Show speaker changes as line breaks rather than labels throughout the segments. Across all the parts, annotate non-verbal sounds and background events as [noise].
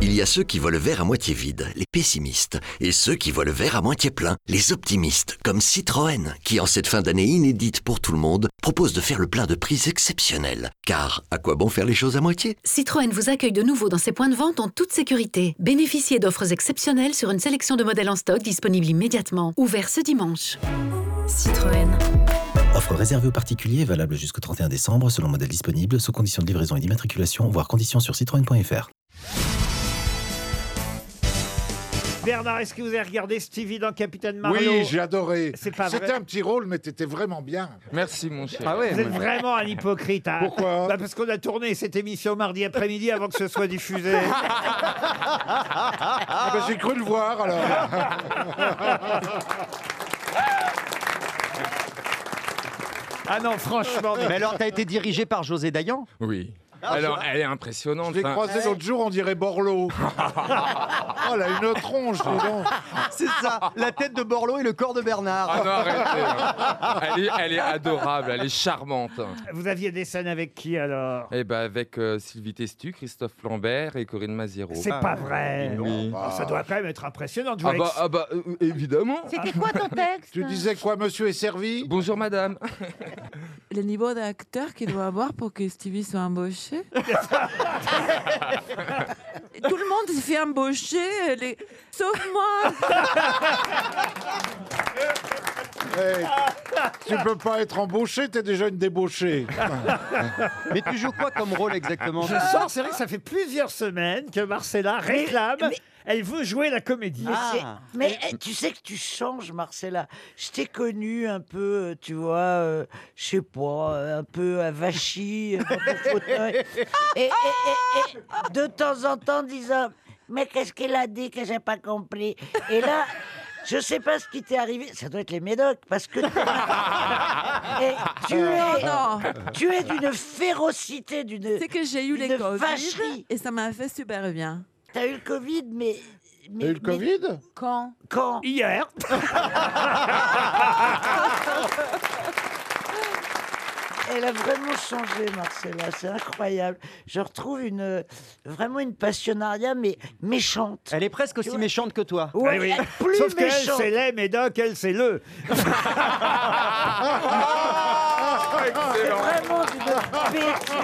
Il y a ceux qui voient le verre à moitié vide, les pessimistes, et ceux qui voient le verre à moitié plein, les optimistes, comme Citroën, qui en cette fin d'année inédite pour tout le monde, propose de faire le plein de prix exceptionnels. Car à quoi bon faire les choses à moitié
Citroën vous accueille de nouveau dans ses points de vente en toute sécurité. Bénéficiez d'offres exceptionnelles sur une sélection de modèles en stock disponibles immédiatement. Ouvert ce dimanche. Citroën.
Offre réservée aux particuliers, valable jusqu'au 31 décembre, selon modèle disponible, sous conditions de livraison et d'immatriculation, voire conditions sur citroën.fr.
Bernard, est-ce que vous avez regardé Stevie dans Capitaine Marlowe
Oui, j'ai adoré.
C'est pas vrai.
C'était un petit rôle, mais t'étais vraiment bien.
Merci mon cher.
Ah
Vous êtes vraiment un hypocrite. hein.
Pourquoi
Bah, Parce qu'on a tourné cette émission mardi après-midi avant que ce soit diffusé.
[laughs] Ah, ben, j'ai cru le voir alors.
[laughs]
Ah non, franchement. mais-
Mais alors, t'as été dirigé par José Dayan
Oui. Alors, elle est impressionnante.
Ah, Je l'ai
hein.
croisé l'autre jour, on
[laughs]
dirait Borloo.
Ah,
Oh, elle a une tronche, dis donc.
[laughs] C'est ça, la tête de Borloo et le corps de
Ah
Bernard.
non, arrêtez. hein. Elle, est, elle est adorable, elle est charmante.
Vous aviez des scènes avec qui alors
Eh ben, avec euh, Sylvie Testu, Christophe Lambert et Corinne Maziro.
C'est
Ah,
pas vrai.
Oh, bah, Oui.
Oh, ça doit quand même être impressionnant de jouer
Ah bah,
avec-
ah bah, euh, évidemment.
Ah,
C'était
[laughs]
quoi ton texte
Tu disais quoi, monsieur est servi
Bonjour madame.
Le niveau d'acteur qu'il doit avoir pour que Stevie soit [laughs] embauché. Tout le monde se fait embaucher, les- sauf moi. [laughs]
Eh, Tu peux pas être embauché, t'es déjà une débauchée.
[laughs] Mais tu joues quoi comme rôle exactement
Je sors, c'est vrai que ça fait plusieurs semaines que Marcella réclame. Elle veut jouer la comédie.
Ah.
Mais eh, tu sais que tu changes, Marcella. Je t'ai connue un peu, euh, tu vois, euh, je sais pas, euh, un peu avachie euh, dans ton fauteuil. Et, et- et- et de temps en temps, disant Mais qu'est-ce qu'elle a dit que j'ai pas compris Et là. Je sais pas ce qui t'est arrivé, ça doit être les médocs, parce que
[laughs]
t'es- Et Eh, tu es,
Euh, Non,
[laughs] tu es d'une férocité, d'une.
c'est que j'ai eu les
Une
Covid
vacherie.
et ça m'a fait super bien.
T'as eu le Covid, mais. mais
T'as eu le
mais
Covid
Quand
Quand
Hier,
Elle a vraiment changé, Marcella. C'est incroyable. Je retrouve une euh, vraiment une passionnariat, mais méchante.
Elle est presque aussi méchante que toi.
Ouais,
Eh oui.
elle- plus
sauf qu'elle,
méchante.
c'est les médocs, elle, c'est le.
C'est
Ah, excellent.
vraiment une bêtise.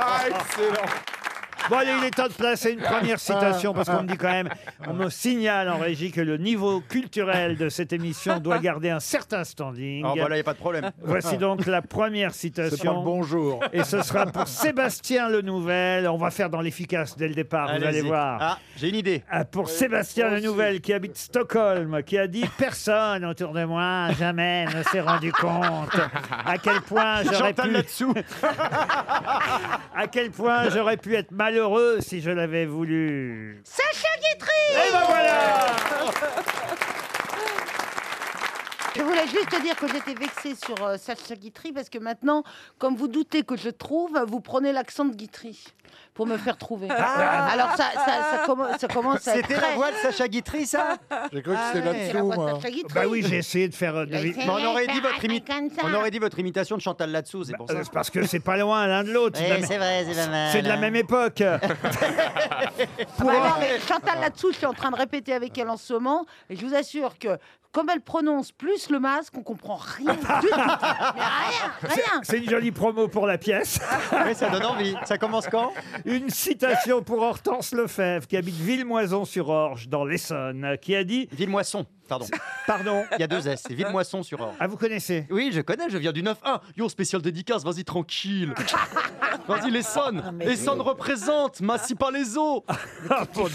Ah, excellent.
Bon, allez, il est temps de placer une première citation parce qu'on me dit quand même, on me signale en régie que le niveau culturel de cette émission doit garder un certain standing.
Alors voilà, il n'y bah a pas de problème.
Voici donc la première
C'est pas le
citation.
bonjour.
Et ce sera pour Sébastien Le Nouvel. On va faire dans l'efficace dès le départ, vous allez
Allez-y.
voir.
Ah, j'ai une idée.
Ah, Pour Sébastien Le Nouvel, qui habite Stockholm, qui a dit Personne autour de moi jamais ne s'est rendu compte à quel point j'aurais
J'entends
pu,
là-dessous.
[laughs] à quel point j'aurais pu être malheureux si je l'avais voulu.
Sacha Guitry
Et ben voilà
Je voulais juste te dire que j'étais vexée sur euh, Sacha Guitry parce que maintenant, comme vous doutez que je trouve, vous prenez l'accent de Guitry pour me faire trouver.
Ah.
Alors ça, ça, ça, commen- ça commence à être
C'était la
très...
voix de Sacha Guitry, ça
J'ai cru que
Ah
c'était
ouais.
C'est
là-dessous, hein.
la voix de
moi.
Sacha Guitry.
Bah oui, j'ai essayé de faire. euh, de-
J'ai
Mais on aurait,
essayé
dit
de faire
votre imi-
un truc comme ça.
on aurait dit votre imitation de Chantal là-dessous, c'est pour ça.
Euh, c'est parce que c'est pas loin l'un de l'autre. c'est de la même-
vrai, c'est pas mal.
c'est de la même époque.
Ah bah non, mais Chantal là-dessous, je suis en train de répéter avec elle en ce moment, et je vous assure que comme elle prononce plus le masque, on comprend rien du tout. Mais rien, rien.
C'est une jolie promo pour la pièce.
Ah, Oui, ça donne envie. Ça commence quand
Une citation pour Hortense Lefebvre, qui habite Villemoison-sur-Orge, dans l'Essonne, qui a dit
Villemoisson, pardon.
Pardon,
Il y a deux S, c'est Villemoisson sur Orge.
ah, vous
[laughs]
connaissez
Oui, je connais, je viens du 9-1. Yo, spécial dédicace, vas-y, tranquille. Vas-y, les sonnes. Les sonnes représentent, massis pas
[laughs]
les os. Euh,
Ah, mon Dieu.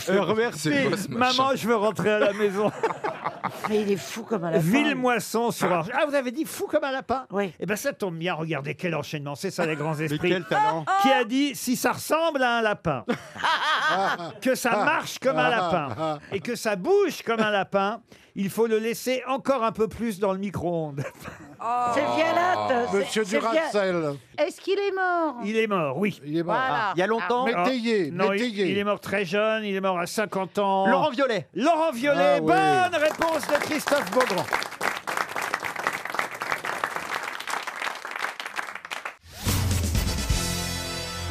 C'est quoi ce machin
Maman, je veux
[laughs]
rentrer à la maison.
Mais Ah, il est fou comme à la fin.
Villemoisson sur Orge. Ah, vous avez dit fou comme un lapin
Oui.
Eh bien, ça tombe bien. Regardez quel enchaînement. C'est ça, les grands
Mais
esprits.
quel talent.
Qui a dit si ça ressemble à un
[laughs]
lapin,
Ah,
que ça
Ah.
marche comme un lapin et que ça bouge comme un lapin, il faut le laisser encore un peu plus dans le micro-ondes.
Oh.
C'est Vialatte.
Monsieur
c'est- c'est Via-
Duracel,
Est-ce qu'il est mort
Il est mort, oui.
il est mort.
Voilà.
Il y a longtemps,
Mais
Ah,
Métayer,
non, il,
métayer.
il est mort très jeune, il est mort à 50 ans.
Laurent Violet.
Laurent Violet,
Ah oui.
bonne réponse de Christophe Beaugrand.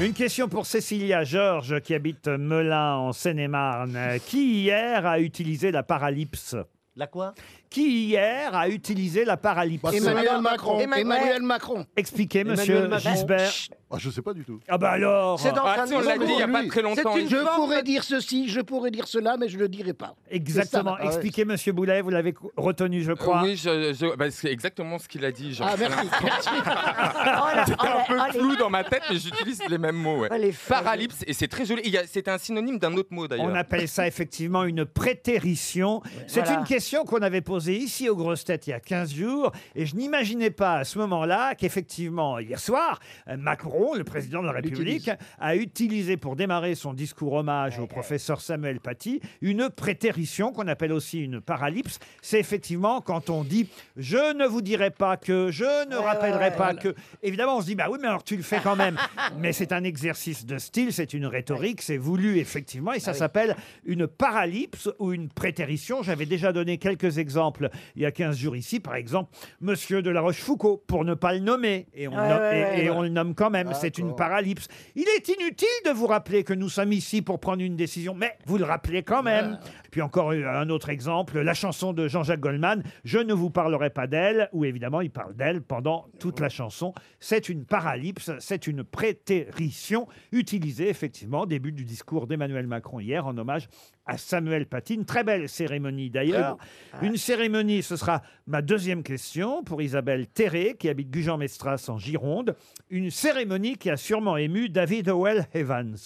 Une question pour Cécilia Georges qui habite Melun en Seine-et-Marne. Euh, Qui hier a utilisé la paralypse
La quoi
Qui hier a utilisé la paralypse
Bah, c'est Emmanuel Madame Macron. Macron. Emmanuel- Emmanuel Macron.
Expliquez,
Emmanuel
monsieur
Macron.
Gisbert.
Ah, je sais pas du tout.
Ah bah alors
C'est dans
Ah,
sa
si, on l'a
maison,
dit il y a
lui.
pas très longtemps. hein.
C'est une
Je
je
pourrais
pourrais dire ceci, je pourrais dire cela, mais je le dirai pas.
Exactement.
C'est ça.
Expliquez, monsieur Boulet, vous l'avez co- retenu,
Euh,
je crois.
oui, je- je- bah, c'est exactement ce qu'il a dit. Jean.
Ah,
[laughs]
merci.
[laughs] Oh
C'était un peu flou dans ma tête, mais j'utilise les mêmes mots. ouais.
Oh, les fous.
Paralypse, et c'est très joli. Il y a- C'est un synonyme d'un autre mot d'ailleurs.
On appelle ça effectivement une prétérition. C'est
Voilà.
une question qu'on avait posée ici aux grosses têtes il y a 15 jours. Et je n'imaginais pas à ce moment-là qu'effectivement, hier soir, euh, Macron, le président de la République, a utilisé pour démarrer son discours hommage au professeur Samuel Paty une prétérition qu'on appelle aussi une paralypse. C'est effectivement quand on dit je ne vous dirai pas que, je ne rappellerai
ouais,
pas
voilà.
que. Évidemment, on se dit bah oui, mais alors tu le fais quand même. mais c'est un exercice de style, c'est une rhétorique, c'est voulu effectivement, et ça s'appelle une paralypse ou une prétérition. J'avais déjà donné quelques exemples il y a 15 jours ici, par exemple, Monsieur de la Rochefoucauld, pour ne pas le nommer, et on,
Ouais,
nomme-
ouais,
et-
ouais,
et
ouais.
on le nomme quand même, c'est une paralypse. Il est inutile de vous rappeler que nous sommes ici pour prendre une décision, mais vous le rappelez quand même. Puis encore euh, un autre exemple, la chanson de Jean-Jacques Goldman, Je ne vous parlerai pas d'elle, où évidemment il parle d'elle pendant toute la chanson. C'est une paralypse, c'est une prétérition utilisée effectivement au début du discours d'Emmanuel Macron hier en hommage à Samuel Paty. Une très belle cérémonie d'ailleurs. Une cérémonie, ce sera ma deuxième question pour Isabelle Terré, qui habite Gujan-Mestras en Gironde. Une cérémonie qui a sûrement ému David Howell Evans.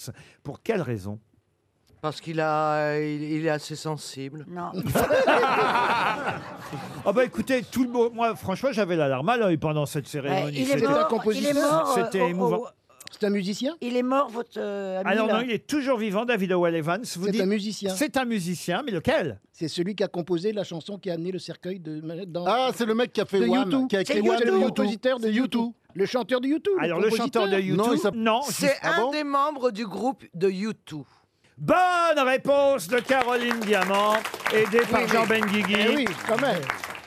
Pour quelle raison
Parce qu'il a, Euh, il, il est assez sensible. [laughs]
Non.
Ah bah écoutez, tout le monde, moi franchement j'avais l'alarme à l'œil pendant cette cérémonie. C'était-
euh,
C'était émouvant.
C'est un musicien
Il est mort, votre euh, ami
Alors
là
Ah non, il est toujours vivant, David Howell Evans. Vous
C'est
dites-
un musicien.
C'est un musicien, mais lequel
C'est celui qui a composé la chanson qui a amené le cercueil de dans
Ah, c'est le mec qui a fait
de
Wham,
U2.
qui a
C'est
écrit Wham,
le
de U2.
compositeur de YouTube. Le chanteur de YouTube.
Alors, le chanteur de U2, Non, il s'appelle- non,
C'est
juste- ah
un
bon
des membres du groupe de YouTube.
Bonne réponse de Caroline Diamant, aidée
Oui,
par
oui.
Jean Benguigui.
Eh oui,
quand même.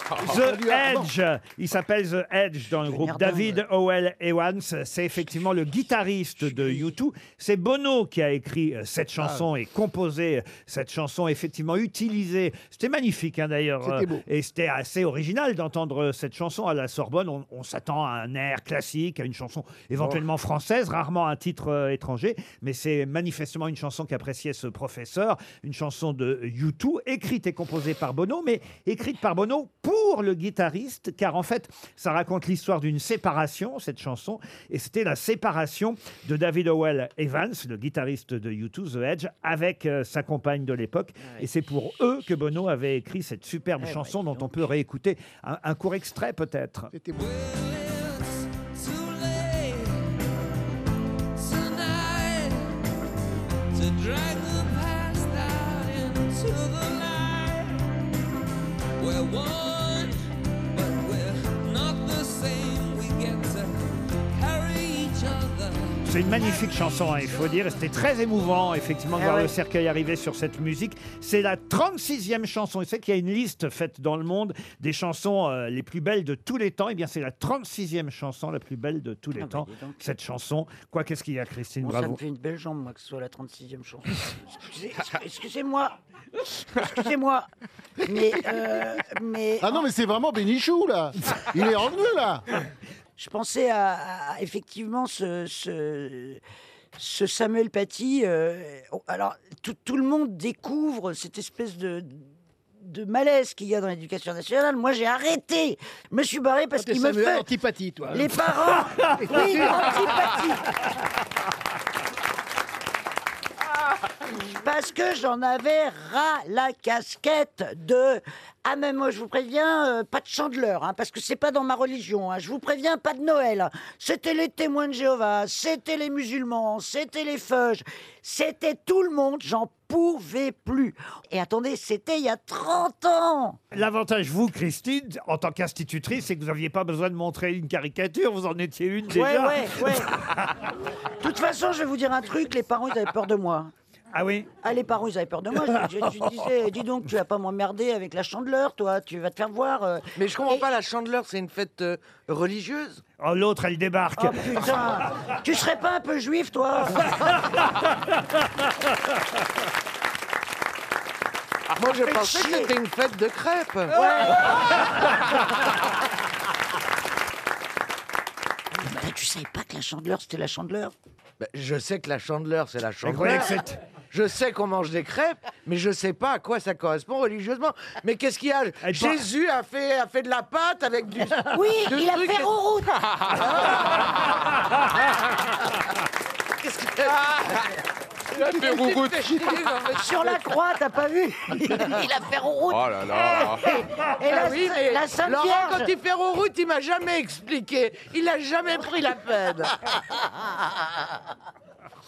[laughs]
The Edge, il s'appelle The Edge dans le groupe David Howell Evans, c'est effectivement le guitariste de U2. C'est Bono qui a écrit euh, cette
Ah.
chanson et composé euh, cette chanson, effectivement utilisée. C'était magnifique hein, d'ailleurs.
C'était
euh,
beau.
Et c'était assez original d'entendre euh, cette chanson à la Sorbonne. On, on s'attend à un air classique, à une chanson éventuellement française, rarement un titre euh, étranger. Mais c'est manifestement une chanson qu'appréciait ce professeur, une chanson de U2, écrite et composée par Bono, mais écrite par Bono pour le guitariste, car en fait, ça raconte l'histoire d'une séparation, cette chanson. Et c'était la séparation de David Howell Evans, le guitariste de U2, The Edge, avec euh, sa compagne de l'époque. Et c'est pour eux que Bono avait écrit cette superbe
Eh ouais,
chanson dont on peut réécouter un, un court extrait peut-être.
C'était beau.
Too late tonight to drag the past out into the night. We're one, but we're not the same. We get to carry each other.
C'est une magnifique chanson, hein, il faut dire. C'était très émouvant, effectivement, de
Ah
voir
ouais.
le cercueil arriver sur cette musique. C'est la 36e chanson. Et c'est qu'il y a une liste faite dans le monde des chansons euh, les plus belles de tous les temps. Et bien, c'est la 36e chanson la plus belle de tous les
Ah bah,
temps.
dis donc.
Cette chanson, quoi, qu'est-ce qu'il y a, Christine
Bon, ça me
Bravo.
fait une belle jambe, moi, que ce soit la 36e chanson. Excusez- Excusez-moi. Excusez-moi. Mais, euh, mais.
Ah non, mais c'est vraiment Bénichou, là Il est revenu, là
Je pensais à, à- effectivement ce, ce, ce Samuel Paty. euh, alors, tout, tout le monde découvre cette espèce de de malaise qu'il y a dans l'éducation nationale. Moi, j'ai arrêté. Je me suis barré parce
Ah, T'es
qu'il me
Samuel
fait...
Antipathie, toi.
Les parents
[laughs]
Oui, antipathie Parce que j'en avais ras la casquette de ah mais moi je vous préviens euh, pas de chandeleur hein, parce que c'est pas dans ma religion hein. je vous préviens pas de Noël c'était les témoins de Jéhovah c'était les musulmans c'était les feuges c'était tout le monde j'en pouvais plus et attendez c'était il y a 30 ans
L'avantage, vous, Christine, en tant qu'institutrice, c'est que vous n'aviez pas besoin de montrer une caricature. Vous en étiez une
Ouais,
déjà.
ouais, ouais. De toute façon, je vais vous dire un truc, les parents, ils avaient peur de moi.
Ah oui
Ah, les parents, ils avaient peur de moi. Je, je- je disais, dis donc, tu vas pas m'emmerder avec la chandeleur, toi, Ah, tu vas te faire voir. euh,
Mais je comprends pas, la chandeleur, c'est une fête euh, religieuse
Oh, l'autre, elle débarque.
Oh
[laughs]
putain Tu serais pas un peu juif, toi
[laughs] Moi, je
Fais
pensais que
chier.
c'était une fête de crêpes.
Putain, Bah, Tu savais pas que la chandeleur, c'était la chandeleur
Ben, je sais que la chandeleur, c'est la
croyez
chandeleur.
que c'est-
Je sais qu'on mange des crêpes, mais je sais pas à quoi ça correspond religieusement. Mais qu'est-ce qu'il y a Jésus a fait, a fait de la pâte avec du.
Oui,
du
il a
truc Ah.
fait
et-
roux-roux.
[laughs]
Qu'est-ce qu'il a
Il a fait rouroute.
Sur
[laughs]
la croix, t'as pas vu Il a fait route
Oh là là.
Eh,
[laughs]
Et la-
Ah oui, mais
la Sainte
Laurent,
Vierge.
quand il fait route, il m'a jamais expliqué. Il a jamais pris la peine.
[laughs]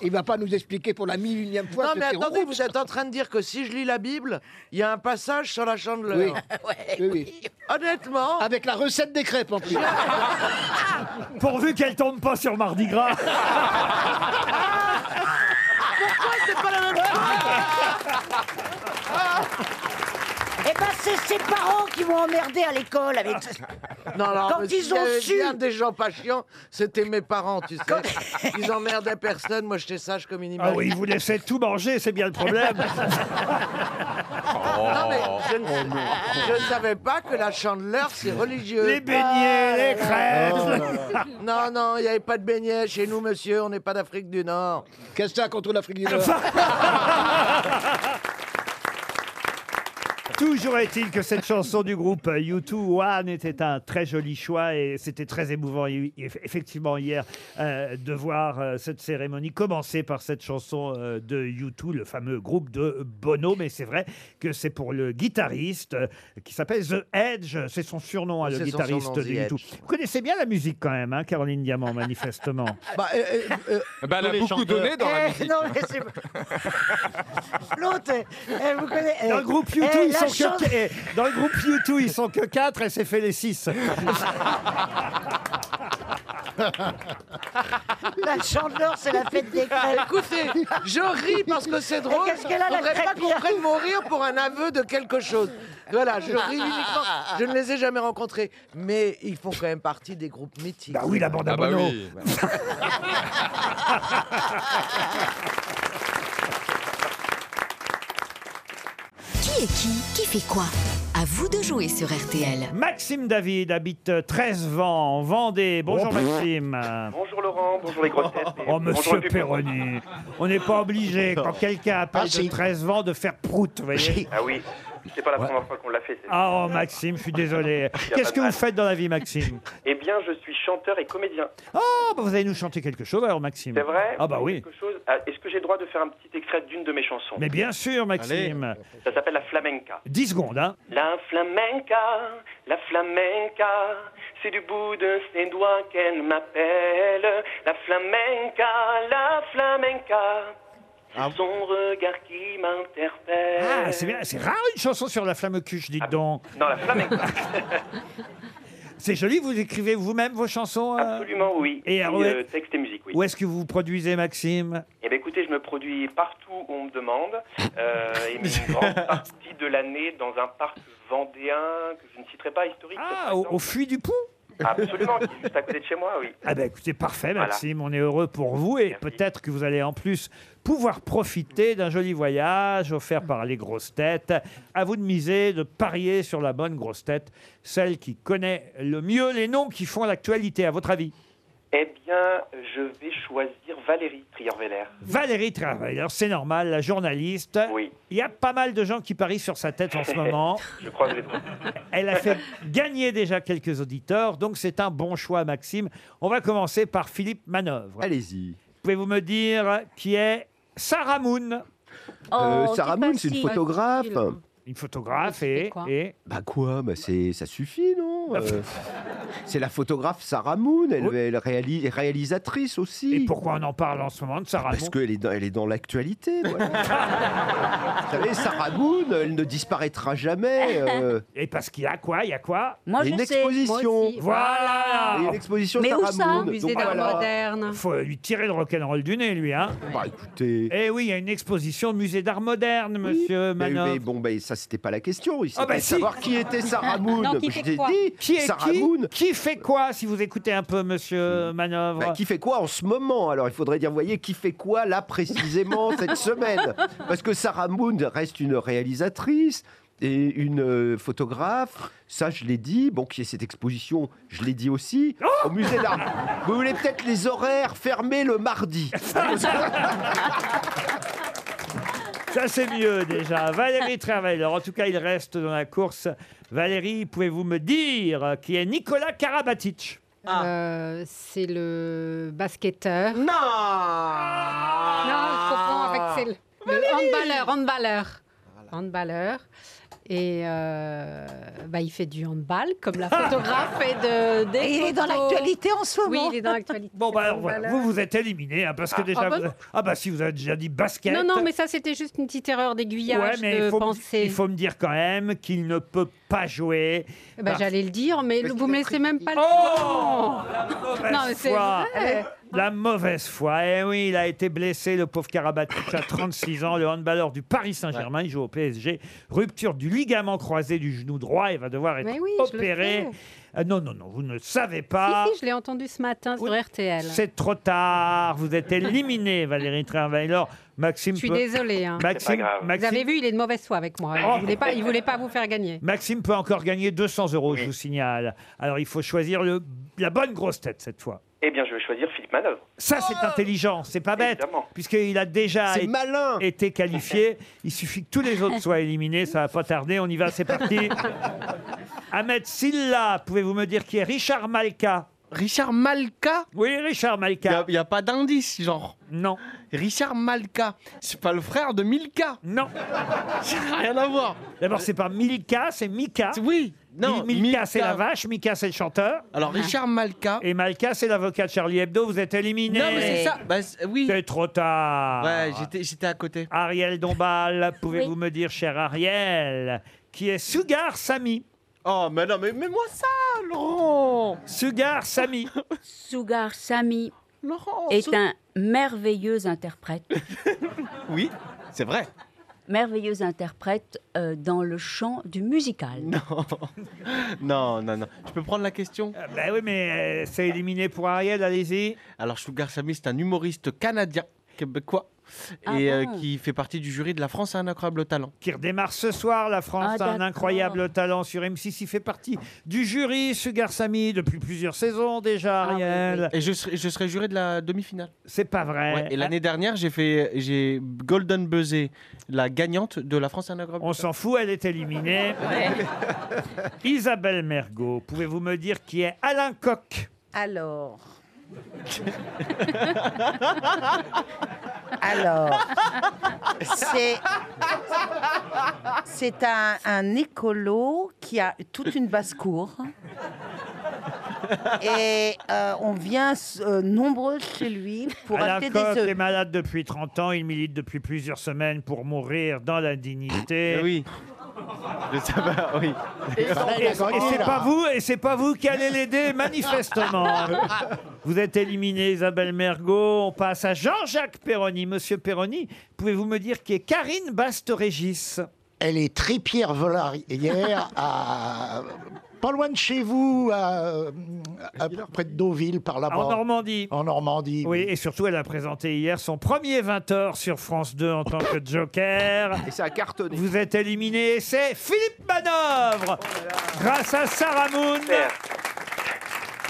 Il va pas nous expliquer pour la mille unième fois
non,
que
mais
c'est
attendez,
roux.
vous êtes en train de dire que si je lis la Bible, il y a un passage sur la chandeleur. [laughs]
Oui, oui.
Honnêtement.
Avec la recette des crêpes
[laughs]
en plus.
Pourvu qu'elle tombe pas sur Mardi Gras.
Pourquoi c'est pas la même chose
Eh ben, c'est ses parents qui m'ont emmerdé à l'école avec.
Non, non,
Quand
mais
ils
s'il y
ont
avait
su-
bien des gens pas chiants, c'était mes parents, tu sais. Ils emmerdaient personne, moi j'étais sage comme une image.
Ah oui, vous laissez tout manger, c'est bien le problème.
[laughs]
Oh.
Non, mais je ne, je ne savais pas que la chandeleur, c'est religieux. Ah. Oh
Les beignets, les crêpes.
Non, non, il n'y avait pas de beignets chez nous, monsieur, on n'est pas d'Afrique du Nord.
Qu'est-ce que ça contre l'Afrique du Nord
Toujours est-il que cette chanson du groupe U2 One était un très joli choix et c'était très émouvant hi- eff- effectivement hier euh, de voir euh, cette cérémonie commencer par cette chanson euh, de U2, le fameux groupe de Bono. Mais c'est vrai que c'est pour le guitariste euh, qui s'appelle The Edge, c'est son surnom, hein, le
C'est son
guitariste
surnom,
de
The
U2.
Edge.
Vous connaissez bien la musique quand même, hein, Caroline
[laughs]
Diamant, manifestement.
Bah, euh, euh, euh,
Bah, elle a beaucoup donné dans
Eh,
la musique.
Non, mais
[laughs]
c'est. L'autre, elle vous connaît. eh,
Dans le groupe U2,
eh,
ils
la
sont
chance-
que eh, dans le groupe U2, ils sont que 4 elle s'est fait
[laughs]
les 6.
Ah
La chandeleur, c'est la fête des crêpes.
Écoutez, je ris parce que c'est drôle.
Et qu'est-ce qu'elle a, la
Faudrait pas
crêpe
qu'on prenne mon rire pour un aveu de quelque chose. Voilà, je ris uniquement. Je ne les ai jamais rencontrés, mais ils font quand même partie des groupes mythiques.
Bah oui, la bande à
Ah bah
Bono.
oui.
Qui est qui Qui fait quoi À vous de jouer sur RTL.
Maxime David habite 13 vents en Vendée. Bonjour
Oh, pff.
Maxime.
Bonjour Laurent, bonjour les
[laughs]
grosses têtes. et
Oh
bonjour
monsieur
le public.
Perroni, on n'est pas obligé quand quelqu'un appelle
Ah, si.
de 13 vents de faire prout, vous voyez.
Ah oui, c'est pas la première fois qu'on l'a fait. c'est-
Ah oh Maxime, je suis
[laughs]
désolé.
y a
Qu'est-ce
pas de
que vous
mal.
faites dans la vie
[laughs]
Maxime
Eh bien, je suis chanteur et comédien.
Oh, bah, vous allez nous chanter quelque chose alors Maxime.
C'est vrai
Ah bah oui.
Quelque chose... Ah, Est-ce que j'ai le droit de faire un petit extrait d'une de mes chansons
Mais bien sûr Maxime.
Ça s'appelle la flamenca.
10 secondes hein.
La flamenca, la flamenca, c'est du bout de ses doigts qu'elle m'appelle. La flamenca, la flamenca, c'est son regard qui m'interpelle.
Ah, c'est bien, c'est rare une chanson sur la flamme cuche,
Ah.
dites donc.
Non,
[laughs]
la flamenca.
C'est joli, vous écrivez vous-même vos chansons euh
Absolument, oui.
Et alors,
alors, euh, texte et musique, oui.
Où est-ce que vous produisez Maxime
Eh bien, écoutez, je me produis partout où on me demande, euh, et mais
[laughs]
une grande partie de l'année dans un parc vendéen que je ne citerai pas historique.
Ah, au, au Puy du Pont
Absolument, qui est juste à côté de chez moi, oui.
Ah ben écoutez, parfait
Voilà.
Maxime, on est heureux pour vous et peut-être que vous allez en plus pouvoir profiter d'un joli voyage offert par les grosses têtes. À vous de miser, de parier sur la bonne grosse tête, celle qui connaît le mieux les noms qui font l'actualité, à votre avis
Eh bien, je vais choisir Valérie Trierweiler.
Valérie Travail, alors c'est normal, la journaliste. Il y a pas mal de gens qui parient sur sa tête en ce
[laughs]
moment.
Je crois que je l'ai trouvé.
Elle a fait gagner déjà quelques auditeurs, donc c'est un bon choix, Maxime. On va commencer par Philippe Manœuvre. Allez-y. Pouvez-vous me dire qui est Sarah Moon
Euh, Oh, Euh, Sarah c'est Moon, c'est une facile. photographe.
Une photographe et... et...
Bah quoi Bah c'est, ça suffit, non
Ah.
Euh, C'est la photographe Sarah Moon, elle, elle réalise, réalisatrice aussi. Et
pourquoi on en parle en ce moment de Sarah
Parce qu'elle est dans, elle est dans l'actualité.
[laughs]
voilà. Vous savez, Sarah Moon, elle ne
[laughs]
disparaîtra jamais.
Et parce qu'il y a quoi Il y a quoi
Moi, Il y a je euh, une sais, moi exposition. aussi.
Voilà
Il y a une exposition Mais où Sarah ça Moon, Musée donc d'art voilà. moderne.
faut lui tirer le rock'n'roll du nez, lui. Hein
Bah écoutez...
Eh oui, il y a une exposition au musée d'art moderne,
Oui.
monsieur
mais,
Manoff.
mais bon, bah, ça, c'était pas la question. Il
Ah bah
s'agit de
si.
savoir qui était [laughs] Sarah Moon.
Non, qui
Je
fait
t'ai
quoi
dit,
Qui est
Sarah
qui
Moon.
Qui fait quoi, si vous écoutez un peu, monsieur Manœuvre
Bah, qui fait quoi en ce moment Alors, il faudrait dire, voyez, qui fait quoi là précisément cette semaine Parce que Sarah Moon reste une réalisatrice et une euh, photographe. Ça, je l'ai dit. Bon, qui est cette exposition Je l'ai dit aussi. Au musée d'art. Vous voulez peut-être les horaires fermés le mardi
Ça, c'est mieux déjà. Valérie Travailleur, en tout cas, il reste dans la course. Valérie, pouvez-vous me dire euh, qui est Nicolas Karabatic
Euh, c'est le basketteur.
Non Non,
je comprends avec
Ah.
celle. Le handballeur, handballeur. Handballeur. Et euh, bah, il fait du handball, comme la photographe fait de, des
Et il est dans
photos.
l'actualité en ce
Oui,
moment.
il est dans l'actualité.
[laughs] Bon, bah alors voilà, vous vous êtes éliminé, hein, parce que
Ah,
déjà.
ah bah
vous-
non.
ah bah si, vous avez déjà dit basket.
Non, non, mais ça, c'était juste une petite erreur
Ouais,
d'aiguillage
mais
de
il faut, me-
pensée.
il faut me dire quand même qu'il ne peut pas jouer.
Eh ben,
par-
J'allais le dire, mais vous me laissez même pas le temps. Non, mais c'est
Oh, foi.
vrai.
La mauvaise foi. Eh oui, il a été blessé, le pauvre Karabatic, à 36 ans, le handballeur du Paris Saint-Germain. Il joue au PSG. Rupture du ligament croisé du genou droit. Il va devoir être
Mais oui, je le
opéré. Ah non, non, non, vous ne savez pas.
Si, si, je l'ai entendu ce matin sur RTL.
C'est trop tard. Vous êtes
[laughs]
éliminé, Valérie Trainvailor. Maxime.
Je suis
peut-
désolée. hein.
Maxime,
Vous
Maxime, Oh.
avez vu, il est de mauvaise foi avec moi. Il voulait pas, il voulait pas vous faire gagner.
Maxime peut encore gagner 200 euros, je vous signale. Alors il faut choisir le, la bonne grosse tête cette fois.
Eh bien, je vais choisir Philippe Manœuvre.
Ça, c'est intelligent, c'est pas bête, puisqu'il a déjà
C'est
é- été qualifié. Il suffit que tous les autres soient éliminés, ça va pas tarder. On y va, c'est parti. Ahmed Silla, pouvez-vous me dire qui est Richard Malka
Richard Malka
Oui, Richard Malka.
Il n'y a, pas d'indice, genre [laughs]
Non.
Richard Malka, c'est pas le frère de Milka
Non.
Ça n'a rien à voir.
D'abord, c'est pas Milka, c'est Mika.
Oui. Non,
Mi- Milka, c'est la vache, Mika, c'est le chanteur.
Alors, Richard Malka.
Et Malka, c'est l'avocat de Charlie Hebdo, vous êtes éliminé.
Non, mais c'est ça. Bah, c'est- oui.
C'est trop tard.
Ouais, j'étais- j'étais à côté.
Ariel
[laughs]
Dombal, pouvez-vous me dire, cher Ariel, qui est Sugar Sami
Oh, mais non, mais mets-moi ça, Laurent
Sugar Sami.
Sugar Sami
Laurent
est
Sou-
un merveilleux interprète.
Oui, c'est vrai.
merveilleux interprète euh, dans le chant du musical.
Non, non, non. Je peux prendre la question
Bah oui, mais euh, c'est éliminé pour Ariel, allez-y.
Alors, Sugar Sammy, c'est un humoriste canadien, québécois,
Ah
et euh,
bon
qui fait partie du jury de La France a un incroyable talent.
Qui redémarre ce soir, la France
Ah,
a un
d'accord.
incroyable talent sur M6. Il fait partie du jury Sugar Sami depuis plusieurs saisons déjà, Ariel.
Ah, Et je serai, je serai juré de la demi-finale.
C'est pas vrai.
Ouais, et l'année dernière, j'ai fait, j'ai golden buzzé la gagnante de la France Anagramme.
On s'en fout, elle est éliminée. Isabelle Mergot, pouvez-vous me dire qui est Alain Coq
Alors. Alors. C'est. C'est un, un écolo qui a toute une basse-cour. Et euh, on vient euh, nombreux chez lui pour
Alain
acheter
Coq
des œufs.
est malade depuis 30 ans, il milite depuis plusieurs semaines pour mourir dans la dignité.
Eh Oui. oui.
Et, et- et c'est pas vous, et c'est pas vous qui
[laughs]
allez l'aider manifestement. Vous êtes éliminé, Isabelle Mergot. On passe à Jean-Jacques Perroni. Monsieur Perroni, pouvez-vous me dire qui est Karine Baste-Régis
Elle est tripière volarière à. Pas loin de chez vous, à, à- près de Deauville, par là-bas.
En Normandie.
Ah En Normandie.
Oui, et surtout, elle a présenté hier son premier 20h sur France 2 en tant que joker. Et
ça a cartonné.
Vous êtes éliminé, c'est Philippe Manœuvre
Oh
Grâce à Sarah Moon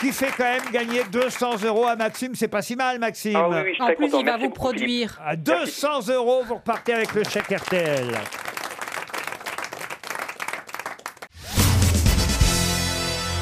qui fait quand même gagner 200 euros à Maxime. C'est pas si mal, Maxime.
Ah oui, oui, je suis En très plus, content. il va Merci vous beaucoup,
produire. À 200 euros, vous repartez avec le chèque RTL.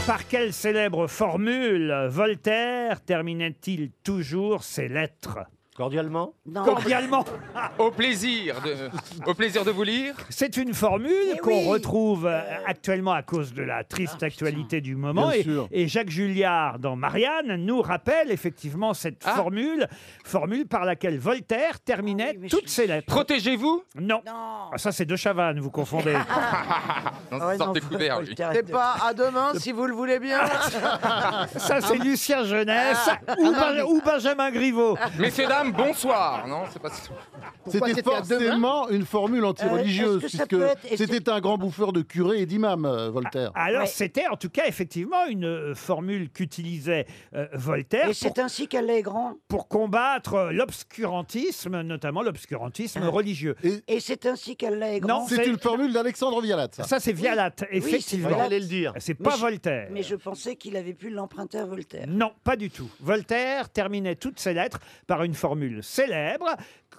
Par quelle célèbre formule Voltaire terminait-il toujours ses lettres
Cordialement
Cordialement.
[laughs] Au plaisir de, au plaisir de vous lire.
C'est une formule qu'on retrouve euh, actuellement à cause de la triste actualité du moment.
Bien
Et,
sûr.
et Jacques Julliard dans Marianne nous rappelle effectivement cette
Ah.
formule, formule par laquelle Voltaire terminait toutes ses lettres.
Protégez-vous
Non. Ah, ça, c'est de Chavannes,
[laughs]
vous confondez.
Ah ouais, Sortez [laughs] non, faut- couvert, faut lui. le taire.
C'est pas à demain si vous le voulez bien.
[laughs]
Ah.
ça, c'est Lucien Jeunesse ou, Ben- ou Benjamin Griveaux.
Messieurs, dames, bonsoir. Non, c'est pas
C'était forcément une formule anti-religieuse,
Euh, est-ce que ça
puisque
peut être- est-ce que-
c'était un grand bouffeur de curés et d'imams, euh, Voltaire.
Alors c'était en tout cas effectivement une euh, formule qu'utilisait euh, Voltaire.
Et c'est ainsi qu'elle est grande.
Pour combattre euh, l'obscurantisme, notamment l'obscurantisme religieux.
Et c'est ainsi qu'elle est grande.
Non, c'est une
formule d'Alexandre Vialat.
Ça, c'est Vialat, effectivement. C'est
Mais
pas
je-
Voltaire.
Mais je pensais qu'il avait pu l'emprunter à Voltaire.
Non, pas du tout. Voltaire terminait toutes ses lettres par une formule célèbre,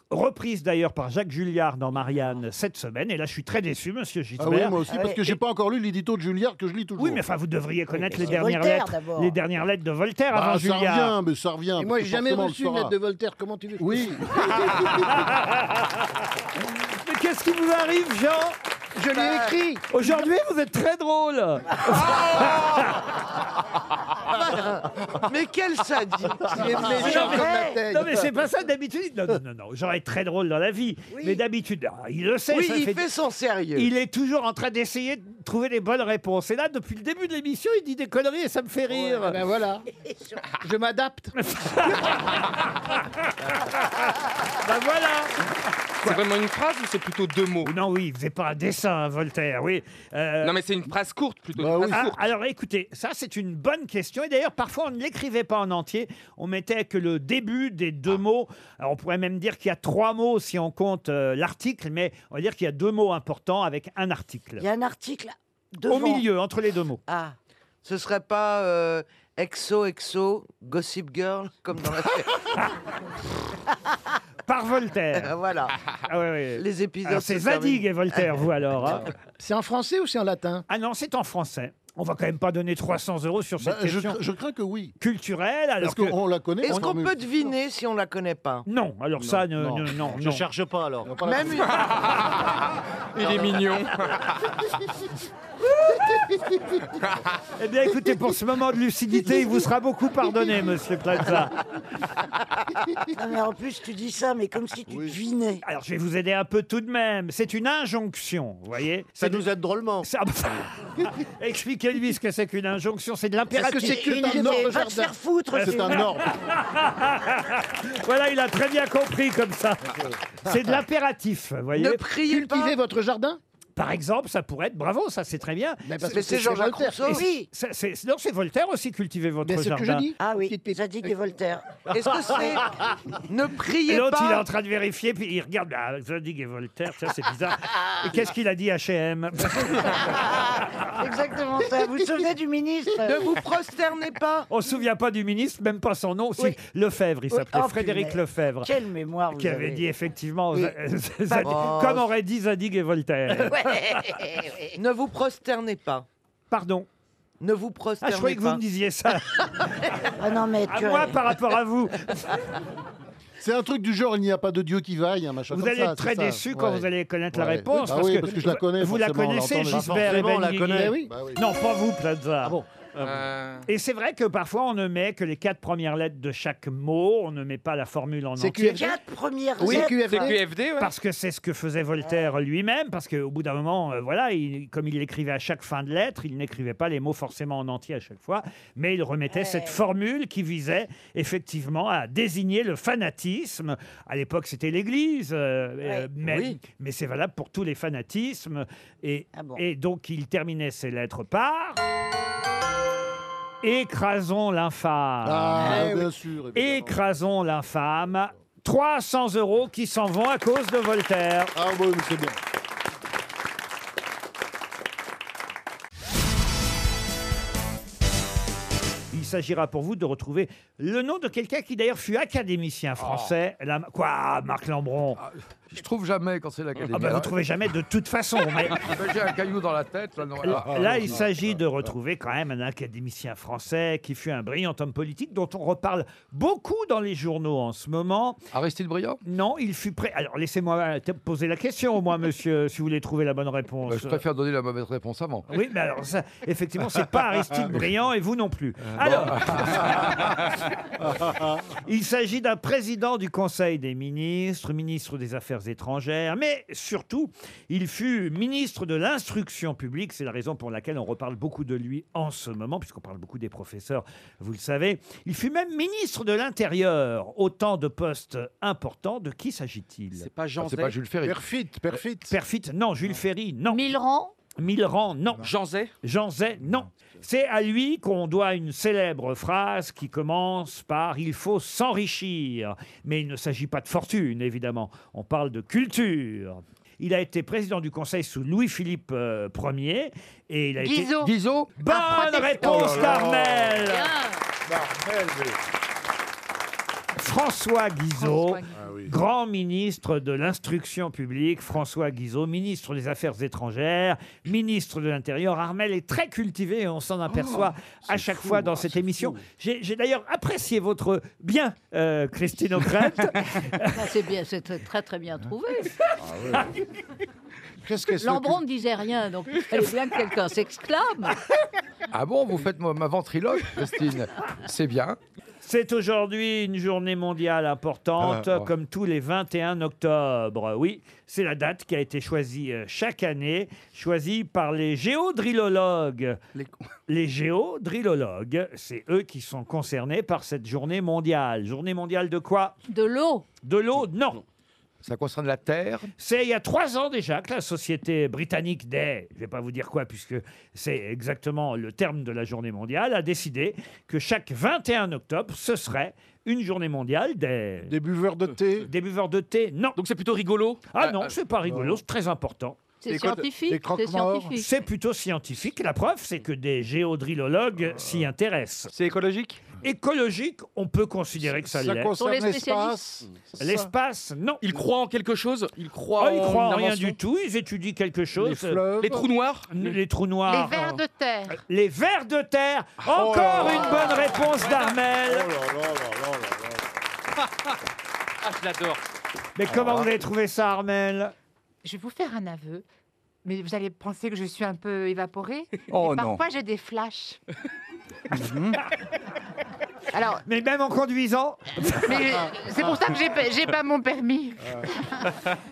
reprise d'ailleurs par Jacques Julliard dans Marianne cette semaine. Et là, je suis très déçu, monsieur Gisbert.
Ah oui, moi aussi, parce que j'ai
Et-
pas encore lu l'édito de Julliard que je lis toujours.
Oui, mais enfin, vous devriez connaître
mais
les
c'est
dernières,
Voltaire,
lettres,
d'abord.
les dernières lettres de Voltaire
Bah,
avant
ça
Julliard.
revient, mais ça revient.
Et moi, j'ai jamais
forcément, on le
reçu une
saura.
lettre de Voltaire. Comment tu veux
Oui.
Ah, Mais qu'est-ce qui vous arrive, Jean Bah,
Je l'ai écrit.
Aujourd'hui, vous êtes très drôle.
Mais quel
[laughs]
sadique Il est
Ah, bah,
méchant
Non, mais-
comme la tête.
Non, mais c'est pas ça d'habitude. Non, non, non, non. J'aurais très drôle dans la vie. Mais d'habitude, ah, il le sait.
Oui,
ça
il fait son sérieux.
Il est toujours en train d'essayer de trouver les bonnes réponses. Et là, depuis le début de l'émission, il dit des conneries et ça me fait rire.
ben voilà. Je
[laughs]
m'adapte.
Ben voilà
C'est vraiment une phrase ou c'est plutôt deux mots
Non, oui, il faisait pas un dessin, hein, Voltaire, oui. Euh,
Non, mais c'est une phrase courte plutôt.
Bah
une phrase
Ah,
courte.
alors écoutez, ça c'est une bonne question. Et d'ailleurs, parfois on ne l'écrivait pas en entier. On mettait que le début des deux mots. Alors, on pourrait même dire qu'il y a trois mots si on compte euh, l'article, mais on va dire qu'il y a deux mots importants avec un article.
Il y a un article
Au
devant.
milieu, hein. entre les deux mots.
Ah, ce serait pas euh, Exo Exo Gossip Girl comme dans la
[laughs] Par Voltaire.
Euh,
Ah
voilà. Les épisodes.
Alors, Ah, c'est
se terminent.
Zadig et Voltaire, vous alors. hein.
C'est en français ou c'est en latin
Ah non, c'est en français. On va quand même pas donner 300 euros sur cette
Bah, je
question.
cra- je crains
que oui. Culturelle, alors
Parce qu'on la connaît,
Est-ce qu'on peut deviner si on la connaît pas
Non, alors ça, ne- ne- non,
Je
non.
cherche
pas alors.
Même une-
Il est mignon.
[laughs] Eh bien, écoutez, pour ce moment de lucidité, il vous sera beaucoup pardonné, monsieur Plaza.
Non, Ah, mais en plus, tu dis ça, mais comme si tu devinais.
Alors, je vais vous aider un peu tout de même. C'est une injonction, vous voyez Ça nous aide drôlement. [laughs] Expliquez-lui ce que c'est qu'une injonction. C'est de l'impératif.
Est-ce que c'est que Une un idée, ordre, va te jardin faire foutre, C'est c'est- un ordre.
[laughs] voilà, il a très bien compris comme ça. C'est de l'impératif, vous voyez
Ne priez pas. Cultivez votre jardin
Par exemple, ça pourrait être bravo, ça c'est très bien.
Mais parce que Mais c'est c'est Jean-Jacques Voltaire. Rousseau.
Et c'est- ça, c'est- Non, c'est Voltaire aussi, cultiver votre
Mais c'est ce
jardin.
que je dis.
Ah oui, Zadig et Voltaire.
Est-ce
[laughs]
que c'est Ne priez
L'autre, il est
pas.
en train de vérifier, puis il regarde bah, Zadig et Voltaire, ça c'est bizarre. Et qu'est-ce qu'il a dit H&M
Exactement ça. Vous vous souvenez du ministre euh
Ne vous prosternez pas.
On se souvient pas du ministre, même pas son nom,
Oui.
si Lefebvre, il
Oui.
s'appelait
Oh,
Frédéric
punaise.
Lefebvre.
Quelle mémoire vous
Qui avait
avez.
dit effectivement,
Oui.
Zadig-
Pas de-
Zadig- comme aurait dit Zadig
[laughs]
et [laughs] Voltaire.
ne vous prosternez pas.
Pardon.
Ne vous
Ah,
prosternez
je croyais que vous
pas.
me disiez ça.
Ah non, mais
À
tu
moi, par rapport
[laughs]
à vous.
C'est un truc du genre, il n'y a pas de Dieu qui vaille, un machin
Vous
comme
allez
ça,
être très
c'est ça.
déçu quand
Ouais.
vous allez connaître la
Ouais.
réponse.
Ah oui, parce que je la connais,
Vous la
forcément, on
connaissez,
l'entend, mais-
Gisbert et
Forcément, on la
Benguigui
connaît. Eh oui. Bah oui. Ah
Non, pas vous, Plaza.
Euh,
Et c'est vrai que parfois on ne met que les quatre premières lettres de chaque mot, on ne met pas la formule en
C'est
entier.
QFD? Quatre
premières
Oui, lettres. QFD.
ouais.
Parce que c'est ce que faisait Voltaire lui-même, parce qu'au bout d'un moment, euh, voilà, il- comme il l'écrivait à chaque fin de lettre, il n'écrivait pas les mots forcément en entier à chaque fois, mais il remettait cette formule qui visait effectivement à désigner le fanatisme. À l'époque, c'était l'Église, euh, euh, mais, mais c'est valable pour tous les fanatismes. Et, et donc, il terminait ses lettres par. Écrasons l'infâme.
Ah, Eh bien oui. sûr,
Écrasons l'infâme. 300 euros qui s'en vont à cause de Voltaire.
Ah oui, mais c'est bien.
Il s'agira pour vous de retrouver
Ah.
le nom de quelqu'un qui d'ailleurs fut académicien français. La- Quoi, Marc Lambron
Je trouve jamais quand c'est l'académie.
Ah bah, vous trouvez jamais de toute façon,
[laughs]
mais-
Eh, J'ai un caillou dans la tête. Là, non.
Là,
Ah,
là,
ah,
il
ah,
s'agit de retrouver quand même un académicien français qui fut un brillant homme politique dont on reparle beaucoup dans les journaux en ce moment. Aristide Briand Non, il fut prêt. Alors laissez-moi te- poser la question, au moins, monsieur, si vous voulez trouver la bonne réponse.
Bah, je préfère donner la mauvaise réponse avant.
Oui, mais alors ça, effectivement, c'est pas Aristide Briand et vous non plus. Alors, il s'agit d'un président du Conseil des ministres, ministre des Affaires étrangères, mais surtout, il fut ministre de l'instruction publique. C'est la raison pour laquelle on reparle beaucoup de lui en ce moment, puisqu'on parle beaucoup des professeurs, vous le savez. Il fut même ministre de l'Intérieur, autant de postes importants. De qui s'agit-il C'est
pas Jean Ah, c'est pas Zay Jules Ferry.
Perfit, Euh, Perfit. non. Jules Ferry, non. Milran Milran, non. Jean Zay Jean Zay, non. C'est à lui qu'on doit une célèbre phrase qui commence par Il faut s'enrichir. Mais il ne s'agit pas de fortune, évidemment. On parle de culture. Il a été président du Conseil sous Louis-Philippe euh, Ier. Et il a
Guizot.
été.
Guizot
Bonne
Un protestant.
réponse,
Oh là là.
Carmel François Guizot, grand ministre de l'instruction publique, François Guizot, ministre des Affaires étrangères, ministre de l'Intérieur. Armel est très cultivé et on s'en aperçoit à chaque fois dans cette émission. J'ai j'ai d'ailleurs apprécié votre bien, euh, Christine O'Krent.
Ça, Ah, C'est bien, c'est très- très très bien trouvé.
[laughs] Qu'est-ce que c'est que-
Lambron ne disait rien, donc il fallait bien que quelqu'un s'exclame.
Ah bon, vous faites ma, ma ventriloque, Christine C'est bien.
C'est aujourd'hui une journée mondiale importante,
Ah, ouais.
comme tous les 21 octobre. Oui, c'est la date qui a été choisie euh, chaque année, choisie par les géodrillologues. [laughs] Les, géodrillologues, c'est eux qui sont concernés par cette journée mondiale. Journée mondiale de quoi
De l'eau.
De l'eau, non. Ça concerne la Terre C'est il y a trois ans déjà que la société britannique des, je ne vais pas vous dire quoi puisque c'est exactement le terme de la journée mondiale, a décidé que chaque 21 octobre, ce serait une journée mondiale des... Des buveurs de thé [laughs] Des buveurs de thé, non. Donc c'est plutôt rigolo Ah non, c'est pas rigolo, c'est très important.
C'est Des côtes- scientifique, des croque-morts c'est scientifique.
C'est plutôt scientifique. La preuve, c'est que des géodrillologues s'y intéressent. Ah. C'est écologique Écologique, on peut considérer que ça,
Ça
l'est.
concerne Pour les l'espace spécialistes
L'espace, non.
Ils croient en quelque chose Ils croient
Ah, ils
en
croient
une
en rien
invention
du tout, ils étudient quelque chose.
fleuves. Les trous
noirs Les trous noirs.
Les vers
de
terre.
Les vers de terre. Encore
Oh là
une
Oh là.
bonne réponse d'Armel.
[laughs] Ah, je l'adore.
Mais
Oh
comment vous
[laughs]
avez trouvé ça, Armel
Je vais vous faire un aveu, mais vous allez penser que je suis un peu évaporée.
Oh,
mais
non.
Parfois, j'ai des flashs.
Mhm.
Alors,
Mais même en conduisant
mais c'est pour ça que j'ai pas- j'ai pas mon permis.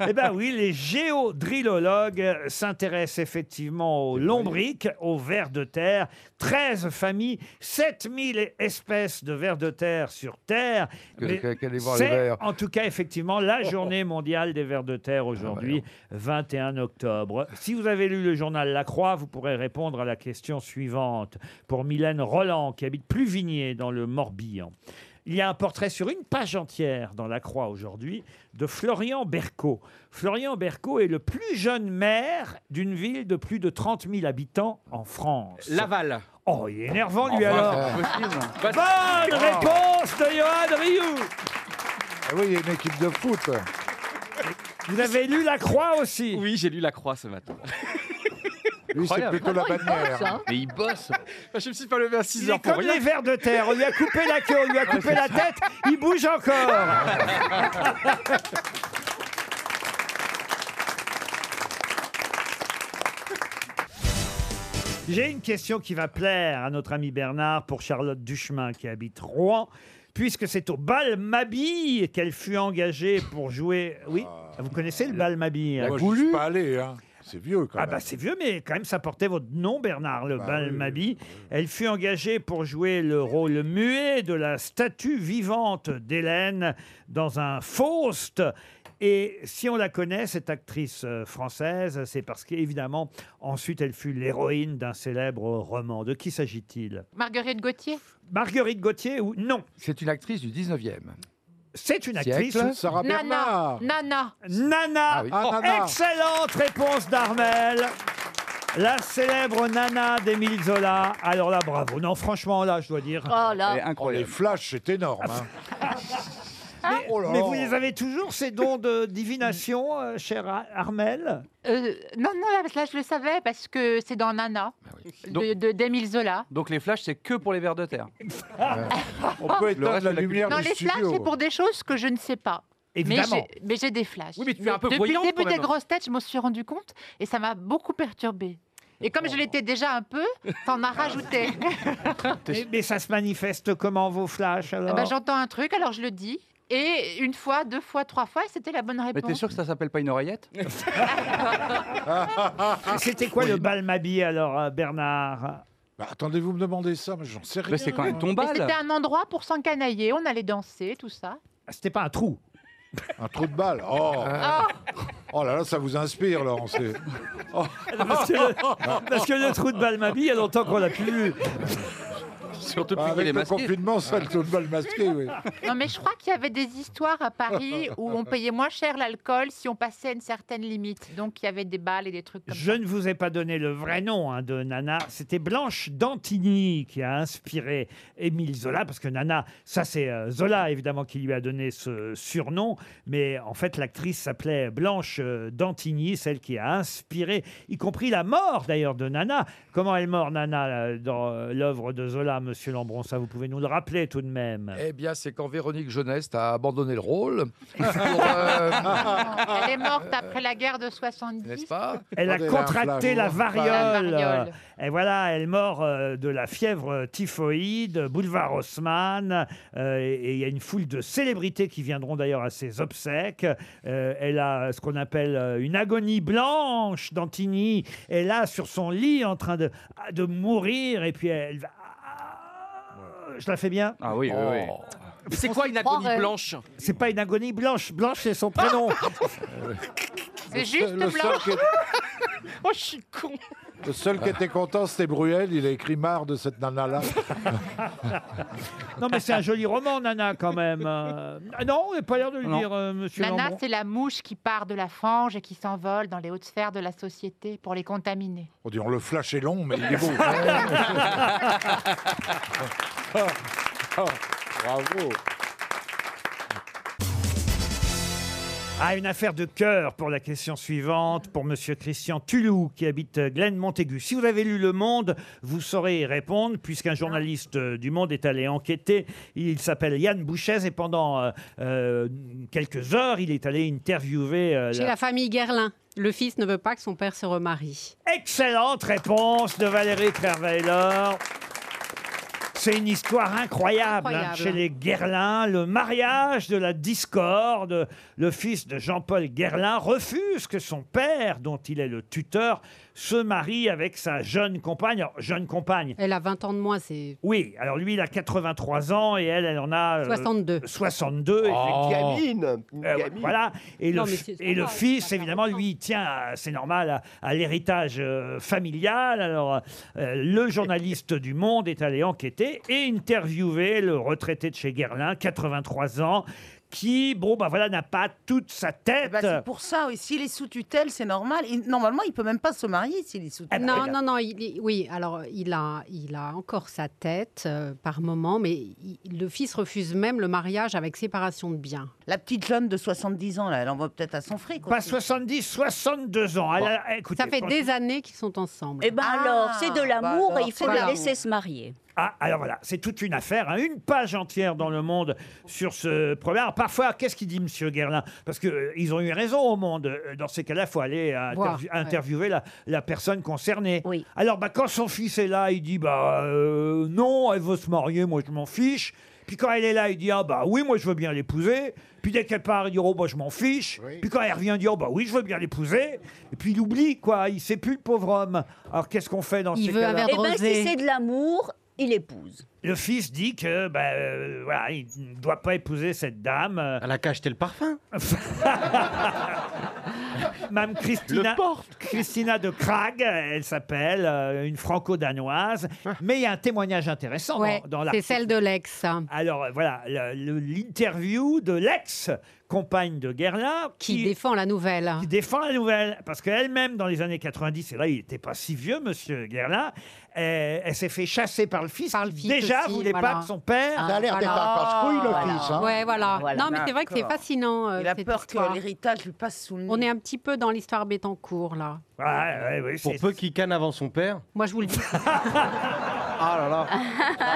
Eh bien oui, les géodrillologues s'intéressent effectivement
Eh
aux lombriques, aux vers de terre. 13 familles, 7000 espèces de vers de terre sur Terre.
Que-
Mais
que- qu'allez voir les
c'est,
vers.
en tout cas, effectivement, la journée mondiale des vers de terre aujourd'hui, 21 octobre. Si vous avez lu le journal La Croix, vous pourrez répondre à la question suivante. Pour Mylène Roland, qui habite Pluvigné, dans le Morbihan. Il y a un portrait sur une page entière dans La Croix aujourd'hui de Florian Berco. Florian Berco est le plus jeune maire d'une ville de plus de 30 000 habitants en France.
Laval.
Oh, il est énervant lui
Enfin,
alors.
Bah,
Bonne
Oh.
réponse de Johan Rioux.
Ah oui, il y a une équipe de foot.
Vous avez lu La Croix aussi
Oui, j'ai lu La Croix ce matin.
Lui, c'est plutôt la
hein.
bannière.
Mais il bosse
Bah,
Je me suis pas levé à 6
hein Il
heures
est
pour
comme
rien. Ah,
les vers de terre. On lui a coupé la queue, on lui a coupé la tête. Il bouge encore. J'ai une question qui va plaire à notre ami Bernard pour Charlotte Duchemin qui habite Rouen, puisque c'est au bal Mabille qu'elle fut engagée pour jouer. Oui, vous connaissez le bal Mabille hein
Moi, je suis pas allé, hein. C'est vieux quand
ah
même.
bah c'est vieux, mais quand même ça portait votre nom, Bernard Le
Bah
Bal
oui,
Mabi. Elle fut engagée pour jouer le rôle muet de la statue vivante d'Hélène dans un Faust. Et si on la connaît, cette actrice euh, française, c'est parce qu'évidemment, ensuite, elle fut l'héroïne d'un célèbre roman. De qui s'agit-il
Marguerite Gauthier
Marguerite Gauthier ou non
C'est une actrice du 19e.
C'est une
Siècle.
actrice.
Sarah
Nana. Nana.
Nana. Oh,
Ah oui. Ah, Nana.
Excellente réponse d'Armel. La célèbre Nana d'Émile Zola. Alors là, bravo. Non, franchement, là, je dois dire.
Oh là. Et
incroyable. Les flashs, c'est énorme. hein.
Mais,
Ah.
Oh là
mais
là.
vous les avez toujours, ces dons de divination, euh, cher Ar- Armel
Euh, non, non, là, là, je le savais parce que c'est dans Nana,
Bah
de- de- d'Émile Zola.
Donc les flashs, c'est que pour les vers de terre.
[laughs]
On peut éteindre la lumière
Non,
du
les flashs,
studio.
c'est pour des choses que je ne sais pas. Mais
Évidemment.
j'ai- Mais j'ai des flashs.
Oui, mais tu es un peu
Depuis
voyante,
le début
quand
des
même.
grosses têtes, je m'en suis rendu compte et ça m'a beaucoup perturbée. Et comme je l'étais déjà un peu, t'en
Ah,
as rajouté.
mais, mais ça se manifeste comment, vos flashs,
Ah
alors
bah, J'entends un truc, alors je le dis. Et une fois, deux fois, trois fois, et c'était la bonne
Mais
réponse.
t'es sûr que ça s'appelle pas une oreillette
C'était quoi le bal Mabi, alors, euh, Bernard
Bah, attendez, vous me demandez ça, mais j'en sais rien.
Mais c'est quand même ton
Et c'était un endroit pour s'encanailler, on allait danser, tout ça.
[laughs] C'était pas un trou. Ah.
Un trou de balle. Oh. oh là là, ça vous inspire, Laurent. c'est- Oh.
Parce que, le, parce que le trou de bal Mabi, il y a longtemps qu'on l'a plus vu.
Surtout
Bah, avec le confinement, ça, le trou de balle masqué, oui.
Non, mais je crois qu'il y avait des histoires à Paris où on payait moins cher l'alcool si on passait une certaine limite. Donc il y avait des balles et des trucs comme ça.
Je ne vous ai pas donné le vrai nom hein, de Nana. C'était Blanche Dantigny qui a inspiré Émile Zola, parce que Nana, ça c'est euh, Zola évidemment qui lui a donné ce surnom, mais en fait l'actrice s'appelait Blanche euh, Dantigny, celle qui a inspiré, y compris la mort d'ailleurs de Nana. Comment elle mort Nana euh, dans euh, l'œuvre de Zola, Monsieur Lambron Ça vous pouvez nous le rappeler tout de même.
Eh bien, c'est quand Véronique Jeunesse a abandonné le rôle,
Elle est morte après la guerre de 70.
n'est-ce pas
Elle a
Attendez,
contracté
là,
la
un flamme.
variole.
La variole.
Et voilà, elle meurt euh, de la fièvre typhoïde, boulevard Haussmann. euh, et et il y a une foule de célébrités qui viendront d'ailleurs à ses obsèques. Euh, elle a ce qu'on appelle euh, une agonie blanche d'Antigny. Elle est là sur son lit en train de, de mourir. Et puis elle va. Je la fais bien
Ah oui, oui, oui. Mais c'est quoi une
agonie
Oh,
agonie blanche
C'est pas une agonie blanche. Blanche, c'est son
[laughs]
prénom.
C'est juste
le
blanc.
seul qui est-
[laughs] Oh, je suis con.
Le seul qui était content, c'était Bruel. Il a écrit marre de cette nana-là.
Non, mais c'est un joli roman, Nana, quand même. Euh, ah Non, on n'a pas l'air de le
Non.
dire, euh, monsieur
Nana,
Lambron.
c'est la mouche qui part de la fange et qui s'envole dans les hautes sphères de la société pour les contaminer.
On dit, on le flash est long, mais il
[laughs]
est beau. Ah,
[laughs] Oh.
Bravo.
Ah, une affaire de cœur pour la question suivante, pour Monsieur Christian Tulou, qui habite Glen Montaigu. Si vous avez lu Le Monde, vous saurez y répondre, puisqu'un journaliste euh, du Monde est allé enquêter. Il s'appelle Yann Bouchèze, et pendant euh, euh, quelques heures, il est allé interviewer... euh,
Chez la famille Guerlain, le fils ne veut pas que son père se remarie.
Excellente réponse de Valérie Trierweiler. C'est une histoire incroyable, hein,
Incroyable.
chez les Guerlain. Le mariage de la discorde. Le fils de Jean-Paul Guerlain refuse que son père, dont il est le tuteur, se marie avec sa jeune compagne. Alors, jeune compagne.
Elle a 20 ans de moins, c'est...
Oui, alors lui, il a 83 ans et elle, elle en a... euh,
62.
62.
Oh.
Oh.
effectivement.
Une gamine, une
Euh,
gamine.
Voilà. Et
Non,
le,
mais
fi-
c'est
et le
normal,
fils, évidemment, lui, il tient, à- c'est normal, à, à l'héritage euh, familial. Alors, euh, le journaliste du Monde est allé enquêter et interviewer le retraité de chez Guerlain, 83 ans, qui, bon, bah voilà, n'a pas toute sa tête.
Bah, c'est pour ça, oui. S'il est sous tutelle, c'est normal. Il- normalement, il peut même pas se marier s'il est sous
Eh ben,
tutelle.
Ah, Non, non, non, il, est- oui, alors il a, il a encore sa tête euh, par moment, mais il- le fils refuse même le mariage avec séparation de biens.
La petite jeune de 70 ans, là, elle en va peut-être à son fric.
Pas 70, 62
Ah,
ans. Elle a- écoutez,
Ça fait
quand-
des années qu'ils sont ensemble.
Eh ben alors, c'est de
bah
l'amour et il faut
la
les laisser se marier.
Ah, alors voilà, c'est toute une affaire, hein, une page entière dans le monde sur ce problème. Alors, parfois, qu'est-ce qu'il dit, Monsieur Guerlain Parce que euh, ils ont eu raison au monde. Euh, Dans ces cas-là, il faut aller euh,
Voir,
intervie-
ouais.
interviewer la, la personne concernée. Alors, bah, quand son fils est là, il dit bah euh, non, elle veut se marier, moi je m'en fiche. Puis quand elle est là, il dit ah bah oui, moi je veux bien l'épouser. Puis dès qu'elle part, il dit oh bah je m'en fiche. Puis quand elle revient, il dit oh bah oui, je veux bien l'épouser. Et puis il oublie quoi, il sait plus le pauvre homme. Alors qu'est-ce qu'on fait dans ces cas-là
Eh ben, si c'est de l'amour, il épouse.
le fils dit que ben, euh, voilà, il ne doit pas épouser cette dame. [laughs] Elle a qu'à acheter le parfum. Mme Christina, Christina de Krag, elle s'appelle, euh, une franco-danoise. Mais il y a un témoignage intéressant
Ouais,
dans, dans
c'est
l'article.
celle de l'ex.
Alors euh, voilà, le- le- l'interview de l'ex-compagne de Guerlain
Qui défend la nouvelle. hein.
qui défend la nouvelle, parce qu'elle-même, dans les années 90, et là, il n'était pas si vieux, monsieur Guerlain, euh, elle s'est fait chasser par le fils. Déjà,
aussi,
voulait
voilà.
pas que son père...
Ah, Ça a l'air d'être voilà. un casse-couille, le Voilà. fils, hein. Ouais, voilà. Non, mais c'est vrai que c'est
D'accord.
fascinant, euh,
Il a
cette
peur
histoire.
que l'héritage lui passe sous le nez.
On est un petit peu dans l'histoire Bettencourt, là.
Pour peu qu'il canne avant son père.
Moi, je vous le dis.
Ah là là. Ah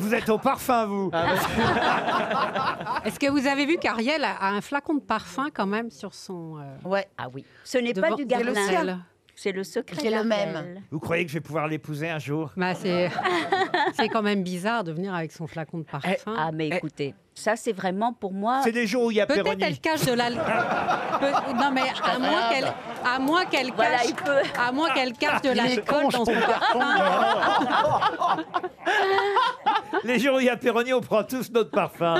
[laughs] Vous êtes au parfum, vous.
[laughs]
Ah
Est-ce que vous avez vu qu'Ariel a, a un flacon de parfum quand même sur son.
Ouais.
Ah oui.
Ce n'est pas du Garlin. C'est le secret.
C'est le
d'Armel.
même.
Vous croyez que je vais pouvoir l'épouser un jour [laughs]
Bah, c'est [laughs] c'est quand même bizarre de venir avec son flacon de parfum.
Ah, mais écoutez, ça, c'est vraiment pour moi.
C'est des jours où il y a
Peut-être
Péroni.
elle cache de l'alcool. Non mais à moins qu'elle, à moins qu'elle
Voilà,
cache,
il peut.
à moins qu'elle cache de
Il est
l'alcool
con, ce
dans son
pauvre
[laughs] parfum.
Les jours où il y a Péroni, on prend tous notre parfum.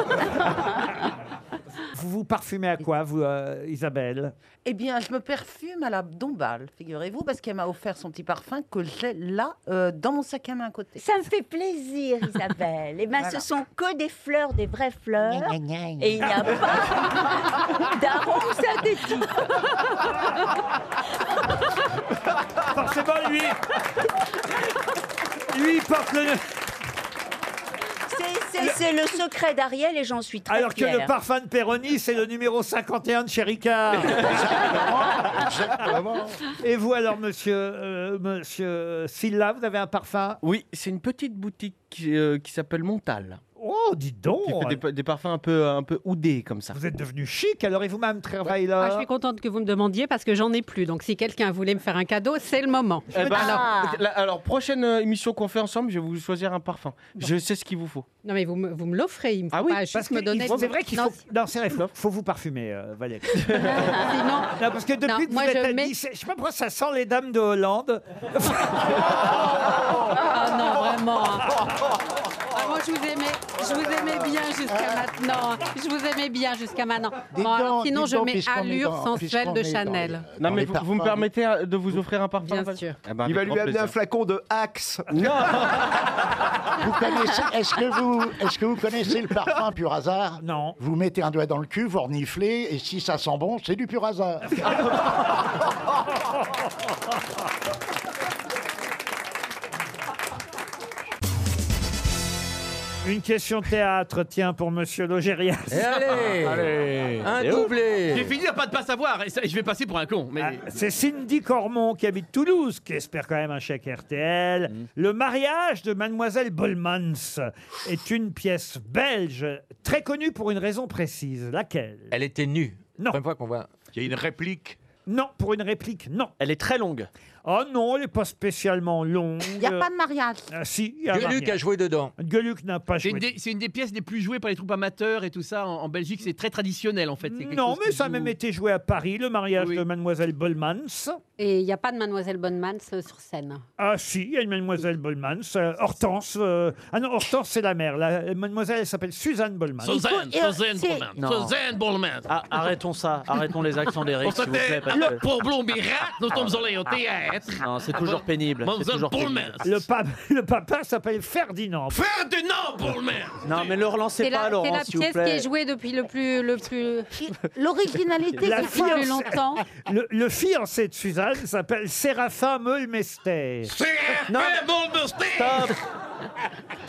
[laughs] vous vous parfumez à quoi, vous, euh, Isabelle
Eh bien, je me perfume à la Dombal, figurez-vous, parce qu'elle m'a offert son petit parfum que j'ai là, euh, dans mon sac à main à côté.
Ça me fait
[laughs]
plaisir, Isabelle. Eh bien,
Voilà.
ce sont que des fleurs, des vraies fleurs.
Gna, gna, gna.
Et il n'y a pas [laughs] d'arôme synthétique.
Forcément, lui Lui, il porte le...
C'est- C'est c'est le secret d'Ariel et j'en suis très
Alors que
fière.
le parfum de Péroni, c'est le numéro 51 de chez Ricard. [laughs] Et vous alors, monsieur, euh, monsieur Silla, vous avez un parfum
Oui, c'est une petite boutique qui, euh, qui s'appelle Montal.
Oh, dis donc
Qui fait des, pa- des parfums un peu, un peu oudés comme ça.
Vous êtes devenu chic, alors et vous-même, Travailleur
Ah, je suis contente que vous me demandiez parce que j'en ai plus. Donc si quelqu'un voulait me faire un cadeau, c'est le moment.
Eh ben,
Ah.
Alors-
la- alors, prochaine euh, émission qu'on fait ensemble, je vais vous choisir un parfum. Je sais ce qu'il vous faut.
Non mais vous me, vous me l'offrez, il me faut
Ah oui,
pas juste
parce
me
qu'il
donner.
faut-
le-
c'est vrai qu'il
Non,
faut-
Non, c'est vrai, faut, faut vous parfumer, euh, Valérie.
sinon-
Non, parce que depuis
Non,
que vous
moi,
êtes
je
à
mets-
10, je sais pas pourquoi ça sent les dames de Hollande. [laughs]
Ah non, vraiment. hein. Ah, moi, je vous aimais, je vous aimais bien jusqu'à
Ah.
maintenant. hein. Je vous aimais bien jusqu'à maintenant. Bon, alors,
dents,
sinon,
des
je
dents,
mets
puisqu'on est
allure
dans-
sensuelle
puisqu'on
de
est dans
Chanel.
Non, mais
les
vous,
parfums,
vous me
vous-
permettez euh, de vous offrir un parfum Bien sûr.
Il va lui amener un flacon de Axe.
Non
Vous connaissez, est-ce que vous, est-ce que vous connaissez le parfum pur hasard
Non.
Vous mettez un doigt dans le cul, vous reniflez, et si ça sent bon, c'est du pur hasard.
Une question théâtre, tiens, pour monsieur Logérias.
Eh
Eh,
Et [laughs] allez Un doublé J'ai fini à pas de pas savoir, et ça- je vais passer pour un con. Mais...
Ah, C'est Cindy Cormon qui habite Toulouse, qui espère quand même un chèque RTL.
Mm.
Le mariage de Mademoiselle Bollmans est une pièce belge très connue pour une raison précise. Laquelle
Elle était nue.
Non.
Première fois qu'on voit. Il y a une réplique.
Non, pour une réplique, non.
Elle est très longue.
Oh non, elle n'est pas spécialement longue.
Il n'y a pas de mariage.
Ah, si, il y a un
Gueluc
mariage.
a joué dedans.
Gueluc n'a pas
C'est
joué.
une, des, c'est une des pièces les plus jouées par les troupes amateurs et tout ça en, en Belgique. C'est très traditionnel en fait. C'est quelque
Non,
chose
mais
qui
ça a
joue-
même été joué à Paris, le mariage de Mademoiselle Bollmans.
Et il n'y a pas de Mademoiselle Bonnemans euh, sur scène.
Ah si, il y a une mademoiselle Bollmans, euh, Hortense. euh, ah non, Hortense, c'est la mère. La mademoiselle, elle s'appelle Suzanne Bollmans.
Suzanne, Suzanne Bollman. Suzanne Bollman.
Ah, arrêtons ça, arrêtons les accents des
On s'était le problème est nous sommes allés au théâtre.
Ah.
Ah
Non, c'est toujours pénible.
Mademoiselle
c'est toujours
Bollman.
pénible.
Le, pa- [laughs] le papa s'appelle Ferdinand.
Ferdinand Bollman.
Non, mais le relancez
C'est
pas,
la, c'est
Laurent,
la
s'il vous
pièce qui
plaît.
est jouée depuis le plus, le plus,
L'originalité,
La
depuis le plus
fiancée- [laughs]
longtemps.
Le, le fiancé de Suzanne s'appelle Séraphin Meulmester.
Non, mais Bollman. Stop.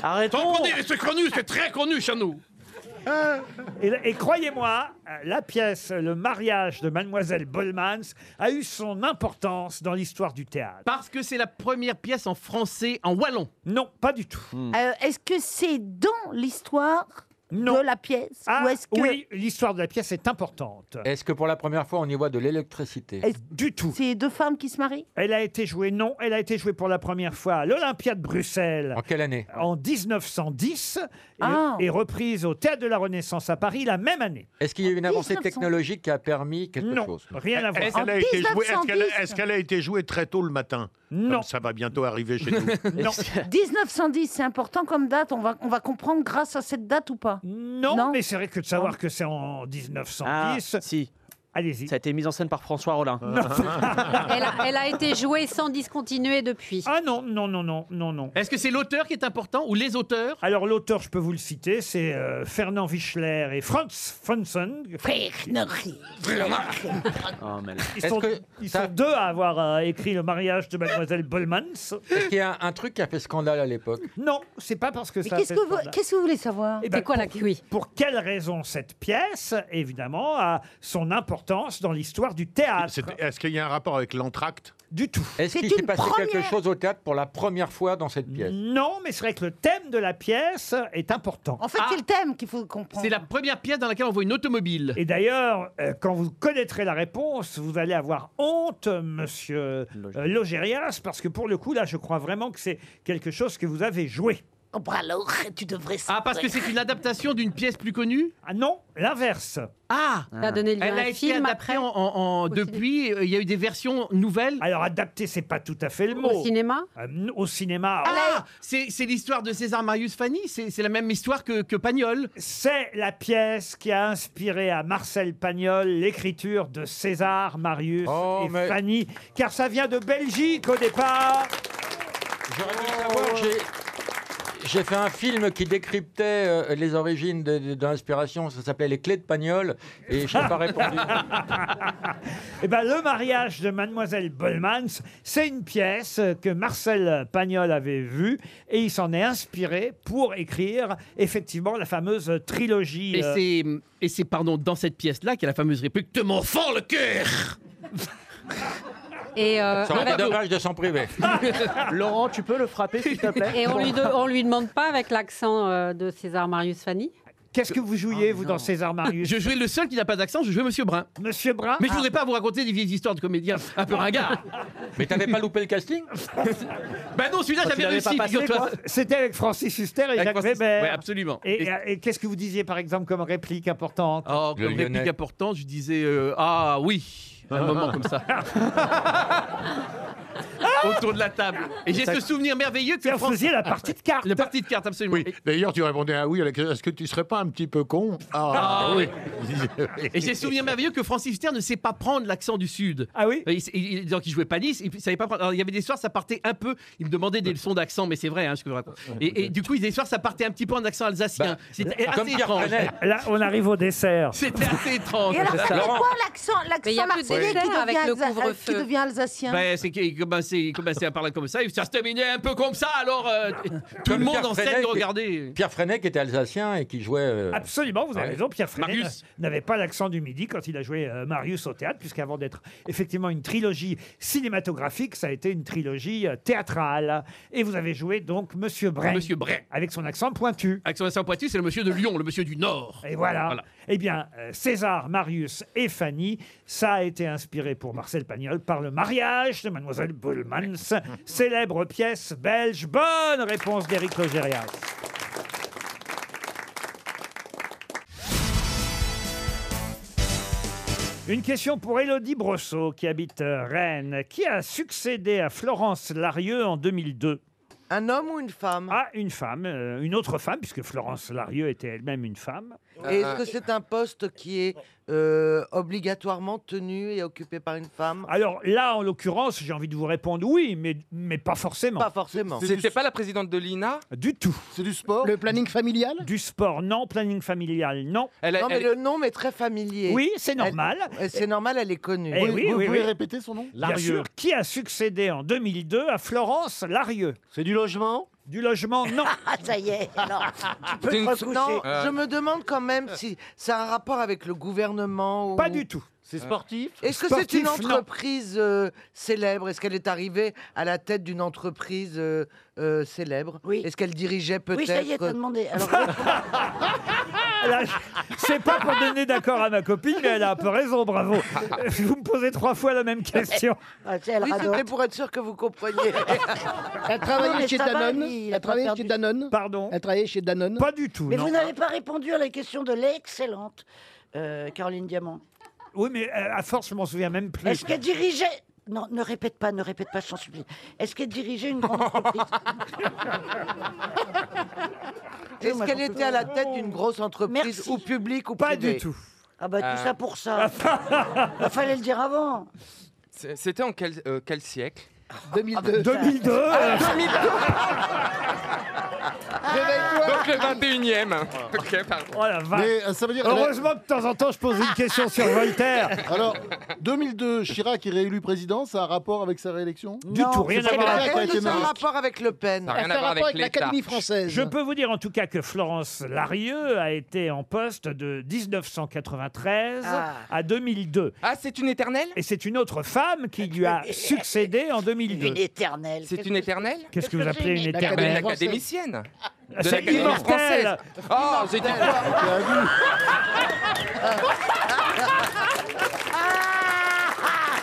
Arrêtons.
C'est connu, c'est très connu chez nous.
Et, et croyez-moi, euh, la pièce Le mariage de mademoiselle Bollmans a eu son importance dans l'histoire du théâtre.
Parce que c'est la première pièce en français, en wallon.
Non, pas du tout.
Hmm.
Ah,
Euh, est-ce que c'est dans l'histoire de la pièce
Ah,
Ou est-ce que
oui, l'histoire de la pièce est importante.
Est-ce que pour la première fois, on y voit de l'électricité
Est-ce-
Du tout.
c'est deux femmes qui se marient
Elle a été jouée, non, elle a été jouée pour la première fois à l'Olympia de Bruxelles. En
quelle année
En 1910 et-
Ah.
et, reprise au Théâtre de la Renaissance à Paris la même année.
Est-ce qu'il y a eu une avancée
1900.
technologique qui a permis quelque
Non,
chose
rien à voir.
Est-ce qu'elle a, été jouée- est-ce qu'elle a- est-ce qu'elle a été jouée très tôt le matin
Non.
ça va bientôt arriver chez
[laughs]
nous.
1910, c'est important comme date. On va, on va comprendre grâce à cette date ou pas
Non, mais c'est vrai que de savoir que c'est en 1910.
si.
Ah, Allez-y.
Ça a été mis en scène par
[laughs]
François Rollin.
Elle a, elle a été jouée sans discontinuer depuis.
Ah non, non, non, non, non, non.
[laughs] Est-ce que c'est l'auteur qui est important ou les auteurs
Alors l'auteur, je peux vous le citer, c'est euh, Fernand Wichler et Franz Franzen.
Ah,
Ils sont, ils sont deux à avoir euh, écrit le mariage de Mademoiselle Bollmans.
Est-ce qu'il y a un, un truc qui a fait scandale à l'époque
Non, c'est pas parce que
Mais
ça.
qu'est-ce
fait
que, vous,
scandale.
qu'est-ce que vous voulez savoir
Eh ben, pour, Pour quelle raison cette pièce, évidemment, a son importance dans l'histoire du théâtre
Est-ce qu'il y a un rapport avec l'entracte
Du tout.
Est-ce
C'est
qu'il s'est
une
passé quelque
première.
chose au théâtre pour la première fois dans cette pièce
Non, mais c'est vrai que le thème de la pièce est important.
En fait, c'est le thème qu'il faut comprendre.
C'est la première pièce dans laquelle on voit une automobile.
Et d'ailleurs, euh, quand vous connaîtrez la réponse, vous allez avoir honte, monsieur euh, Logérias, parce que pour le coup, là, je crois vraiment que c'est quelque chose que vous avez joué.
alors, tu devrais
Ah, parce que c'est une adaptation d'une pièce plus connue
Ah non, l'inverse.
Ah
Ça a donné lieu à
Elle
un
a été
film
adaptée en- en- en- depuis, euh, il y a eu des versions nouvelles.
Alors, adapté, c'est pas tout à fait le mot.
cinéma
Euh, n- Au cinéma.
Ah C'est c'est l'histoire de César Marius Fanny C'est c'est la même histoire que, que Pagnol
C'est la pièce qui a inspiré à Marcel Pagnol l'écriture de César, Marius
Oh,
et Fanny, car ça vient de Belgique au départ.
J'ai fait un film qui décryptait euh, les origines de, de- de l'inspiration. Ça s'appelait Les clés de Pagnol.
[laughs]
Et je n'ai pas répondu.
Eh ben, le mariage de Mademoiselle Bollmans, c'est une pièce que Marcel Pagnol avait vue et il s'en est inspiré pour écrire effectivement la fameuse trilogie.
Et
euh,
c'est- et c'est, pardon, dans cette pièce-là qu'il y a la fameuse réplique Te m'en fends le cœur
Et, euh,
Ah, Ça aurait été
avec-
dommage de s'en priver.
Laurent, tu peux le frapper, s'il te plaît
et on lui, de-
Bon.
on lui demande pas avec l'accent euh, de César Marius Fanny. Ah,
Qu'est-ce que vous jouiez, vous, dans César Marius
Je jouais le seul qui n'a pas d'accent, je jouais Monsieur Brun.
Monsieur Brun
Mais je voudrais pas vous raconter des vieilles histoires de comédiens un peu ringards.
Mais t'avais
[laughs]
pas Ah, loupé le casting
Bah non, celui-là,
Quand
j'avais
il avait
réussi,
pas passé,
figure-toi.
quoi. C'était avec Francis Huster et
Avec
Jacques
Francis-
Weber.
Ouais, absolument.
Et, euh, et- et qu'est-ce que vous disiez, par exemple, comme réplique importante
Oh, comme réplique importante, je disais euh, Ah oui à un moment comme ça. [laughs] Autour de la table. Et j'ai
Ça-
ce souvenir merveilleux que
Vous
France-
faisiez la partie
de cartes.
La partie de cartes, absolument.
Oui. D'ailleurs, tu répondais à oui. à la question, Est-ce que tu serais pas un petit peu con Ah,
Ah,
oui.
[laughs]
[laughs]
Et j'ai le souvenir merveilleux que Francis Huster ne sait pas prendre l'accent du Sud.
Ah oui
Donc il jouait pas Nice, il savait pas prendre. Alors il y avait des soirs, ça partait un peu. Il me demandait des leçons d'accent, mais c'est vrai hein, ce que je raconte. Et, et du coup, il y a des soirs, ça partait un petit peu en accent alsacien. C'était
comme
assez
Pierre
étrange.
Trenet. Là, on arrive au dessert.
C'était assez étrange.
Et alors, c'est quoi l'accent,
Mais il y a
l'accent marseillais
plus de
qui
dessert
devient,
avec le
alsa-
couvre-feu.
qui devient alsacien
Ben, c'est qu'il commençait, il commençait à parler comme ça, et ça se terminait un peu comme ça, alors euh, tout le monde en scène de regarder.
Pierre Freinet qui était alsacien et qui jouait. euh,
Absolument, vous avez
ouais.
raison. Pierre Freinet
Marius.
n'a- n'avait pas l'accent du midi quand il a joué euh, Marius au théâtre, puisqu'avant d'être effectivement une trilogie cinématographique, ça a été une trilogie euh, théâtrale. Et vous avez joué donc Monsieur Bray.
Monsieur Bray.
Avec son accent pointu.
Avec son accent pointu, c'est le monsieur de Lyon, le monsieur du Nord.
Et voilà. Eh bien, euh, César, Marius et Fanny, ça a été inspiré pour Marcel Pagnol par le mariage de Mademoiselle Bollmans, célèbre pièce belge. Bonne réponse d'Éric Logérias. Une question pour Élodie Brosseau, qui habite euh, Rennes. Qui a succédé à Florence Larieux en 2002
Un homme ou une femme
Ah, une femme, euh, une autre femme, puisque Florence Larieux était elle-même une femme.
Et
ah.
est-ce que c'est un poste qui est euh, obligatoirement tenu et occupé par une femme
Alors là, en l'occurrence, j'ai envie de vous répondre oui, mais, mais pas forcément.
Pas forcément.
C'était pas la présidente de l'INA
Du tout.
C'est du sport
Le planning familial Du sport, non. Planning familial, non.
Elle-
non, mais le nom est très familier.
Oui, c'est normal.
Elle- euh, C'est normal, elle est connue.
Eh oui, oui, oui.
son nom
Bien sûr, qui a succédé en 2002 à Florence Larieux C'est du logement Du logement, [laughs] non. [laughs]
Ah, ça y est, alors, tu peux te recoucher.
Non, je me demande quand même si ça a un rapport avec le gouvernement.
Pas du tout. C'est
sportif
Est-ce que c'est une
Sportif, non.
entreprise euh, célèbre Est-ce qu'elle est arrivée à la tête d'une entreprise euh, euh, célèbre Oui. Est-ce qu'elle dirigeait peut-être
Oui, ça y est, t'as demandé.
[laughs]
Alors,
Là, je- c'est pas pour donner d'accord à ma copine, mais elle a un peu raison, bravo. Vous me posez trois fois la même question.
Ah,
oui, c'était pour être sûr que
[laughs]
vous compreniez.
Elle travaillait chez Danone. Elle travaillait chez Danone.
Pardon.
Elle travaillait chez Danone.
Pas du tout.
Mais
Mais
non.
vous n'avez pas répondu à la question de l'excellente euh, Caroline Diamant.
Oui, mais euh, à force, je m'en souviens même plus.
Est-ce qu'elle dirigeait Non, ne répète pas, ne répète pas, je t'en supplie. Est-ce qu'elle dirigeait une grande
[laughs]
entreprise
Est-ce qu'elle était à la tête d'une grosse entreprise, ou publique ou privée
Pas du tout.
Ah bah tout
Euh.
ça pour
[laughs]
ça. Il fallait le dire avant.
C'est- C'était en quel, euh, quel siècle
2002.
2002. [laughs]
Ah, 2002. Donc le 21e. Ok, pardon.
Oh la vache.
Mais, euh, ça veut dire-
Heureusement que de temps en temps, je pose une question sur Voltaire.
[laughs] Alors, 2002, Chirac est réélu président, ça a un rapport avec sa réélection
Du tout, rien à voir avec-
Ça a un rapport avec Le Pen.
Ça a rien
Ça a
à
un
voir
rapport
avec
avec l'Académie française.
Je peux vous dire en tout cas que Florence Larieux a été en poste de 1993
Ah.
à 2002.
Ah, c'est une éternelle
Et c'est une autre femme qui lui a succédé en 2002.
Une éternelle.
C'est une éternelle
Qu'est-ce que vous appelez une
Une
éternelle
académicienne.
Ah,
De
c'est
l'Académie française.
immortel.
Oh, j'ai dit quoi
Ah,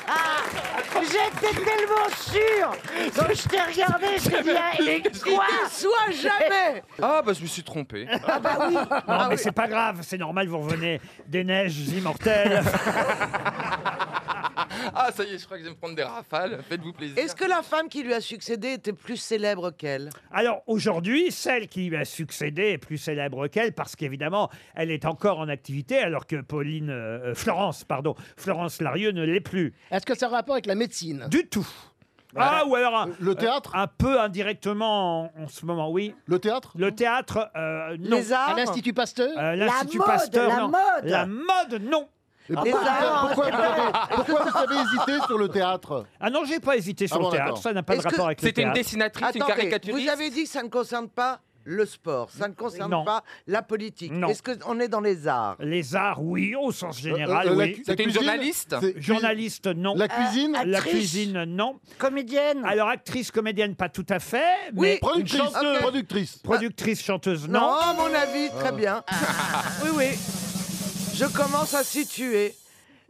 ah. J'étais tellement sûr Donc je t'ai regardé, je t'ai dit, ah, il est quoi
Soit jamais
Ah, bah je me suis trompé.
Ah bah oui
Non, mais c'est pas grave, c'est normal, vous revenez des neiges immortelles.
Ah, ça y est, je crois que je vais me prendre des rafales. Faites-vous plaisir.
Est-ce que la femme qui lui a succédé était plus célèbre qu'elle
Alors aujourd'hui, celle qui lui a succédé est plus célèbre qu'elle parce qu'évidemment, elle est encore en activité alors que Pauline euh, Florence, pardon, Florence Larieux ne l'est plus.
Est-ce que ça a un rapport avec la médecine
Du tout. Ah, ou alors le théâtre Un peu indirectement en, en ce moment, oui.
Le théâtre
Le théâtre, euh, non.
Les arts À l'Institut Pasteur
Euh,
La
L'Institut
mode,
Pasteur,
la
non.
mode.
La mode, non.
Et pourquoi,
Les arts,
pourquoi-
c'est
pourquoi-
vrai.
pourquoi
[laughs]
vous avez hésité sur le théâtre
Ah non, j'ai pas hésité sur
Ah bon,
le théâtre,
d'accord.
ça n'a pas de
Est-ce que-
rapport avec le théâtre.
Attendez, Vous avez dit que ça ne concerne pas le sport, ça ne concerne
Non.
pas la politique.
Non.
Est-ce qu'on est dans les arts
Les arts, oui, au sens général,
Euh, euh, la
oui.
cu- C'était la une cuisine, journaliste c'est-
Journaliste, non.
La cuisine Euh,
La
actrice
cuisine, non. Comédienne Alors, actrice, comédienne, pas tout à fait,
Oui.
mais...
Productrice,
Une chanteuse.
ok.
Productrice.
Productrice, chanteuse, non. Ah.
Non, à mon avis, très bien. Oui, oui. Je commence à situer.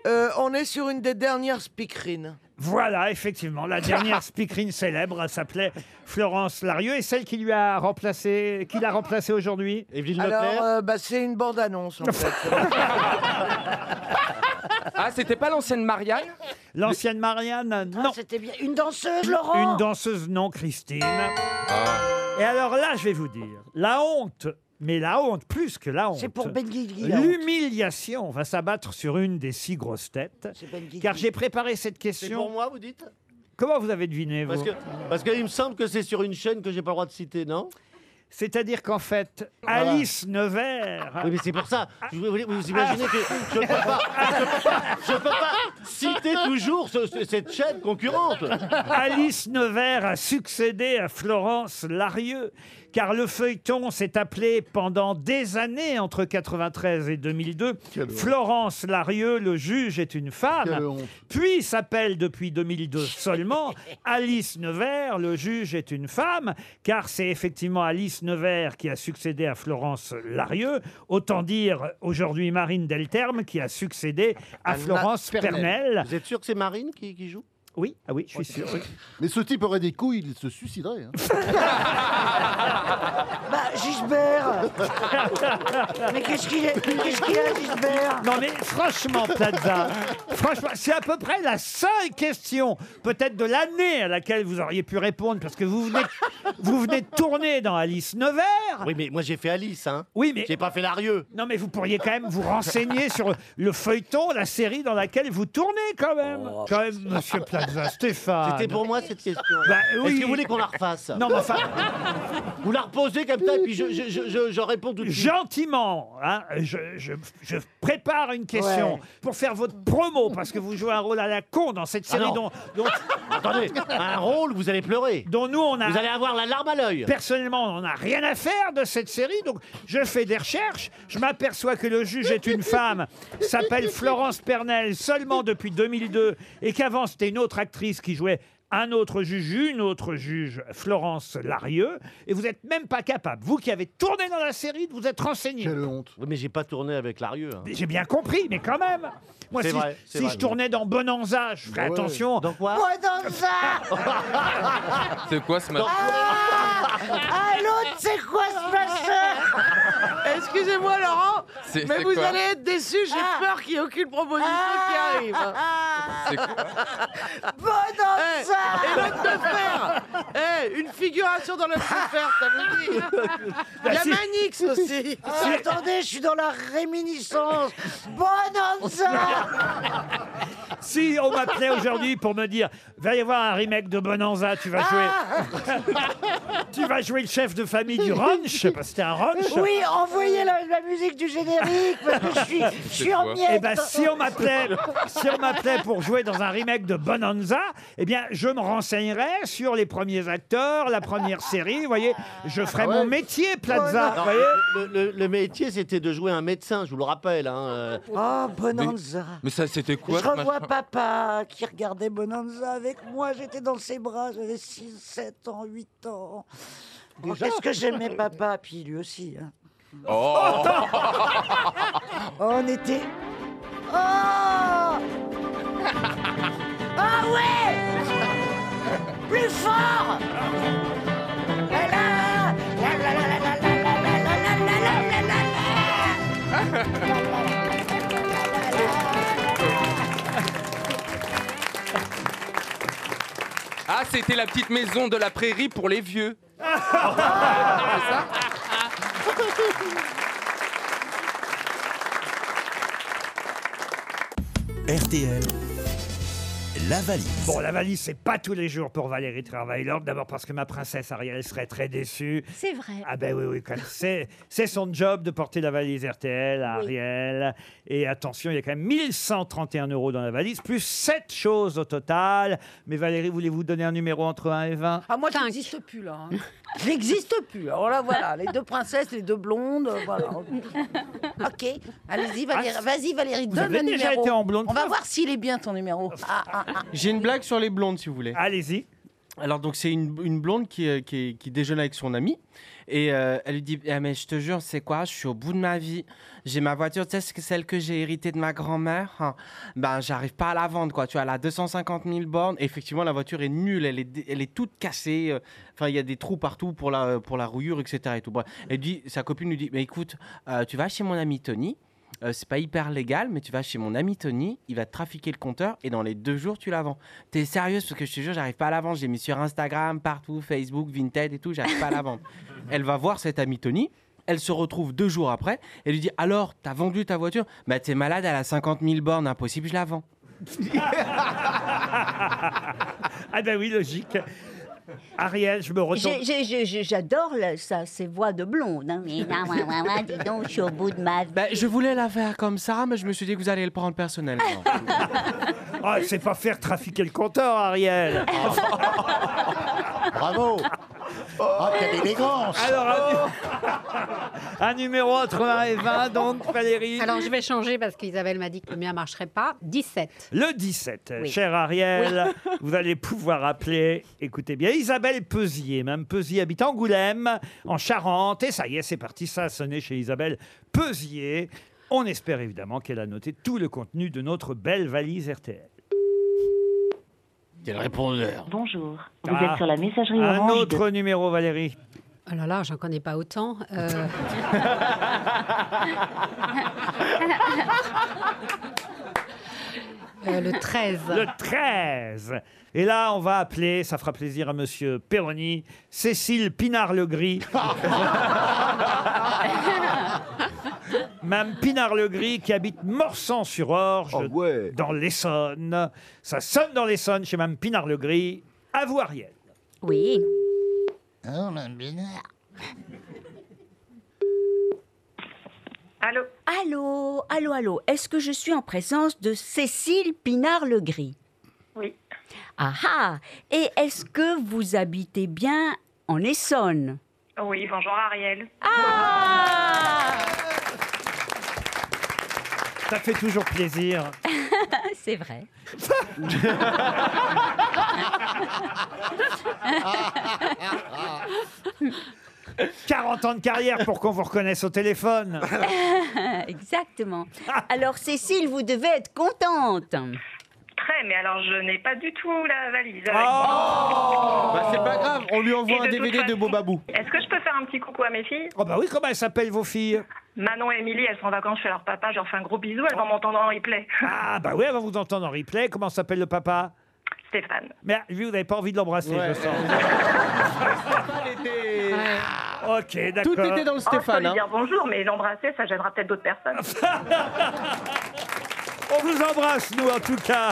Euh, on est sur une des dernières speakerines.
Voilà, [laughs] effectivement, la dernière speakerine célèbre elle s'appelait Florence Larieux et celle qui lui a remplacé, qui l'a remplacée aujourd'hui. Evelyne
Alors, euh, bah, c'est une bande-annonce, en fait.
Ah, c'était pas l'ancienne Marianne
L'ancienne Marianne, non.
C'était bien. Une danseuse, Laurent Ah.
Une danseuse non, Christine. Et alors là, je vais vous dire, la honte, mais la honte, plus que la honte.
C'est pour Ben Guigui, la honte.
L'humiliation va s'abattre sur une des six grosses têtes.
Ben
Car j'ai préparé cette
C'est
question.
pour moi, vous dites
Comment vous avez deviné, vous
Parce que parce qu'il me semble que c'est sur une chaîne que j'ai pas le droit de citer, non
C'est-à-dire qu'en fait,
Voilà.
Alice Nevers.
Oui, mais c'est pour ça. Je voulais- Vous, vous imaginez que je peux pas, je peux pas, je peux pas citer toujours ce- ce- cette chaîne concurrente.
Alice Nevers a succédé à Florence Larieux, car le feuilleton s'est appelé pendant des années, entre 93 et 2002, Florence Larieux, le juge est une
Quelle
femme,
honte.
puis s'appelle depuis 2002 seulement Alice Nevers, le juge est une femme, car c'est effectivement Alice Nevers qui a succédé à Florence Larieux, autant dire aujourd'hui Marine Delterme qui a succédé à
Anna
Florence Pernel.
Vous êtes sûr que c'est Marine qui, qui joue
Oui, ah oui, je suis sûr. oui.
Mais ce type aurait des couilles, il se suiciderait.
[laughs]
hein.
Bah,
[laughs]
Gisbert Mais qu'est-ce qu'il est Qu'est-ce qu'il a, Gisbert
Non mais franchement, Plaza, franchement, c'est à peu près la seule question, peut-être de l'année à laquelle vous auriez pu répondre, parce que vous venez, vous venez de tourner dans Alice Nevers.
Oui, mais moi j'ai fait Alice, hein.
Oui, mais
j'ai pas fait Larieux.
Non, mais vous pourriez quand même vous renseigner sur le feuilleton, la série dans laquelle vous tournez quand même. quand même, Monsieur Plaza, Stéphane.
Oh. C'était pour moi cette question.
Bah, oui.
Est-ce que vous voulez qu'on la refasse
Non, mais enfin-
Vous la reposez comme ça, et puis je, je, je, je- je réponds tout de suite.
Gentiment, hein, je, je- je prépare une question
Ouais.
pour faire votre promo, parce que vous jouez un rôle à la Oh con dans cette
Ah
série
non.
dont- dont,
[laughs] Attendez, un rôle, vous allez pleurer.
dont nous on a.
Vous allez avoir la larme à l'œil.
Personnellement, on n'a rien à faire de cette série, donc je fais des recherches. Je m'aperçois que le juge est une femme, s'appelle Florence Pernel seulement depuis 2002, et qu'avant c'était une autre actrice qui jouait un autre juge, une autre juge, Florence Larieux, et vous n'êtes même pas capable, vous qui avez tourné dans la série, de vous être renseigné.
Oui, mais j'ai pas tourné avec Larieux. hein.
Mais J'ai bien compris, mais quand même. Moi,
C'est
si,
vrai, c'est
si
vrai. Bah
je tournais dans Bonanza, je ferais
Ouais.
attention.
Dans quoi
Moi, dans ça
C'est quoi ce matin
Ah, l'autre, c'est quoi ce machin
[laughs] Excusez-moi, Laurent,
C'est-
mais
c'est
vous
quoi
allez être déçus. J'ai
Ah.
peur qu'il n'y ait aucune proposition qui arrive.
C'est quoi
[laughs] Bonne danse
Eh, Et l'autre de fer Eh, Une figuration dans l'autre de fer, ça vous dit
Bah,
Il y a Manix aussi
Ah, attendez, je suis dans la réminiscence. Bonanza
Si on m'appelait aujourd'hui pour me dire va y avoir un remake de Bonanza, tu vas jouer,
Ah
tu vas jouer le chef de famille
[laughs]
du ranch, parce que c'était un ranch.
Oui, envoyez la, la musique du générique parce que je
[laughs]
[laughs]
suis, je suis en miettes.
Eh ben, si on m'appelait, si on m'appelait pour jouer dans un remake de Bonanza, eh bien, je me renseignerais sur les premiers acteurs, la première série. Vous voyez, je ferais mon métier, Plaza.
Non,
vous voyez
le, le- le métier, c'était de jouer un médecin, je vous le rappelle. hein, euh.
Oh, Bonanza.
Mais ça, c'était quoi
je
ce
revois
machin
papa qui regardait Bonanza avec moi. J'étais dans ses bras, j'avais 6, 7 ans, 8 ans. Oh,
Déjà
Qu'est-ce que j'aimais papa, puis lui aussi. hein.
Oh
Oh, [laughs] on était. Oh Ah ouais Plus fort La la, la la la la la la la la la la la la la la.
Ah, c'était la petite maison de la prairie pour les vieux.
RTL. La valise. Bon, la valise, c'est pas tous les jours pour Valérie Travailor. D'abord parce que ma princesse Ariel serait très déçue.
C'est vrai.
Ah ben oui, oui, quand même. c'est c'est son job de porter la valise RTL à Ariel. Et attention, il y a quand même 1131 euros dans la valise, plus 7 choses au total. Mais Valérie, voulez-vous donner un numéro entre 1 et 20
Ah, moi, je n'existe plus, là. hein. [laughs] Je n'existe plus. Alors là, voilà, les deux princesses, les deux blondes, euh, voilà. Ok, allez-y, Valérie,
Ah,
vas-y, Valérie,
vous
donne
avez
le
déjà
numéro.
été en blonde
On va voir s'il est bien, ton numéro.
Oh,
Ah, ah, ah.
J'ai une blague sur les blondes, si vous voulez.
Allez-y.
Alors, donc, c'est une, une blonde qui, euh, qui, qui déjeune avec son amie. Et euh, elle lui dit Ah, Mais je te jure, c'est quoi Je suis au bout de ma vie. J'ai ma voiture, tu sais, c'est celle que j'ai héritée de ma grand-mère. hein. Ben, j'arrive pas à la vendre, quoi. Tu vois, elle a 250 000 bornes. Et effectivement, la voiture est nulle. Elle est, dé- elle est toute cassée. euh, Enfin, il y a des trous partout pour la, pour la rouillure, etc. Et tout. Bref. Elle dit, sa copine lui dit Mais écoute, euh, tu vas chez mon ami Tony. Euh, c'est pas hyper légal, mais tu vas chez mon ami Tony, il va te trafiquer le compteur et dans les deux jours tu la vends. T'es sérieuse parce que je te jure, j'arrive pas à la vendre. J'ai mis sur Instagram, partout, Facebook, Vinted et tout, j'arrive pas à la vendre. Elle va voir cet ami Tony. Elle se retrouve deux jours après et lui dit Alors, t'as vendu ta voiture Bah, t'es malade, elle a 50 000 bornes, impossible, je la vends.
[laughs] Ah ben oui, logique. Ariel, je me retourne.
J'ai- j'ai- j'ai- j'ai- J'adore la- ça, ces voix de blonde. hein. Mais non, ouais, ouais, ouais, dis donc, je suis au bout de ma vie.
Ben, je voulais la faire comme ça, mais je me suis dit que vous allez le prendre personnellement.
[laughs] Ah, c'est pas faire trafiquer le compteur, Ariel.
Bravo
Oh,
Ah, quelle élégance
[laughs]
Alors, un, nu- [laughs] un numéro entre 1 et 20, Ah, donc, Valérie.
Oh. Alors je vais changer parce qu'Isabelle m'a dit que le mien marcherait pas. 17.
Le 17,
Oui.
cher Ariel, [laughs] vous allez pouvoir appeler, écoutez bien, Isabelle Pezier. Même Pezier habite Angoulême, en Charente. Et ça y est, c'est parti, ça a sonné chez Isabelle Pezier. On espère évidemment qu'elle a noté tout le contenu de notre belle valise RTL.
Quel répondeur
Bonjour.
Ah, Un autre numéro, Valérie.
Oh là là, j'en connais pas autant. Euh, euh, le 13.
Le 13. Et là, on va appeler, ça fera plaisir à monsieur Perroni, Cécile
[laughs]
Pinard-Legris. Mme Pinard-Legris qui habite Morsan-sur-Orge, dans l'Essonne. Ça sonne dans l'Essonne chez Mme Pinard-Legris. À vous, Ariel.
Oui.
Oh,
Allô Allô, allô, allô. Est-ce que je suis en présence de Cécile Pinard-Legris
Oui.
Ah ah Et est-ce que vous habitez bien en Essonne [laughs]
Oui, bonjour Ariel.
Ah
Ça fait toujours
[laughs]
plaisir.
C'est vrai. [laughs]
Ah
40 ans de carrière pour qu'on vous reconnaisse au téléphone.
Exactement. Alors Cécile, vous devez être contente.
Très, mais alors je n'ai pas du tout la valise. Avec
Oh Bah, c'est pas grave, on lui envoie
Et
un
de toute
DVD de
façon-
Bobabou.
Est-ce que je peux faire un petit coucou à mes filles
Oh bah oui, comment elles s'appellent vos filles
Manon et Émilie, elles sont en vacances chez leur papa, je leur fais un gros bisou, elles vont m'entendre en replay. Ah,
Ah bah oui, elle va vous entendre en replay. Comment s'appelle le papa
Stéphane.
Mais lui, vous n'avez pas envie de l'embrasser, je sens. Ah, ok, d'accord.
Tout
Ah,
était dans le Stéphane. Oh,
hein.
hein. lui dire bonjour, mais l'embrasser, ça gênera peut-être d'autres
[laughs]
personnes.
On vous embrasse, nous, en tout cas.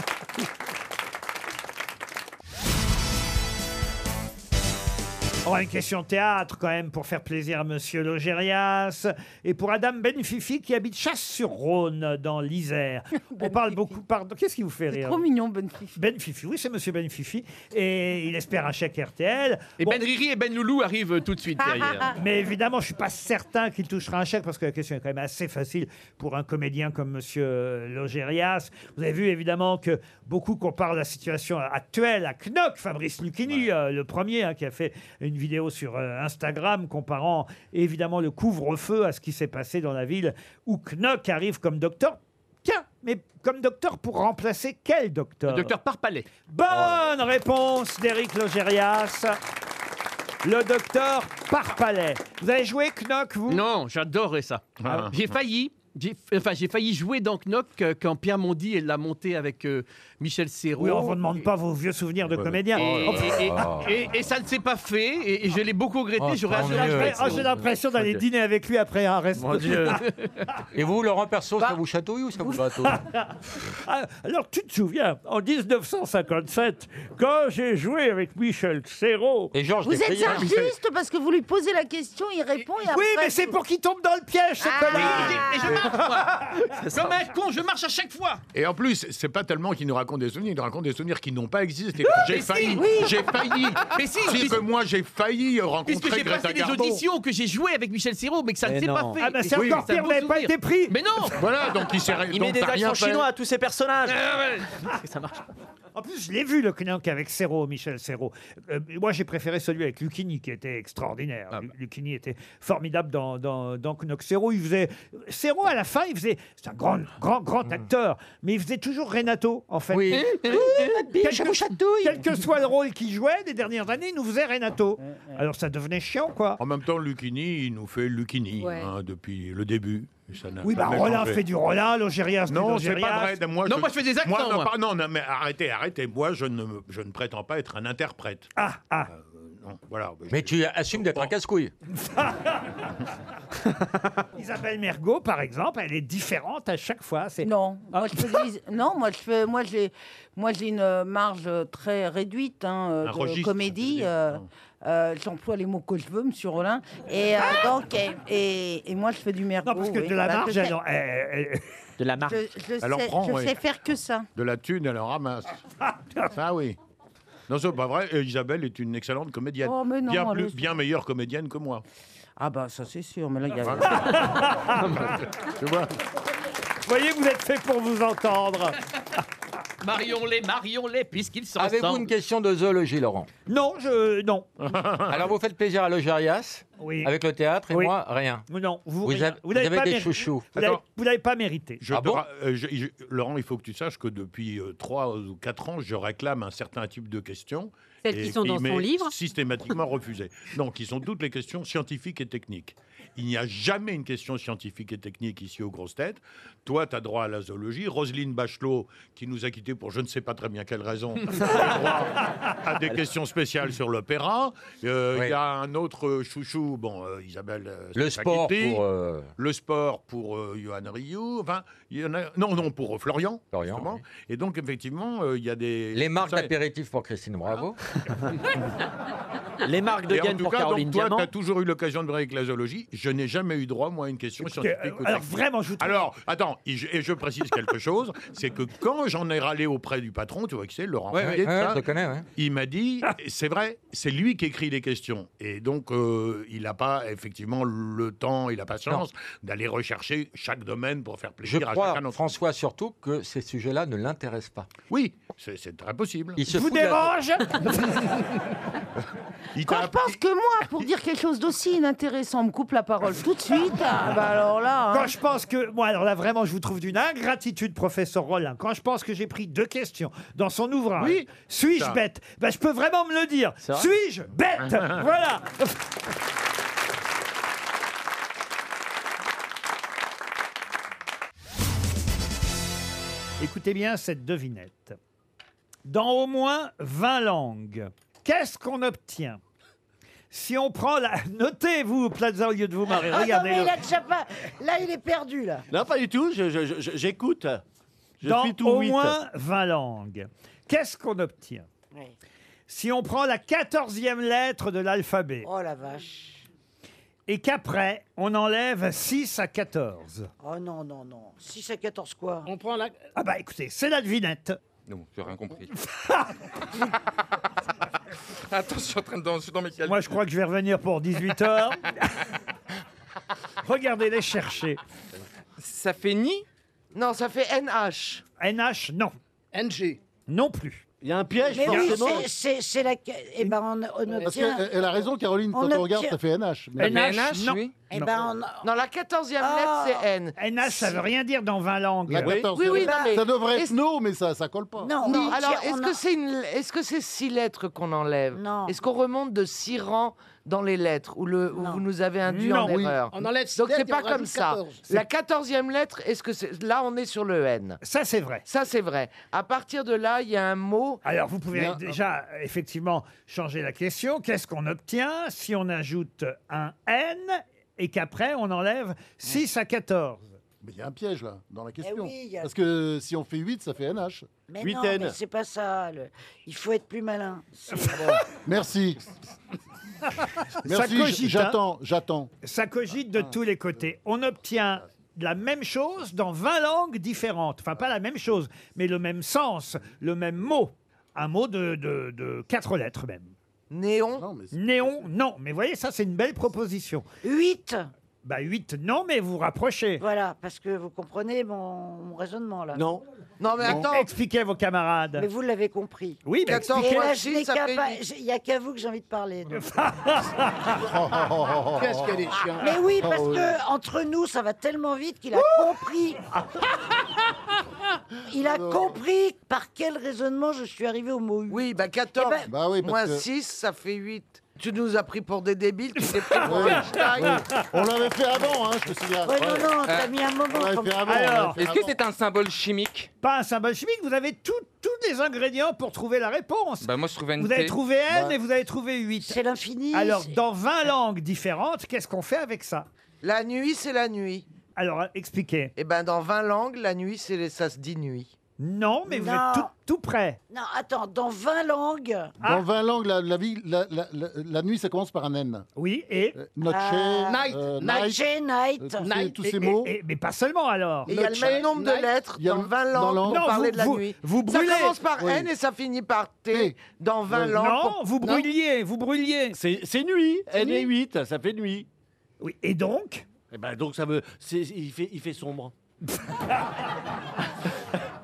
On a une question théâtre quand même pour faire plaisir à Monsieur Logérias et pour Adam Benfifi qui habite Chasse-sur-Rhône
[laughs]
dans l'Isère. On parle beaucoup. Pardon, qu'est-ce qui vous fait rire
Trop mignon, Benfifi.
Benfifi, oui, c'est Monsieur Benfifi et il espère un chèque RTL.
Et Ben Riri et Ben Loulou arrivent tout de suite derrière.
[laughs] Mais évidemment, je suis pas certain qu'il touchera un chèque parce que la question est quand même assez facile pour un comédien comme Monsieur euh, Logérias. Vous avez vu évidemment que beaucoup comparent la situation actuelle à Knock, Fabrice Lucchini, euh, le premier hein, qui a fait une vidéo sur euh, Instagram comparant évidemment le couvre-feu à ce qui s'est passé dans la ville où Knock arrive comme docteur. Tiens, mais comme docteur pour remplacer quel docteur
Le docteur Parpalais.
Bonne réponse d'Éric Logérias. Le docteur Parpalais. Vous avez joué Knock, vous
Non, j'adorais ça.
Ah.
J'ai failli. j'ai- Enfin, j'ai failli jouer dans Knock euh, quand Pierre Mondi elle l'a monté avec euh, Michel Serrault.
Oui, on vous demande pas vos vieux souvenirs de comédien.
Et,
Oh, pff.
et- et- et- et ça ne s'est pas fait, et, et je l'ai beaucoup regretté.
Oh,
J'aurais
tant
adoré
mieux.
jouer avec
Ah, J'ai
ça.
l'impression d'aller dîner avec lui après un Ah, resto.
Mon Dieu.
[laughs]
Et vous, Laurent Perso,
Bah,
ça vous chatouille ou ça vous chatouille
Ah, Alors, tu te souviens, en 1957, quand j'ai joué avec Michel Serrault...
Et Georges
Vous êtes injuste parce que vous lui posez la question, il répond et après...
hein.
Ah,
Oui, mais c'est pour qu'il tombe dans le piège, ce connard
Et je
[laughs]
marche, moi. Comme un con, je marche à chaque fois.
Et en plus, c'est pas tellement qu'ils nous racontent des souvenirs, ils nous racontent des souvenirs qui n'ont pas existé.
Ah,
J'ai
mais si,
failli,
oui.
j'ai failli.
Mais si,
C'est
puisque-
que moi j'ai failli rencontrer
Puisque j'ai
Greta
passé des
Garbo.
auditions, que j'ai joué avec Michel Serrault, mais que ça ne
Mais
s'est pas
non.
fait.
Ah bah, c'est
Oui,
encore
c'est
pire,
un beau
vous n'avez pas
souvenir.
été pris.
Mais non
Voilà, donc il s'est-
Il
donc
met des
t'as rien
accents
fait.
chinois à tous ces personnages.
Ah Ça marche.
En plus, je l'ai vu, le Knock, avec Serrault, Michel Serrault. Euh, moi, j'ai préféré celui avec Lucchini, qui était extraordinaire. Lu- Lucchini était formidable dans, dans, dans Knock. Serrault, il faisait... Serrault, à la fin, il faisait... C'est un grand, grand,
Mm.
grand acteur, mais il faisait toujours Renato, en fait.
Oui.
mm,
Quel que- Quel que soit le rôle qu'il jouait, des dernières années, il nous faisait Renato. Alors, ça devenait chiant, quoi.
En même temps, Lucchini, il nous fait Lucchini
Ouais.
hein, depuis le début. Ça n'a
Oui, bah,
jamais
Rollin
changé.
fait du Rollin, Logérias fait
Non, c'est
Logérias.
pas vrai. Moi,
Non, moi, je fais des accents,
non,
moi.
pas- non, non, mais arrêtez, arrêtez. Moi, je ne, me- je ne prétends pas être un interprète. Euh,
Ah, ah.
non, voilà. bah,
Mais tu assumes d'être un casse-couille.
Isabelle Ah ben, Mergot, par exemple, elle est différente à chaque fois. C'est Hein
Non, moi je fais des- non, moi je fais, moi j'ai, moi j'ai une marge très réduite hein, euh,
Un
de
registre,
comédie. euh, euh, j'emploie les mots que je veux, Monsieur Rollin. Et euh, donc, et, et- et moi je fais du mergo.
Ah Non, parce que
oui.
de la
Bah, je
marge,
sais-
elle en- elle- elle-
De la marque.
Je, je sais, je sais faire que ça.
De la thune, elle
[laughs]
en ramasse. ah oui. Non, c'est pas vrai. Euh, Isabelle est une excellente comédienne.
Oh, mais non,
bien,
elle
plus-
est-
bien meilleure comédienne que moi.
Ah bah ça c'est sûr, mais là il y a.
Ah, bah. [laughs] tu vois
Vous voyez, vous êtes fait pour vous entendre.
Marions-les, marions-les, puisqu'ils
[laughs]
sont
Avez-vous
ensemble. [laughs]
une question de zoologie, Laurent
Non, je. Non.
[laughs] Alors, vous faites plaisir à Logérias
Oui.
Avec le théâtre et
Oui.
moi, rien.
Non, vous,
Vous
rien.
avez- vous avez
pas
des
méri-
chouchous.
Vous l'avez-
Attends.
vous l'avez pas mérité.
Je te ra- euh, je- je- Laurent, il faut que tu saches que depuis 3 ou 4 ans, je réclame un certain type de questions.
Celles
et
qui sont
qui
dans son
m'est
livre [laughs]
Systématiquement refusées. Non, qui sont toutes les questions scientifiques et techniques. Il n'y a jamais une question scientifique et technique ici aux grosses têtes. Toi, tu as droit à la zoologie. Roselyne Bachelot, qui nous a quittés pour je ne sais pas très bien
[laughs]
quelle raison, a droit à Ah, des questions spéciales sur l'opéra. Euh, Il y a un autre euh, chouchou, bon, euh, Isabelle. euh, Spaghetti.
Le sport pour, euh,
Le sport pour euh, Johan Rioux. Enfin, il y en a. Non, non, pour euh, Florian.
Florian,
justement. Et donc, effectivement, euh, il y a des. Ah.
Les marques
Ça-
d'apéritif pour Christine Bravo.
Les marques de
Et en
Gaines
tout
pour
cas,
Caroline
donc, toi,
Diamant.
tu as toujours eu l'occasion de parler avec la zoologie. Je n'ai jamais eu droit, moi, à une question scientifique. ou
euh, alors,
technique.
vraiment, je vous trouve-
Alors, attends, et je, et je précise quelque chose c'est que quand j'en ai râlé auprès du patron, tu vois que c'est Laurent
Ouais,
Ruquier,
ouais, ouais,
ça,
je le connais, ouais.
il m'a dit et c'est vrai, c'est lui qui écrit les questions. Et donc, euh, il n'a pas, effectivement, le temps et la patience d'aller rechercher chaque domaine pour faire
Je
plaisir à
crois,
chacun d'entre
François, surtout que ces sujets-là ne l'intéressent pas.
Oui, c'est c'est très possible.
Il se
Vous
fout de la-
dérange
[laughs]
Il
Ah,
Quand je pense que moi, pour dire quelque chose d'aussi inintéressant, on me coupe la parole tout de suite. ah, bah alors là. hein.
Quand je pense que. Moi, alors là, vraiment, je vous trouve d'une ingratitude, professeur Rollin. Quand je pense que j'ai pris deux questions dans son ouvrage.
Oui.
Suis-je
Ça.
bête ben, Je peux vraiment me le dire.
vrai
Suis-je
[laughs]
bête Voilà. Écoutez bien cette devinette. dans au moins 20 langues. Qu'est-ce qu'on obtient si on prend la... [laughs] Notez-vous, Plaza, au lieu de vous marrer.
Ah non, mais
Regardez-le.
il a déjà pas- Là, il est perdu, là.
Non, pas du tout, je- je- je- j'écoute. Je,
dans
suis tout
au
ouïe.
moins 20 langues. Qu'est-ce qu'on obtient Si on prend la quatorzième lettre de l'alphabet
Oh la vache.
et qu'après, on enlève 6 à 14.
Oh non, non, non. 6 à 14 quoi
On prend la...
Ah bah écoutez, c'est la devinette.
Non, j'ai rien
[laughs]
compris. Attends, je suis en train de dans, je suis dans mes calculs.
Moi, je crois que je vais revenir pour 18 heures. Regardez-les chercher.
Ça fait ni Non, ça fait NH.
NH, non.
NG.
Non plus.
Il y a un piège,
Mais oui,
forcément.
c'est- c'est- c'est la. Eh ben, on, on obtient.
Parce qu'elle elle a raison, Caroline, quand on, regarde, ça fait NH. mais-
Eh ben, on...
[laughs] Non, la quatorzième lettre, c'est N.
NH, Ah. ça veut rien dire dans 20 langues.
La 14e. Eh ben, Ça devrait être
est-ce-
no, mais ça ça colle pas.
Non,
Non, alors, est-ce que c'est une... est-ce que c'est six lettres qu'on enlève
Non.
Est-ce qu'on remonte de six rangs dans les lettres où, le... où vous nous avez induit en
Non. Oui.
erreur
On enlève six
Donc c'est
lettres et
pas
on rajoute
comme ça.
14.
La quatorzième lettre, est-ce que c'est... là on est sur le N
Ça c'est vrai.
Ça c'est vrai. À partir de là, il y a un mot.
Alors, vous pouvez
Il y a-
déjà, euh, effectivement, changer la question. Qu'est-ce qu'on obtient si on ajoute un N et qu'après, on enlève
Ah.
6 à 14
Mais il y a un piège là, dans la question.
Eh oui, il y a-
Parce que si on fait 8, ça fait NH.
Mais non, mais c'est pas ça. le- Il faut être plus malin.
[laughs]
C'est-
Merci.
Ça cogite,
Merci,
hein.
j'attends,
[laughs]
j'attends.
Ça cogite
Ah,
de tous les côtés. On obtient la même chose dans 20 langues différentes. Enfin, pas la même chose, mais le même sens, le même mot. Un mot de, de, de quatre lettres même.
Néon
Néon, non. Mais voyez, ça, c'est une belle proposition. 8 Bah 8, non, mais vous rapprochez.
Voilà, parce que vous comprenez mon, mon raisonnement là.
Non.
Non, mais attends.
Expliquez à vos camarades.
Mais vous l'avez compris.
Oui, mais
14
expliquez-
Et là, je n'ai qu'à pas- j'ai- Il n'y a qu'à vous que j'ai envie de parler.
[laughs]
donc.
Qu'est-ce qu'elle est chiante.
Ah, Mais oui, parce
Oh, oui.
que entre nous, ça va tellement vite qu'il a
[laughs]
compris. Il
Oh.
a compris par quel raisonnement je suis arrivé au mot Eh ben, 8.
Oui, bah 14.
Bah oui, parce
Moins
que-
6, ça fait 8. Tu nous as pris pour des débiles, tu t'es pris pour
Oui,
Einstein.
oui. Oh, On l'avait fait avant, hein, je te signale.
Ouais, non, non, t'as mis un moment
On l'avait
comme-
fait avant. on
Alors,
l'avait fait
est-ce que
avant.
C'est un symbole chimique.
Pas un symbole chimique, vous avez tout- tous les ingrédients pour trouver la réponse.
Bah moi je trouvais
Vous avez trouvé N
Bah.
et vous avez trouvé 8. C'est
l'infini.
Alors,
c'est-
dans 20 langues différentes, qu'est-ce qu'on fait avec ça
La nuit, c'est la nuit.
Alors, expliquez.
Eh ben, dans 20 langues, la nuit, c'est les- ça se dit nuit.
Non,
mais vous êtes Non. tout-
près.
Non, Ah, attends, dans 20 langues.
ah.
Dans 20 langues, la, la, vie- la, la, la- la nuit, ça commence par un N. Euh,
Oui, et
Noche,
Ah,
night, euh,
night, night,
euh, tous ces-
night.
tous
Et-
ces
et-
mots.
et- mais pas seulement alors.
Et il y a le même nombre de lettres dans 20 langues pour parler de la nuit. ça commence par N et ça finit par T. Dans 20 langues. pour-
Euh, vous brûliez.
C'est c'est nuit,
C'est
elle est
nuit.
8, ça fait nuit.
Oui, et donc
Eh ben donc ça veut. c'est- Il fait, il fait sombre.
[laughs]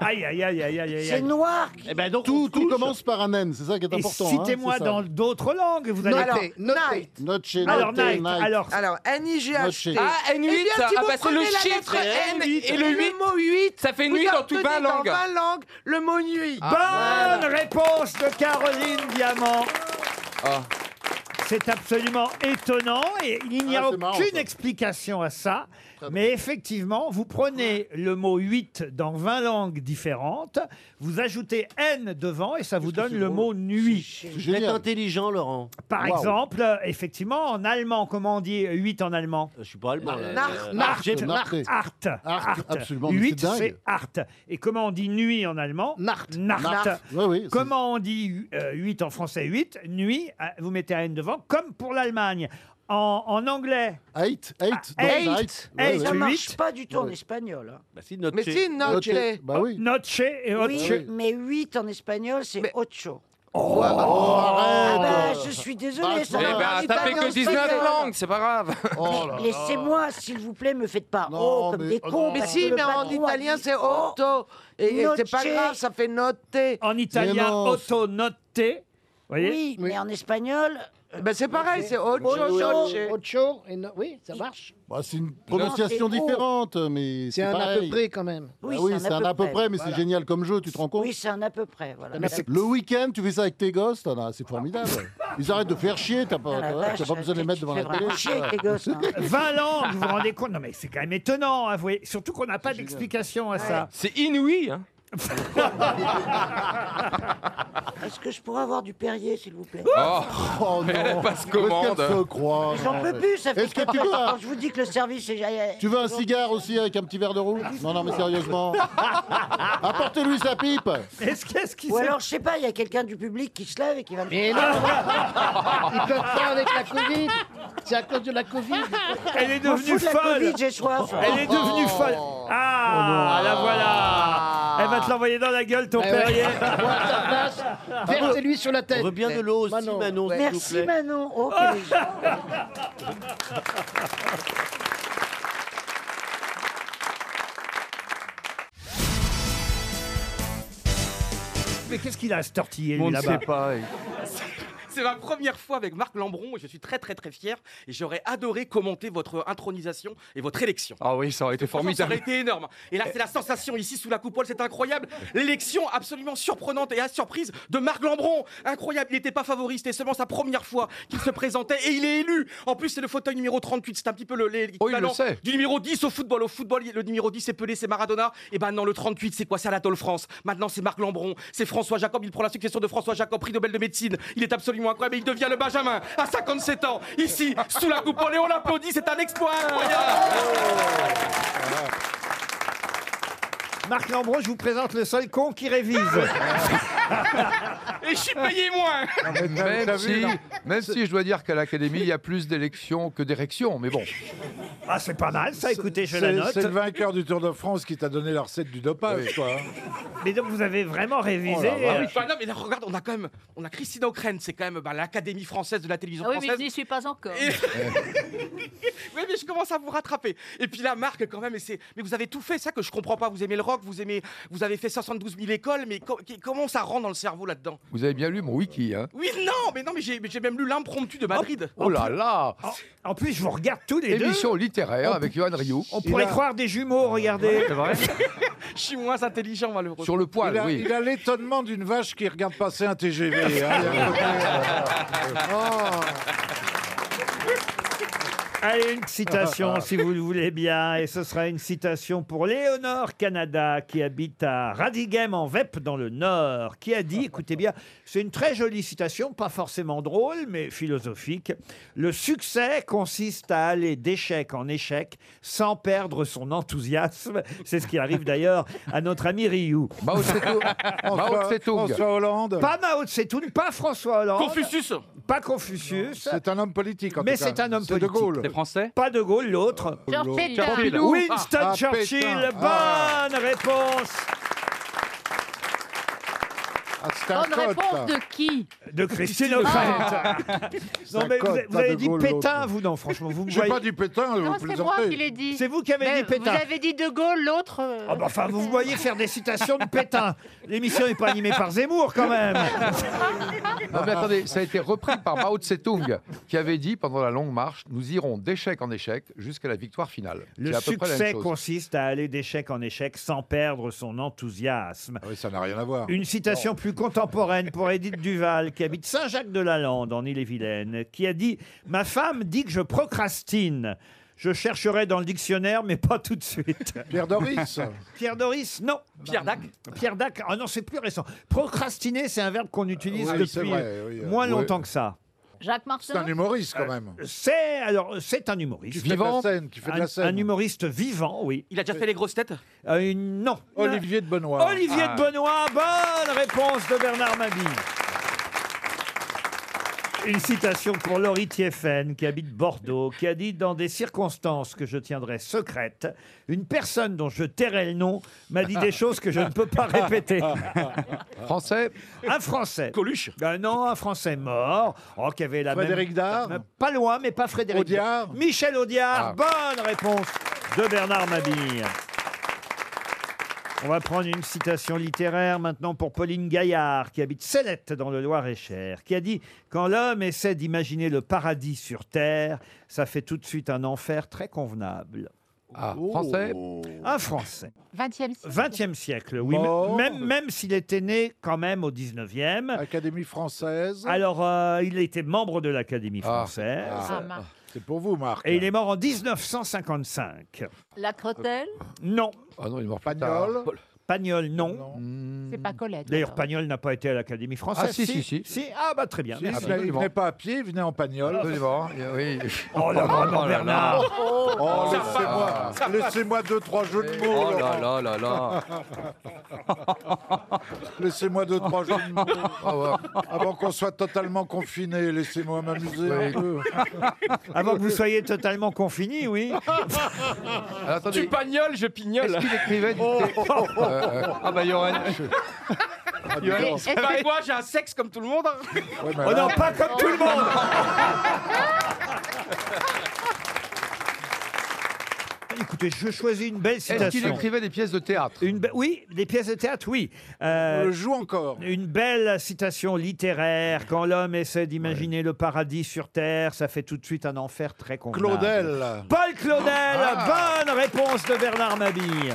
aïe, aïe, aïe, aïe, aïe, aïe.
C'est noir.
Eh ben donc
Tout,
on
tout
touche.
commence par un N, c'est ça qui est
Et
important.
citez-moi dans d'autres langues. Vous allez
Notez, notez.
Noche,
Alors,
noté,
night, alors-
Alors, N-I-G-H-T.
Ah, N8,
Eh bien,
ça-
si
ah
vous
bah, c'est
prenez
le
la
chiffre
lettre
N et le
le
8.
mot 8.
Ça fait nuit dans tout 20 langues.
Dans 20 langues, le mot nuit.
Ah.
Bonne réponse de Caroline Diamant. C'est absolument étonnant et il n'y a
Ah, c'est
aucune
marrant, ça.
explication à ça. Mais effectivement, vous prenez le mot 8 dans 20 langues différentes, vous ajoutez N devant et ça vous donne le mot nuit.
Vous êtes intelligent, Laurent.
Par
Waouh.
exemple, euh, effectivement, en allemand, comment on dit 8 en allemand
Je suis pas allemand.
Ah,
là. Euh,
Nacht,
j'ai-
Nacht, Art, Art.
absolument, mais c'est
8,
dingue.
c'est Art. Et comment on dit nuit en allemand Nacht.
Nacht. Oui, oui, c'est-
comment on dit 8 en français 8, nuit, euh, vous mettez un N devant, comme pour l'Allemagne. En, en anglais
8, 8,
Ah, eight,
night.
eight,
Ça marche
huit.
pas du tout en
Ouais.
espagnol. hein.
Bah si, noté.
Mais si, Oh, note.
Bah oui.
Noche et
Oui,
oche.
mais 8 en espagnol, c'est ocho.
Oh, arrête.
Ah bah, je suis désolé, ça
Eh
va
ben, t'as fait que 19 langues, c'est pas
[laughs]
grave.
Laissez-moi, s'il vous plaît, me faites pas oh comme
mais-
des
oh,
cons.
Mais
parce que
si,
le
mais en
patron a
italien,
dit,
c'est
oh,
otto. Et
Noce.
c'est pas grave, ça fait noter.
En italien,
non.
auto note. voyez
Oui, mais en espagnol, euh,
Ben c'est pareil, c'est ocho,
Ocho.
noce.
Ocho, et no- oui, ça marche.
Bah, c'est une prononciation
c'est haut.
différente, mais
C'est
c'est
un à peu
pareil.
près quand même.
oui,
Ah oui, c'est un à peu près, mais
voilà.
c'est génial comme jeu, tu te rends compte
Oui, c'est un à peu près, voilà.
Mais c'est-
Le week-end, tu fais ça avec tes gosses, t'en as- c'est formidable. Ils arrêtent de faire chier, t'as
bah,
pas,
Ah, la
t'as-
vache,
t'as pas besoin de les mettre devant
Tu
la
fais vraiment
télé.
chier avec tes gosses, hein.
[laughs]
20 langues, vous vous rendez compte Non mais c'est quand même étonnant, hein, vous voyez. Surtout qu'on n'a pas d'explication à ça.
C'est inouï. Hein.
Est-ce que je pourrais avoir du Perrier, s'il vous plaît
Oh,
[laughs]
mais elle passe commande.
J'en peux plus, ça fait
Est-ce que
quatre
tu
heures
veux un-
quand je vous dis que le service est...
Tu veux un cigare aussi avec un petit verre de rouge Non, non, mais
[laughs]
sérieusement. Apporte-lui sa pipe.
Est-ce qu'est-ce qu'il
Ou
s'est-
alors, je sais pas, il y a quelqu'un du public qui se lève et qui va...
Mais non Ils
[laughs]
peuvent pas avec la Covid. C'est à cause de la Covid.
[laughs] Elle est devenue folle. Elle est
Oh.
devenue folle. Ah, la voilà. Elle va te l'envoyer dans la gueule, ton
Eh ouais.
Perrier.
[laughs]
Bois à sa place, verse-lui sur la tête.
On veut bien de l'eau aussi, Manon, s'il vous
Ah Merci
plaît.
Manon. Oh,
Ah.
quelle est gentille.
[laughs]
Mais qu'est-ce qu'il a, ce tortillé, lui,
On ne
là-bas
sait pas, C'est ma première fois avec Marc Lambron et je suis très très très fier. Et j'aurais adoré commenter votre intronisation et votre élection.
Ah oui, ça aurait été
Franchement, Ça aurait
formidable.
été énorme. Et là, c'est la sensation ici sous la coupole, c'est incroyable. L'élection absolument surprenante et à surprise de Marc Lambron. Incroyable, il n'était pas favori, c'était seulement sa première fois qu'il se présentait et il est élu. En plus, c'est le fauteuil numéro 38, c'est un petit peu le l'équivalent
Oh, le sait.
du numéro 10 au football. Au football, le numéro 10 c'est Pelé, c'est Maradona. Et ben non, le 38 c'est quoi C'est Anatole France. Maintenant, c'est Marc Lambron, c'est François Jacob, il prend la succession de François Jacob, prix Nobel de médecine. Il est absolument incroyable et il devient le Benjamin à 57 ans ici sous la coupole et on l'applaudit, c'est un exploit incroyable.
Marc Lambron, je vous présente le seul con qui révise.
Ah,
[laughs] Et je suis payé moins
Même si, même si je dois dire qu'à l'Académie, il y a plus d'élections que d'érections, mais bon.
Ah, c'est pas mal, ça, écoutez, je la
C'est-
note.
c'est le
vainqueur du Tour de France qui t'a donné la recette du dopage, hein. quoi.
Mais donc, vous avez vraiment révisé.
Oh la
euh,
vache.
Bah non, mais là, regarde, on a quand même, on a Christine O'Crane, c'est quand même bah, l'Académie française de la télévision
Ah oui, mais
française.
je n'y suis pas encore.
[laughs] Oui, mais je commence à vous rattraper. Et puis là, Marc, quand même, et c'est- mais vous avez tout fait, ça que je comprends pas. Vous aimez le rock, vous aimez, vous avez fait 72 000 écoles, mais co- qui- comment ça rentre dans le cerveau là-dedans
Vous avez bien lu mon wiki, hein
Oui, non, mais non, mais j'ai mais j'ai même lu l'impromptu de Madrid.
Oh là
[laughs]
là
En plus, je vous regarde tous les deux.
Émission littéraire avec Johan Rioux.
On pourrait croire des jumeaux, regardez. [laughs]
Je suis moins intelligent, malheureusement.
Sur le poil,
il a,
oui.
il a l'étonnement d'une vache qui regarde passer un TGV. hein, il y a un côté, euh,
[laughs]
oh.
Allez, une citation, si vous le voulez bien. Et ce sera une citation pour Léonore Canada, qui habite à Radigem, en Vep, dans le Nord, qui a dit, écoutez bien, c'est une très jolie citation, pas forcément drôle, mais philosophique. Le succès consiste à aller d'échec en échec sans perdre son enthousiasme. C'est ce qui arrive d'ailleurs à notre ami Ryu.
Mao Tse-tung. Mao Tse-tung. François
Hollande.
Pas Mao Tse-tung, pas François Hollande.
Confucius.
Pas Confucius.
C'est un homme politique, en
Mais
tout cas.
c'est un homme
C'est de
politique.
Gaulle. C'est
français
Pas de Gaulle, l'autre.
George Pétain.
Pompidou. Winston
Ah,
Churchill.
Pétain.
Bonne
Ah.
réponse.
Ah, c'est un
Bonne
code, ça.
réponse de qui
De Christine
Ah.
O'Krent. non,
un
mais vous,
code,
vous
pas
avez
de
dit
Gaulle,
Pétain,
l'autre.
vous, non, franchement. Vous me
J'ai
voyez-
pas dit Pétain,
Non,
vous
c'est moi
plaisantez.
qui l'ai dit.
C'est vous qui avez
Mais
dit Pétain.
Vous avez dit De Gaulle, l'autre. euh,
Ah bah, enfin, vous me voyez faire des citations de Pétain. L'émission n'est pas animée par Zemmour, quand même.
Non mais attendez, ça a été repris par Mao Tse-tung, qui avait dit pendant la longue marche, nous irons d'échec en échec jusqu'à la victoire finale.
Le
C'est à peu près la même
succès
chose.
consiste à aller d'échec en échec sans perdre son enthousiasme.
Ah Oui, ça n'a rien à voir.
Une citation plus contemporaine pour Edith Duval, qui habite Saint-Jacques-de-la-Lande, en Ille-et-Vilaine, qui a dit « Ma femme dit que je procrastine. Je chercherai dans le dictionnaire, mais pas tout de suite. »
Pierre Doris.
Pierre Doris, non.
Pierre Dac
Pierre Dac, ah non, c'est plus récent. Procrastiner, c'est un verbe qu'on utilise
Oui, c'est
depuis
vrai, oui, euh,
moins
oui.
longtemps que ça.
Jacques Martin.
humoriste, quand même.
Euh, C'est alors c'est un humoriste
Qui fait de la Vivant scène, qui fait de la
Un-
scène.
Un humoriste vivant, oui.
Il a déjà fait les grosses têtes
Euh, une- non.
Olivier de Benoît.
Olivier
Ah.
de Benoît, bonne réponse de Bernard Mabille. Une citation pour Laurie Thieffen, qui habite Bordeaux, qui a dit Dans des circonstances que je tiendrai secrètes, une personne dont je tairai le nom m'a dit
[laughs]
des choses que je ne peux pas répéter.
[laughs] Français
Un Français. Ben
Coluche
Non, un Français mort. Oh, qui avait la
Frédéric
même... Euh,
Dard
Pas loin, mais pas Frédéric
Audiard
Dard. Michel Audiard.
Ah.
Bonne réponse de Bernard Mabille. On va prendre une citation littéraire maintenant pour Pauline Gaillard, qui habite Célette dans le Loir-et-Cher, qui a dit Quand l'homme essaie d'imaginer le paradis sur terre, ça fait tout de suite un enfer très convenable.
Ah, français
Un français.
20e siècle.
20e siècle, oui.
Mort.
Même, même s'il était né quand même au 19e.
Académie française.
Alors, euh, il était membre de l'Académie française.
Ah,
Marc.
C'est pour vous, Marc.
Et il est mort en 1955.
La Crotelle.
Non.
Ah non, il est mort plus tard.
Pagnol.
Pagnol, non.
C'est pas Colette.
Euh, D'ailleurs, Pagnol n'a pas été à l'Académie française.
Ah, si, si, si.
Ah, bah très bien.
Si, il venait- il venait pas à pied, il venait en pagnole.
Oh là là, non, Bernard.
Oh, Oh, laissez-moi- laissez-moi laissez-moi deux, trois jeux
Eh,
de mots. Oh là Laurent. là là
[laughs]
[laughs] laissez-moi deux, trois jeux de mots. Avant qu'on soit totalement confiné, laissez-moi m'amuser un peu.
Avant que vous soyez totalement confinis, oui.
[laughs]
Ah,
Ah, attendez. Tu
pagnoles, je pignole.
Est-ce qu'il écrivait
Oh.
Oh,
du
[laughs]
Euh,
Euh,
Ah bah Yoann.
Yoann.
Yoann. Eh ben, moi j'ai un sexe comme tout le monde. hein.
Oh non, pas comme tout le monde Écoutez, je choisis une belle citation.
Est-ce qu'il écrivait
des pièces de théâtre une be- Oui, des pièces de théâtre, oui.
Euh, joue encore.
Une belle citation littéraire. Quand l'homme essaie d'imaginer le paradis sur Terre, ça fait tout de suite un enfer très convenable.
Claudel.
Paul Claudel
Ah.
Bonne réponse de Bernard Mabille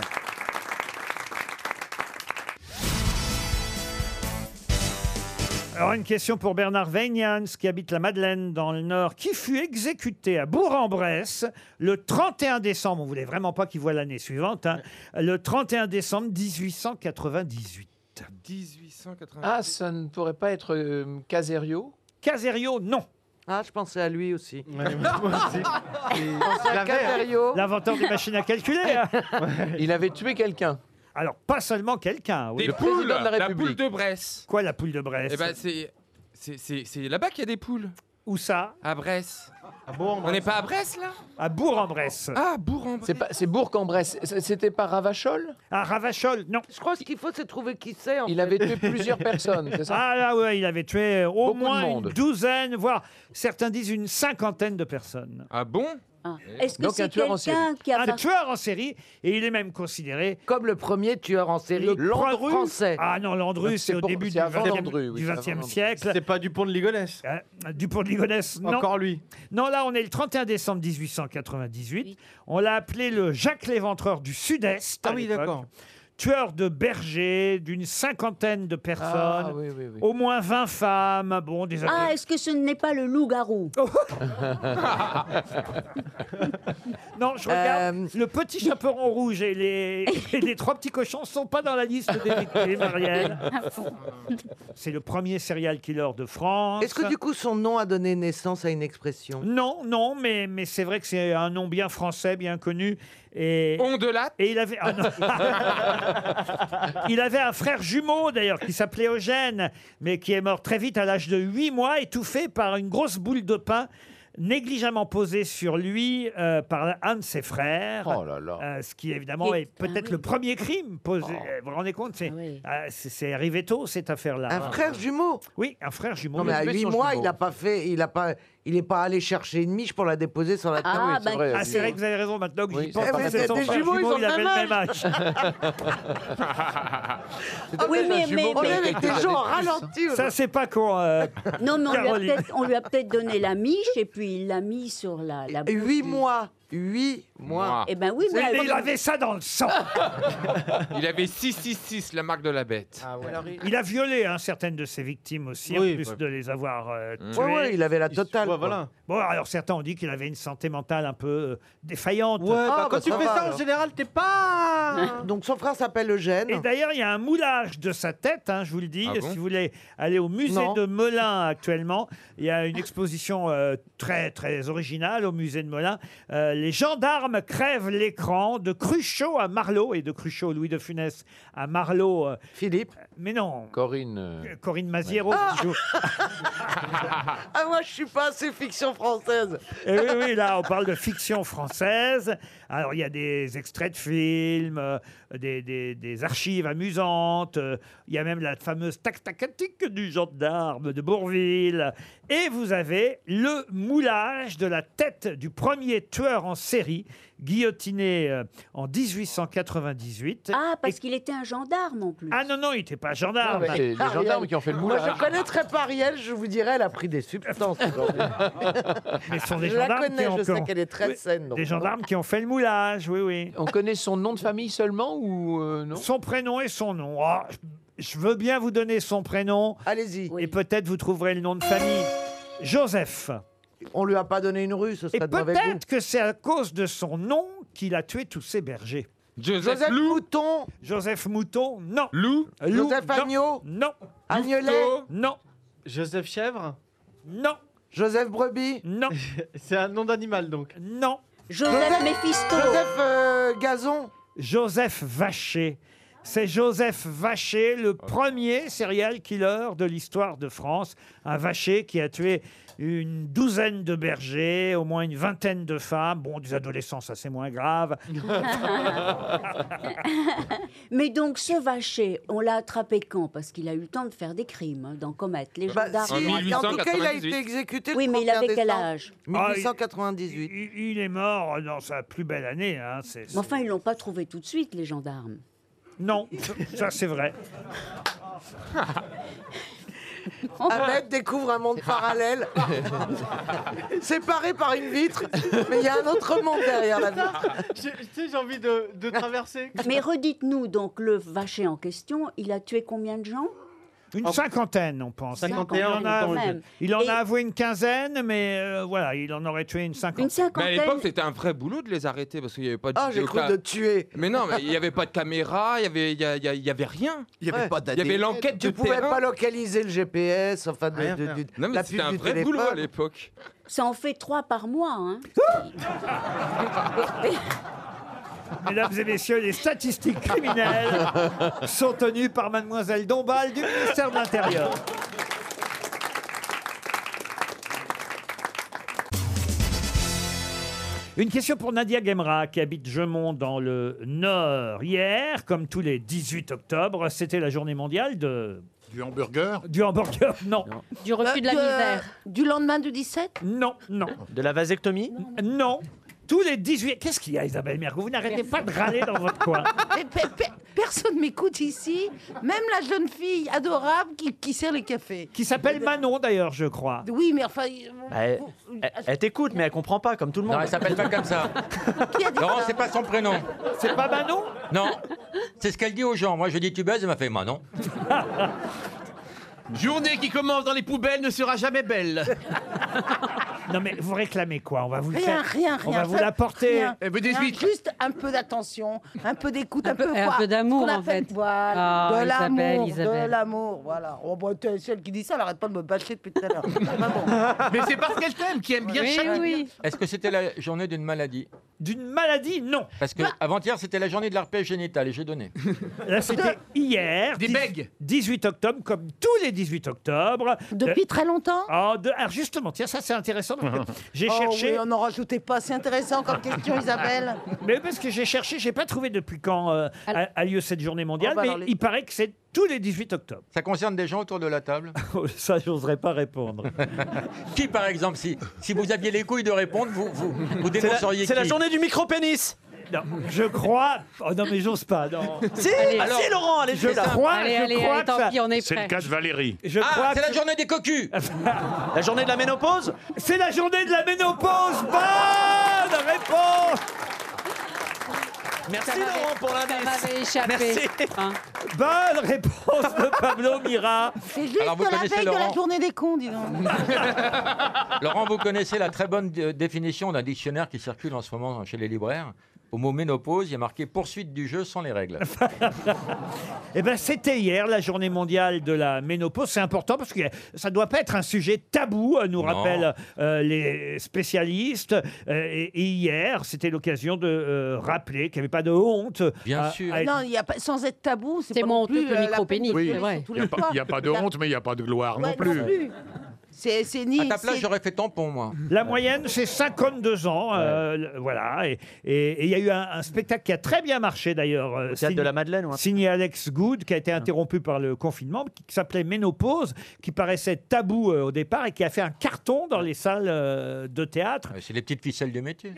Alors, une question pour Bernard Weignans, qui habite la Madeleine dans le Nord, qui fut exécuté à Bourg-en-Bresse le 31 décembre. On voulait vraiment pas qu'il voit l'année suivante. hein. le 31 décembre 1898.
1880.
Ah, ça ne pourrait pas être euh, Caserio
Caserio, non.
Ah, je pensais à lui aussi.
[laughs]
[laughs]
L'inventeur des machines à calculer. hein. [laughs]
Il avait tué quelqu'un.
Alors, pas seulement quelqu'un. oui.
Des Le président poules, de la
la République. poule de Bresse.
Quoi, la poule de Bresse
Eh ben, c'est- c'est- c'est c'est là-bas qu'il y a des poules.
Où ça
À Bresse.
On
n'est pas à Bresse, là
À Bourg-en-Bresse.
Ah, Bourg-en-Bresse.
C'est pas- C'est Bourg-en-Bresse. C'est- C'était pas Ravachol
Ah, Ravachol, non.
Je crois que ce qu'il faut, c'est trouver qui c'est. Il avait tué plusieurs personnes, c'est ça
[laughs] Ah là ouais, il avait tué euh, au
Beaucoup de
moins une
monde.
douzaine, voire certains disent une cinquantaine de personnes.
Ah bon
Est-ce que Donc un c'est tueur en série. quelqu'un qui a
Un
fait-
tueur en série, et il est même considéré...
Comme le premier tueur en série,
Landru. Ah non, Landru, c'est au début du XXe siècle. Hein,
C'est pas Dupont de Ligonnès.
Dupont de Ligonnès, non.
Encore lui.
Non, là, on est le 31 décembre 1898. On l'a appelé le Jacques l'Éventreur du Sud-Est.
Ah
à
oui,
l'époque.
d'accord.
Tueur de bergers, d'une cinquantaine de personnes,
Ah, oui, oui, oui.
au moins 20 femmes, bon, des Oh,
Ah, est-ce que ce n'est pas le
[laughs]
loup-garou
Non, je regarde. Le petit chaperon rouge et les, et les trois petits cochons sont pas dans la liste des victimes, Ariel. C'est le premier serial killer de France.
Est-ce que du coup son nom a donné naissance à une expression
Non, non, mais, mais c'est vrai que c'est un nom bien français, bien connu. Et...
Ondelat
Et il avait... ah
[laughs]
non. il avait un frère jumeau, d'ailleurs, qui s'appelait Eugène, mais qui est mort très vite à l'âge de 8 mois, étouffé par une grosse boule de pain négligemment posée sur lui euh, par un de ses frères.
Oh là Oh. là.
Euh, ce qui, évidemment,
Et-
est peut-être le premier crime posé. Vous vous rendez compte C'est euh, c'est- c'est arrivé tôt, cette affaire-là.
Un
hein.
frère jumeau
Oui, un frère jumeau.
Non mais à 8 mois, il n'a pas fait, il a pas, il est pas allé chercher une miche pour la déposer sur la table.
Ah, bah, ah, c'est vrai que vous avez raison maintenant que j'y pense.
c'est
parce
pas
que son
des
frère
jumeaux, ils ont
il avait
le
le
même
[laughs]
même âge.
Oui, mais, mais, mais-
hein. Ça, c'est pas con. euh,
[laughs] Non, mais on lui, a
Caroline.
peut-être, on lui a peut-être donné la miche et puis il l'a mis sur la. la
Huit mois. Huit mois.
Eh ben oui, mais.
mais il avait ça dans le sang.
Il avait 666, la marque de la bête.
Il a violé hein, certaines de ses victimes aussi,
Oui,
en plus
bah-
de les avoir euh, tuées.
Ouais, ouais, il avait la totale. quoi.
Ouais, voilà. Bon, alors certains ont dit qu'il avait une santé mentale un peu euh, défaillante.
Ouais, bah,
Ah,
quand tu fais ça, en général, t'es pas.
Donc son frère s'appelle Eugène.
Et d'ailleurs, il y a un moulage de sa tête, hein, je vous le dis.
Ah bon
si vous voulez aller au musée
Non.
de Melun actuellement, il y a une exposition euh, très, très originale au musée de Melun. Euh, les gendarmes crèvent l'écran de Cruchot à Marlowe et de Cruchot Louis de Funès à Marlowe.
Philippe
Mais non.
euh,
Euh,
Corinne.
Corinne Maziero
Ah
qui joue.
[laughs] Ah moi je suis pas assez fiction française.
Et Eh oui, oui, là, on parle de fiction française. Alors, il y a des extraits de films, euh, des, des- des archives amusantes. euh, Il y a même la fameuse tac-tacatique du gendarme de Bourville. Et vous avez le moulage de la tête du premier tueur en série, guillotiné euh, en 1898.
Ah, parce
Et-
qu'il était un gendarme en plus. Ah,
Ah non, non, il n'était pas gendarme.
Non, mais Ariel. Moi je connaîtrais pas Ariel, je vous dirais, elle a pris des substances.
[laughs]
aujourd'hui.
Mais ce sont des
je la
gendarmes qui
connais,
ont-
je
qui
sais
ont-
qu'elle est très
Oui,
saine. donc
Des
non.
gendarmes qui ont fait le moulage, oui, oui.
On connaît son nom de famille seulement ou euh, non
Son prénom et son nom. Ah, je- je veux bien vous donner son prénom.
Allez-y.
Et peut-être vous trouverez le nom de famille. Joseph.
On lui a pas donné une rue, ce
Et
serait de mauvais goût.
peut-être que c'est à cause de son nom qu'il a tué tous ses bergers.
Joseph,
Joseph Mouton.
Joseph Mouton, non.
Loup.
Loup,
Joseph
non.
Agneau.
Non.
Agnelet.
Non.
Joseph Chèvre
Non.
Joseph Brebis
Non.
[laughs] C'est un nom d'animal donc
Non.
Joseph Mephisto.
Joseph euh, Gazon.
Joseph Vacher. C'est Joseph Vacher, le premier serial killer de l'histoire de France. Un Vacher qui a tué une douzaine de bergers, au moins une vingtaine de femmes. Bon, des adolescents, ça c'est moins
[laughs]
Ah, grave.
Mais donc, ce vacher, on l'a attrapé quand Parce qu'il a eu le temps de faire des crimes, hein, d'en commettre. Les
Bah,
gendarmes.
si, en tout cas, il a été exécuté le
Oui, mais il
31
avait quel
décembre
âge
Ah,
1898.
il, il est mort dans sa plus belle année. hein, c'est-
Mais enfin, ils l'ont pas trouvé tout de suite, les gendarmes.
Non, ça
[laughs]
c'est vrai.
Ahmed découvre un monde parallèle, séparé par une vitre, mais il y a un autre monde derrière la vitre.
Tu sais, j'ai envie de, de
Ah.
traverser.
Mais redites-nous, donc, le vacher en question, il a tué combien de gens Oh,
Une cinquantaine, on pense.
51,
il en a,
quand même.
il en
Et-
a avoué une quinzaine, mais euh, voilà, il en aurait tué une cinquantaine.
Mais à l'époque, c'était un vrai boulot de les arrêter parce qu'il n'y avait pas de.
Ah, j'ai
vidéo-
cru de tuer.
Mais non, mais il n'y avait pas de caméra, il n'y avait, il y a- il y a- il y avait rien.
Il n'y
Il y avait l'enquête
Tu
de
pouvais
terrain.
pas localiser le GPS, enfin, de,
Rien
de-
faire.
du-
Non, mais
la
c'était
pub
un
du
vrai boulot à
téléphone.
l'époque.
Ça en fait trois par mois, hein
Mesdames et messieurs, les statistiques
[laughs]
criminelles sont tenues par mademoiselle Dombal du ministère de l'Intérieur. Une question pour Nadia Gemra, qui habite Gemont dans le Nord. Hier, comme tous les 18 octobre, c'était la journée mondiale de...
Du hamburger
Du hamburger, non.
Du refus
de la misère.
Du lendemain du 17
Non, non.
De la vasectomie
Non. Tous les 18... Qu'est-ce qu'il y a, Isabelle Mergo Vous n'arrêtez pas de râler dans votre coin.
Mais pe- pe- Personne m'écoute ici, même la jeune fille adorable qui, qui sert les cafés.
Qui s'appelle Manon, d'ailleurs, je crois.
Oui, mais enfin,
Bah, elle elle- elle t'écoute, mais elle comprend pas, comme tout le monde.
Non, elle s'appelle pas comme ça. Laurent, c'est pas son prénom.
C'est pas Manon
Non. C'est ce qu'elle dit aux gens. Moi, je dis tu baises, elle m'a fait Manon.
[laughs]
Journée qui commence dans les poubelles ne sera jamais belle.
Non mais vous réclamez quoi On va vous le
rien,
faire.
rien, rien.
On va vous
Ça-
l'apporter.
rien, rien, Juste un peu d'attention, un peu d'écoute, un peu
un
quoi,
peu d'amour,
ce qu'on
en
appelle-
fait.
Voilà,
Ah,
de
Isabelle,
l'amour, de
Isabelle.
l'amour, voilà. Oh, bah, t'es celle qui dit ça, elle arrête pas de me bâcher depuis tout à l'heure.
[laughs]
Mais c'est parce qu'elle t'aime, qui aime bien chaque.
Est-ce que c'était la journée d'une maladie
D'une maladie, non.
Parce
Bah
que avant-hier, c'était la journée de l'arpège génital et j'ai donné.
Là c'était hier. Des 18 octobre, comme tous les 18 octobre.
Depuis très longtemps
Ah, de- Alors justement, tiens, ça
[laughs]
c'est intéressant. parce que J'ai
Oh
cherché.
oui, on n'en rajoutait pas, c'est intéressant comme question,
[laughs]
Isabelle.
[laughs] Mais parce que j'ai cherché, j'ai pas trouvé depuis quand euh, a, a lieu cette journée mondiale,
Oh, bah
mais
alors les-
il paraît que c'est tous les 18 octobre. Oh,
Ça concerne des gens autour de
[laughs]
la table
Ça, j'oserais pas répondre.
Qui, par exemple, si, si vous aviez les couilles de répondre, vous, vous, vous
C'est la,
dénonceriez
c'est la
qui
journée du micro-pénis
Non,
[laughs]
je crois. Oh non, mais j'ose pas. Non.
Si,
Allez.
Alors, si, Laurent, allez,
je
fais ça.
crois,
Allez,
Ah,
je
allez,
crois
allez,
que
tant
ça-
pis, on est
[laughs] C'est le cas de Valérie.
Je
Ah,
crois
c'est
que-
la journée
des
[laughs]
cocus
La journée de la ménopause
C'est la journée de la ménopause. Bonne réponse.
Merci Laurent pour l'indice. Merci.
Hein. Bonne réponse de Pablo Mira.
C'est juste
Alors, vous
la
connaissez
veille de la
Laurent
journée des cons, dis donc.
Laurent, vous connaissez la très bonne euh, définition d'un dictionnaire qui circule en ce moment chez les libraires. Au mot ménopause, il y a marqué poursuite du jeu sans
[laughs]
les règles.
Eh ben, c'était hier la journée mondiale de la ménopause. C'est important parce que ça ne doit pas être un sujet tabou, euh, nous
Non.
rappellent euh, les spécialistes. Euh, et, et hier, c'était l'occasion de euh, rappeler qu'il n'y avait pas de honte.
Bien
Ah,
à-
sûr.
à être-
Non, il y a pas, sans être tabou, c'est
C'est
pas
moins
non
honteux
plus
que le
euh, la peine
micro-pénis,
de
Oui,
se lever
il
tous
n'y a,
les
pas-
soirs.
il y a pas de
La-
honte, mais il n'y a pas de gloire
Ouais,
non plus.
C'est c'est ni.
À ta place,
c'est-
j'aurais fait tampon, moi.
La moyenne, c'est 52 ans. euh, le- voilà. Et et- et il y a eu un, un spectacle qui a très bien marché, d'ailleurs. euh,
théâtre
signé-
de la Madeleine, ouais.
Signé Alex Good, qui a été interrompu par le confinement, qui, qui s'appelait Ménopause, qui paraissait tabou euh, au départ et qui a fait un carton dans les salles euh, de théâtre.
Ouais, C'est les petites ficelles du métier.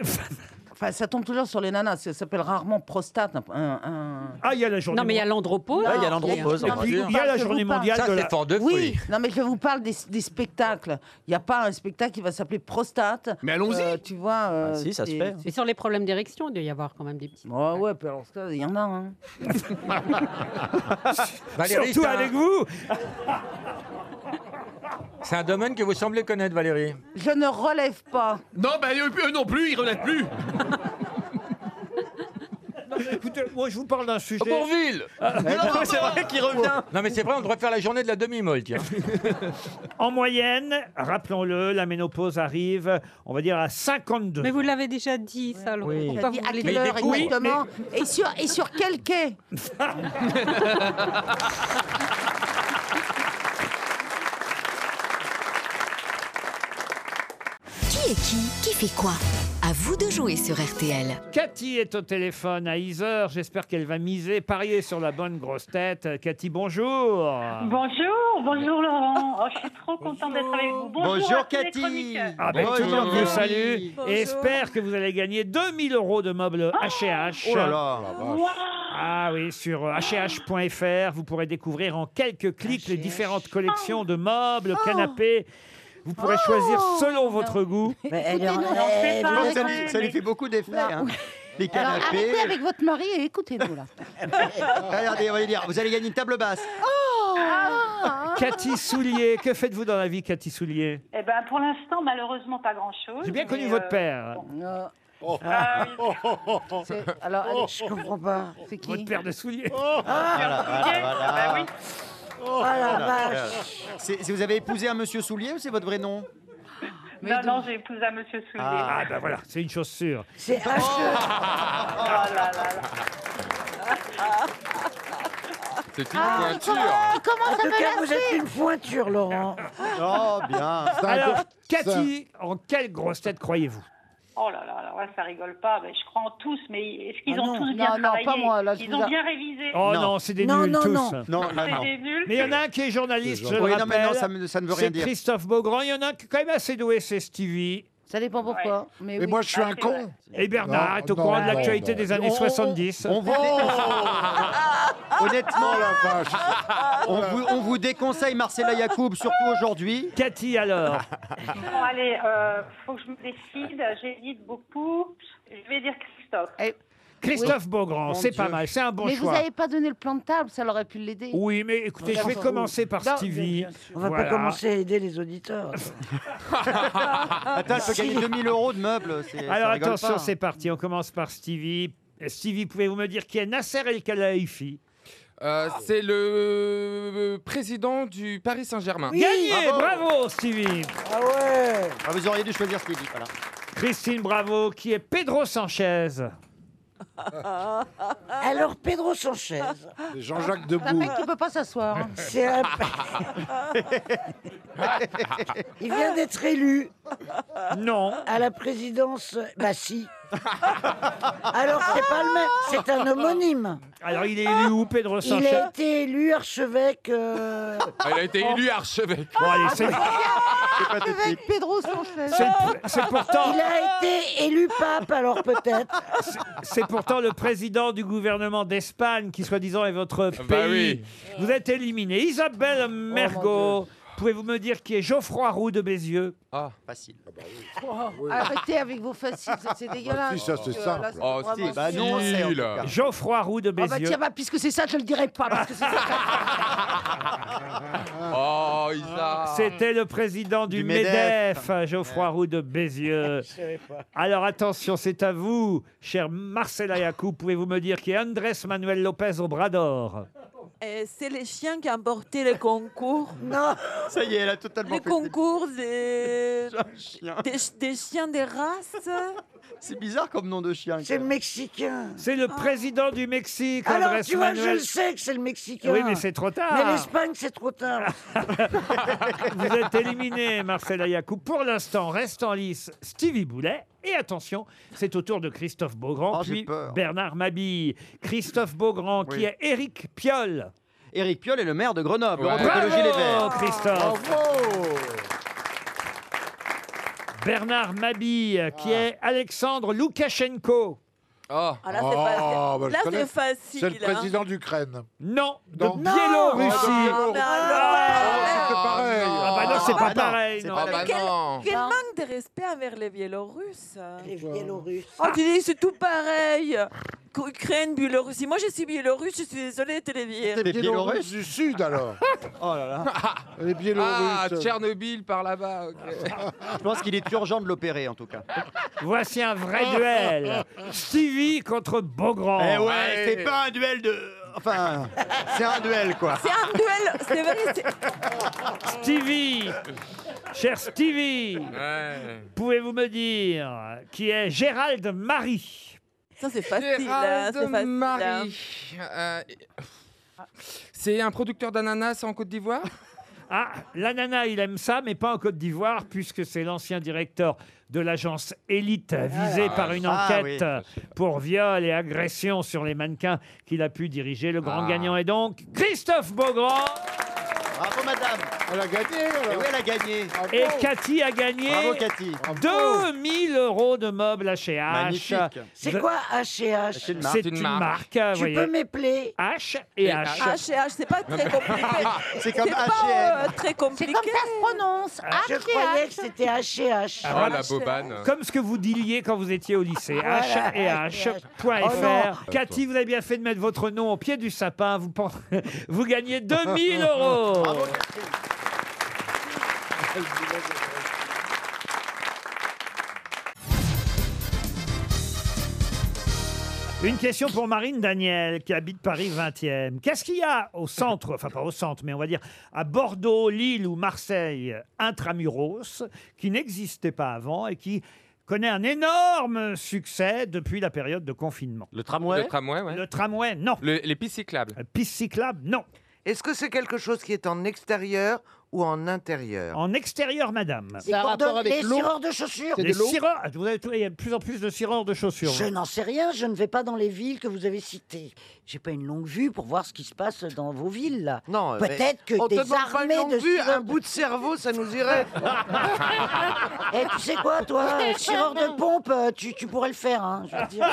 Enfin, ça tombe toujours sur les nanas. Ça s'appelle rarement prostate. un- un- Ah,
Ah, il y a la journée.
Non, mais il y a l'andropause.
Non,
il y a l'andropause,
non,
bien
mais je
sûr.
vous
Il y a
parle-
la
je vous
journée
parle-
mondiale
Ça,
de
c'est
la...
fort de fruits.
Oui, non mais je vous parle des, des spectacles. Il n'y a pas un spectacle qui va s'appeler prostate.
Mais allons-y.
Euh, tu vois. euh,
Ah, si, ça se
c'est-
fait.
c'est-
Mais sur les problèmes d'érection, il doit y avoir quand même des petits.
Ah ouais, puis alors ça, il y en a. hein.
Valérie,
Surtout
c'est un-
avec vous
c'est un domaine que vous semblez connaître, Valérie.
Je ne relève pas.
Non, bah eux, eux non plus, ils relèvent plus.
Non,
Écoutez, moi, je vous parle d'un sujet. Ah,
Bourville
[laughs] c'est vrai qu'il revient.
Non, mais c'est vrai, on devrait faire la journée de la demi-molle, tiens.
[laughs] En moyenne, rappelons-le, la ménopause arrive, on va dire, à 52
Mais vous l'avez déjà dit, ça, alors
Oui.
pourquoi
Il a
vous
dit à
voulez-
quelle heure Oui, exactement
Et sur, et sur quel quai
Qui est qui Qui fait quoi À vous de jouer sur RTL.
Cathy est au téléphone à Yzeure. J'espère qu'elle va miser, parier sur la bonne grosse tête. Cathy, bonjour.
Bonjour, bonjour Laurent. Oh, je suis trop contente d'être avec vous. Bonjour, à tous les chroniqueurs.
Ah ben, tout le monde vous
Bonjour.
salue
Bonjour.
et espère que vous allez gagner 2000 euros de meubles H&H.
Oh là là. Waouh.
Ah oui, sur hh.fr, vous pourrez découvrir en quelques clics les différentes collections de meubles,
Oh.
canapés. Vous pourrez choisir selon votre goût.
Écoutez, non, on
euh,
sait pas,
Ça lui-
quand
ça lui
même,
fait
beaucoup d'effets. hein. [laughs]
Les Alors arrêtez avec votre mari et écoutez-nous là.
Regardez, on va lui dire, vous allez gagner une table basse.
Ah.
Oh.
Cathy Soulier, que faites-vous dans la vie, Cathy Soulier
Eh ben, pour l'instant, malheureusement, pas grand-chose.
J'ai bien
mais,
connu
euh,
votre père.
Ah, oui.
Alors,
Oh.
je comprends pas. C'est qui
Votre paire de souliers.
Ah, Voilà, voilà, bah voilà. oui. Oh la voilà. vache. C'est- c'est- Vous avez épousé un monsieur Soulier ou c'est votre vrai nom Non, non, j'ai épousé un monsieur Soulier.
Ah ben voilà, c'est une chose sûre.
C'est un
E.
Oh là là là.
C'est
comment
ça
En tout
peut
cas, vous
lâcher
êtes une pointure, Laurent.
Oh, bien. C'est
Ah,
un
Alors,
gros-
Cathy, en quelle grosse tête croyez-vous
Oh là là, alors là, ça rigole pas. Ben, je crois en tous, mais est-ce qu'ils
Ah
ont
non.
tous bien
Non, non,
travaillé
pas moi, là, je
Ils
vous
ont
a-
bien révisé.
Oh non, c'est des nuls tous.
C'est des nuls.
Mais il y en a un qui est journaliste,
C'est
je le
gentil. Oui, non, mais non,
rappelle.
ça me- ça ne veut rien
C'est
dire.
Christophe Beaugrand. Il y en a un qui est quand même assez doué, c'est Stevie.
Ça dépend pourquoi. Mais
Et
oui.
moi, je suis Ah, un c'est con. vrai. Et Bernard est au
non,
courant de
non,
l'actualité
non.
des années
On- on-
70.
[laughs]
on
[laughs]
Honnêtement, la vache. On vous, on vous déconseille Marcella Yacoub, surtout aujourd'hui.
Cathy, alors
Bon, allez, euh, faut que je me décide. J'hésite beaucoup. Je vais dire Christophe.
Eh,
Christophe Beaugrand,
Mon
c'est pas
Dieu.
mal, c'est un bon
mais
choix.
vous n'avez pas donné le plan de table, ça l'aurait pu l'aider.
Oui, mais
[laughs]
écoutez, je vais
Non,
commencer par
non,
Stevie.
bien sûr.
On va
Voilà.
pas commencer à aider les
[laughs]
auditeurs.
Attends, elle peut gagner 2000 euros de meubles. c'est-
Alors
ça rigole
attention,
pas.
c'est parti. On commence par Stevie. Stevie, pouvez-vous me dire qui est Nasser El Khelaifi
Euh, c'est le président du Paris Saint-Germain.
Gagné Bravo, Stevie
Ah ouais Vous auriez dû choisir Stevie, voilà.
Christine Bravo, qui est Pedro Sanchez
Alors, Pedro Sanchez.
Jean-Jacques
C'est un mec qui peut pas s'asseoir. hein.
C'est un-
[laughs]
Il vient d'être élu.
Non.
À la présidence. Bah si. Alors c'est pas le même. C'est un homonyme.
Alors il est élu où, Pedro
Il
Sanchez
a été élu archevêque. euh,
Ah, Il a été élu archevêque.
Bon, allez, c'est-
Avec Pedro Sanchez.
C'est le- c'est pourtant-
Il a été élu pape, alors peut-être.
C'est pourtant le président du gouvernement d'Espagne qui, soi-disant, est votre pays.
Bah oui.
Vous êtes éliminé.
Oh,
Isabelle Mergot, pouvez-vous me dire qui est Geoffroy Roux de Bézieux
Ah, bah,
facile.
Oh, Arrêtez avec vos faciles, ça, c'est dégueulasse.
si, ça, c'est
parce que,
simple.
Ah, là, c'est
Oh,
vraiment
si, bah,
sûr.
non, on sait, en tout cas.
Geoffroy Roux de
Ah bah
Bézieux.
tiens, bah, puisque c'est ça, je le dirai pas. Parce que c'est ça. bah-
Oh, Isa.
C'était le président du,
Du
MEDEF,
MEDEF.
Geoffroy Roux de Bézieux.
Je savais pas.
Alors attention, c'est à vous, cher Marcela Yacoub. Pouvez-vous me dire qui est Andrés Manuel Lopez Obrador
Euh, c'est les chiens qui ont emporté le concours.
[laughs] Non,
ça y est, elle a totalement
Le
pété.
concours des...
chien.
des des chiens de race.
C'est bizarre comme nom de chien.
C'est mexicain.
C'est le président du Mexique,
Alors
Andrés
tu vois, je
Manuel.
le sais que c'est le mexicain.
Oui, mais c'est trop tard.
Mais l'Espagne, c'est trop tard.
Vous êtes éliminé, Marcela Yacoub. Pour l'instant, reste en lice Stevie Boulet. Et attention, c'est au tour de Christophe Beaugrand,
Oh, j'ai
puis
peur.
Bernard Mabille. Christophe Beaugrand, qui
Oui.
est Éric Piolle.
Éric Piolle est le maire de Grenoble,
Ouais.
en écologie les
Bravo,
Verts.
Christophe.
Bravo
Bernard
Ah.
Mabille, qui est Alexandre Loukachenko.
Ah, là, c'est pas-
bah, je
là, c'est
connais.
facile,
C'est le
hein.
président d'Ukraine.
Non, de
Non.
Biélorussie.
Oh, de Biélorussie.
Ah,
c'est pareil.
Ah bah non, c'est pas pareil. non. Ah,
quel, quel manque de respect envers les Biélorusses. Les
Biélorusses.
Oh, tu dis, c'est tout pareil. Qu- Ukraine, Biélorussie. Moi, je suis Biélorusse, je suis désolée de te le dire.
Les Biélorusses du Sud, alors.
Oh là là.
Les Biélorusses.
Ah, Tchernobyl par là-bas.
Ah.
ok.
Je pense qu'il est urgent de l'opérer, en tout cas.
Voici un vrai duel. Stevie contre Beaugrand.
Eh ouais, c'est pas un duel de. Enfin, c'est un duel, quoi.
C'est un duel, c'est vrai. c'est-
Stevie, cher Stevie, pouvez-vous me dire qui est Gérald Marie
Ça, c'est facile. hein,
Gérald
c'est facile.
Marie. Euh, c'est un producteur d'ananas en Côte d'Ivoire
Ah, l'ananas, il aime ça, mais pas en Côte d'Ivoire, puisque c'est l'ancien directeur de l'agence Elite visé
Ah,
par une
ah,
enquête
oui.
pour viol et agression sur les mannequins qu'il a pu diriger. Le
Ah.
grand gagnant est donc Christophe Beaugrand.
Bravo, madame. Elle a gagné, Et oui, elle a gagné.
Et Cathy a gagné
Bravo, Cathy.
2000 euros de meubles H&H.
Magnifique.
C'est quoi H&H
C'est une marque. C'est une marque, vous
Tu
voyez.
peux m'épeler
H et H.
H et H, c'est pas très compliqué.
C'est comme
pas,
H&M.
euh, très compliqué.
comme ça se prononce.
Je
H et
croyais
H.
que c'était H&H.
Ah,
Oh, la bobane.
Comme ce que vous diliez quand vous étiez au lycée.
Voilà,
H&H.fr. Cathy, vous avez bien fait de mettre votre nom au pied du sapin. Vous, pen- [laughs] vous gagnez 2000 euros.
Bravo,
Une question pour Marine Daniel, qui habite Paris 20e. Qu'est-ce qu'il y a au centre, enfin pas au centre, mais on va dire à Bordeaux, Lille ou Marseille, intramuros, qui n'existait pas avant et qui connaît un énorme succès depuis la période de confinement
Le tramway Le tramway, ouais.
Le tramway, non. Euh,
les pistes cyclables.
Piste cyclable, non.
Est-ce que c'est quelque chose qui est en extérieur ou en intérieur
En extérieur, madame.
C'est Ça a cordon- rapport avec les l'eau cireurs de chaussures C'est
Les
de l'eau
cireurs, vous avez tout- il y a de plus en plus de cireurs de chaussures. Hein.
Je n'en sais rien, je ne vais pas dans les villes que vous avez citées. J'ai pas une longue vue pour voir ce qui se passe dans vos villes. là.
Non, euh, mais
Peut-être que
on
des
te demande pas une
armées
longue
de
vue,
cireurs
un bout de cerveau, ça nous [laughs] irait.
[laughs] Eh, tu sais quoi,
[laughs]
toi, euh, tireur de pompe, euh, tu, tu pourrais le faire, hein, je veux dire.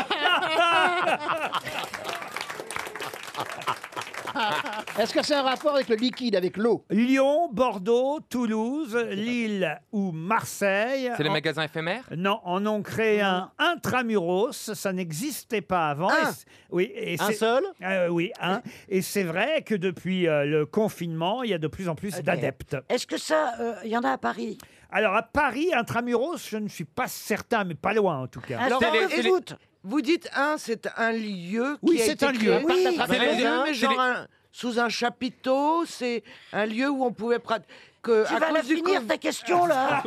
Est-ce que c'est un rapport avec le liquide, avec l'eau
Lyon, Bordeaux, Toulouse, Lille ou Marseille.
C'est les
En-
magasins éphémères
Non, en ont créé un intramuros, ça n'existait pas avant. Et c- oui, et
Un
c'est-
seul
Euh, Oui, un. Et c'est vrai que depuis euh, le confinement, il y a de plus en plus d'adeptes.
Est-ce que ça, euh, il y en a à Paris
Alors à Paris, intramuros, je ne suis pas certain, mais pas loin en tout cas.
Alors, vous, vous dites un, c'est un lieu
Oui,
qui a
c'est
été
un
créé.
lieu.
Oui,
C'est
c'est
les-
un lieu, mais
c'est
genre
les-
un- sous un chapiteau, c'est un lieu où on pouvait pratiquer. Que,
Tu
à
vas la
cause du
finir,
Covid-
ta question,
[laughs]
là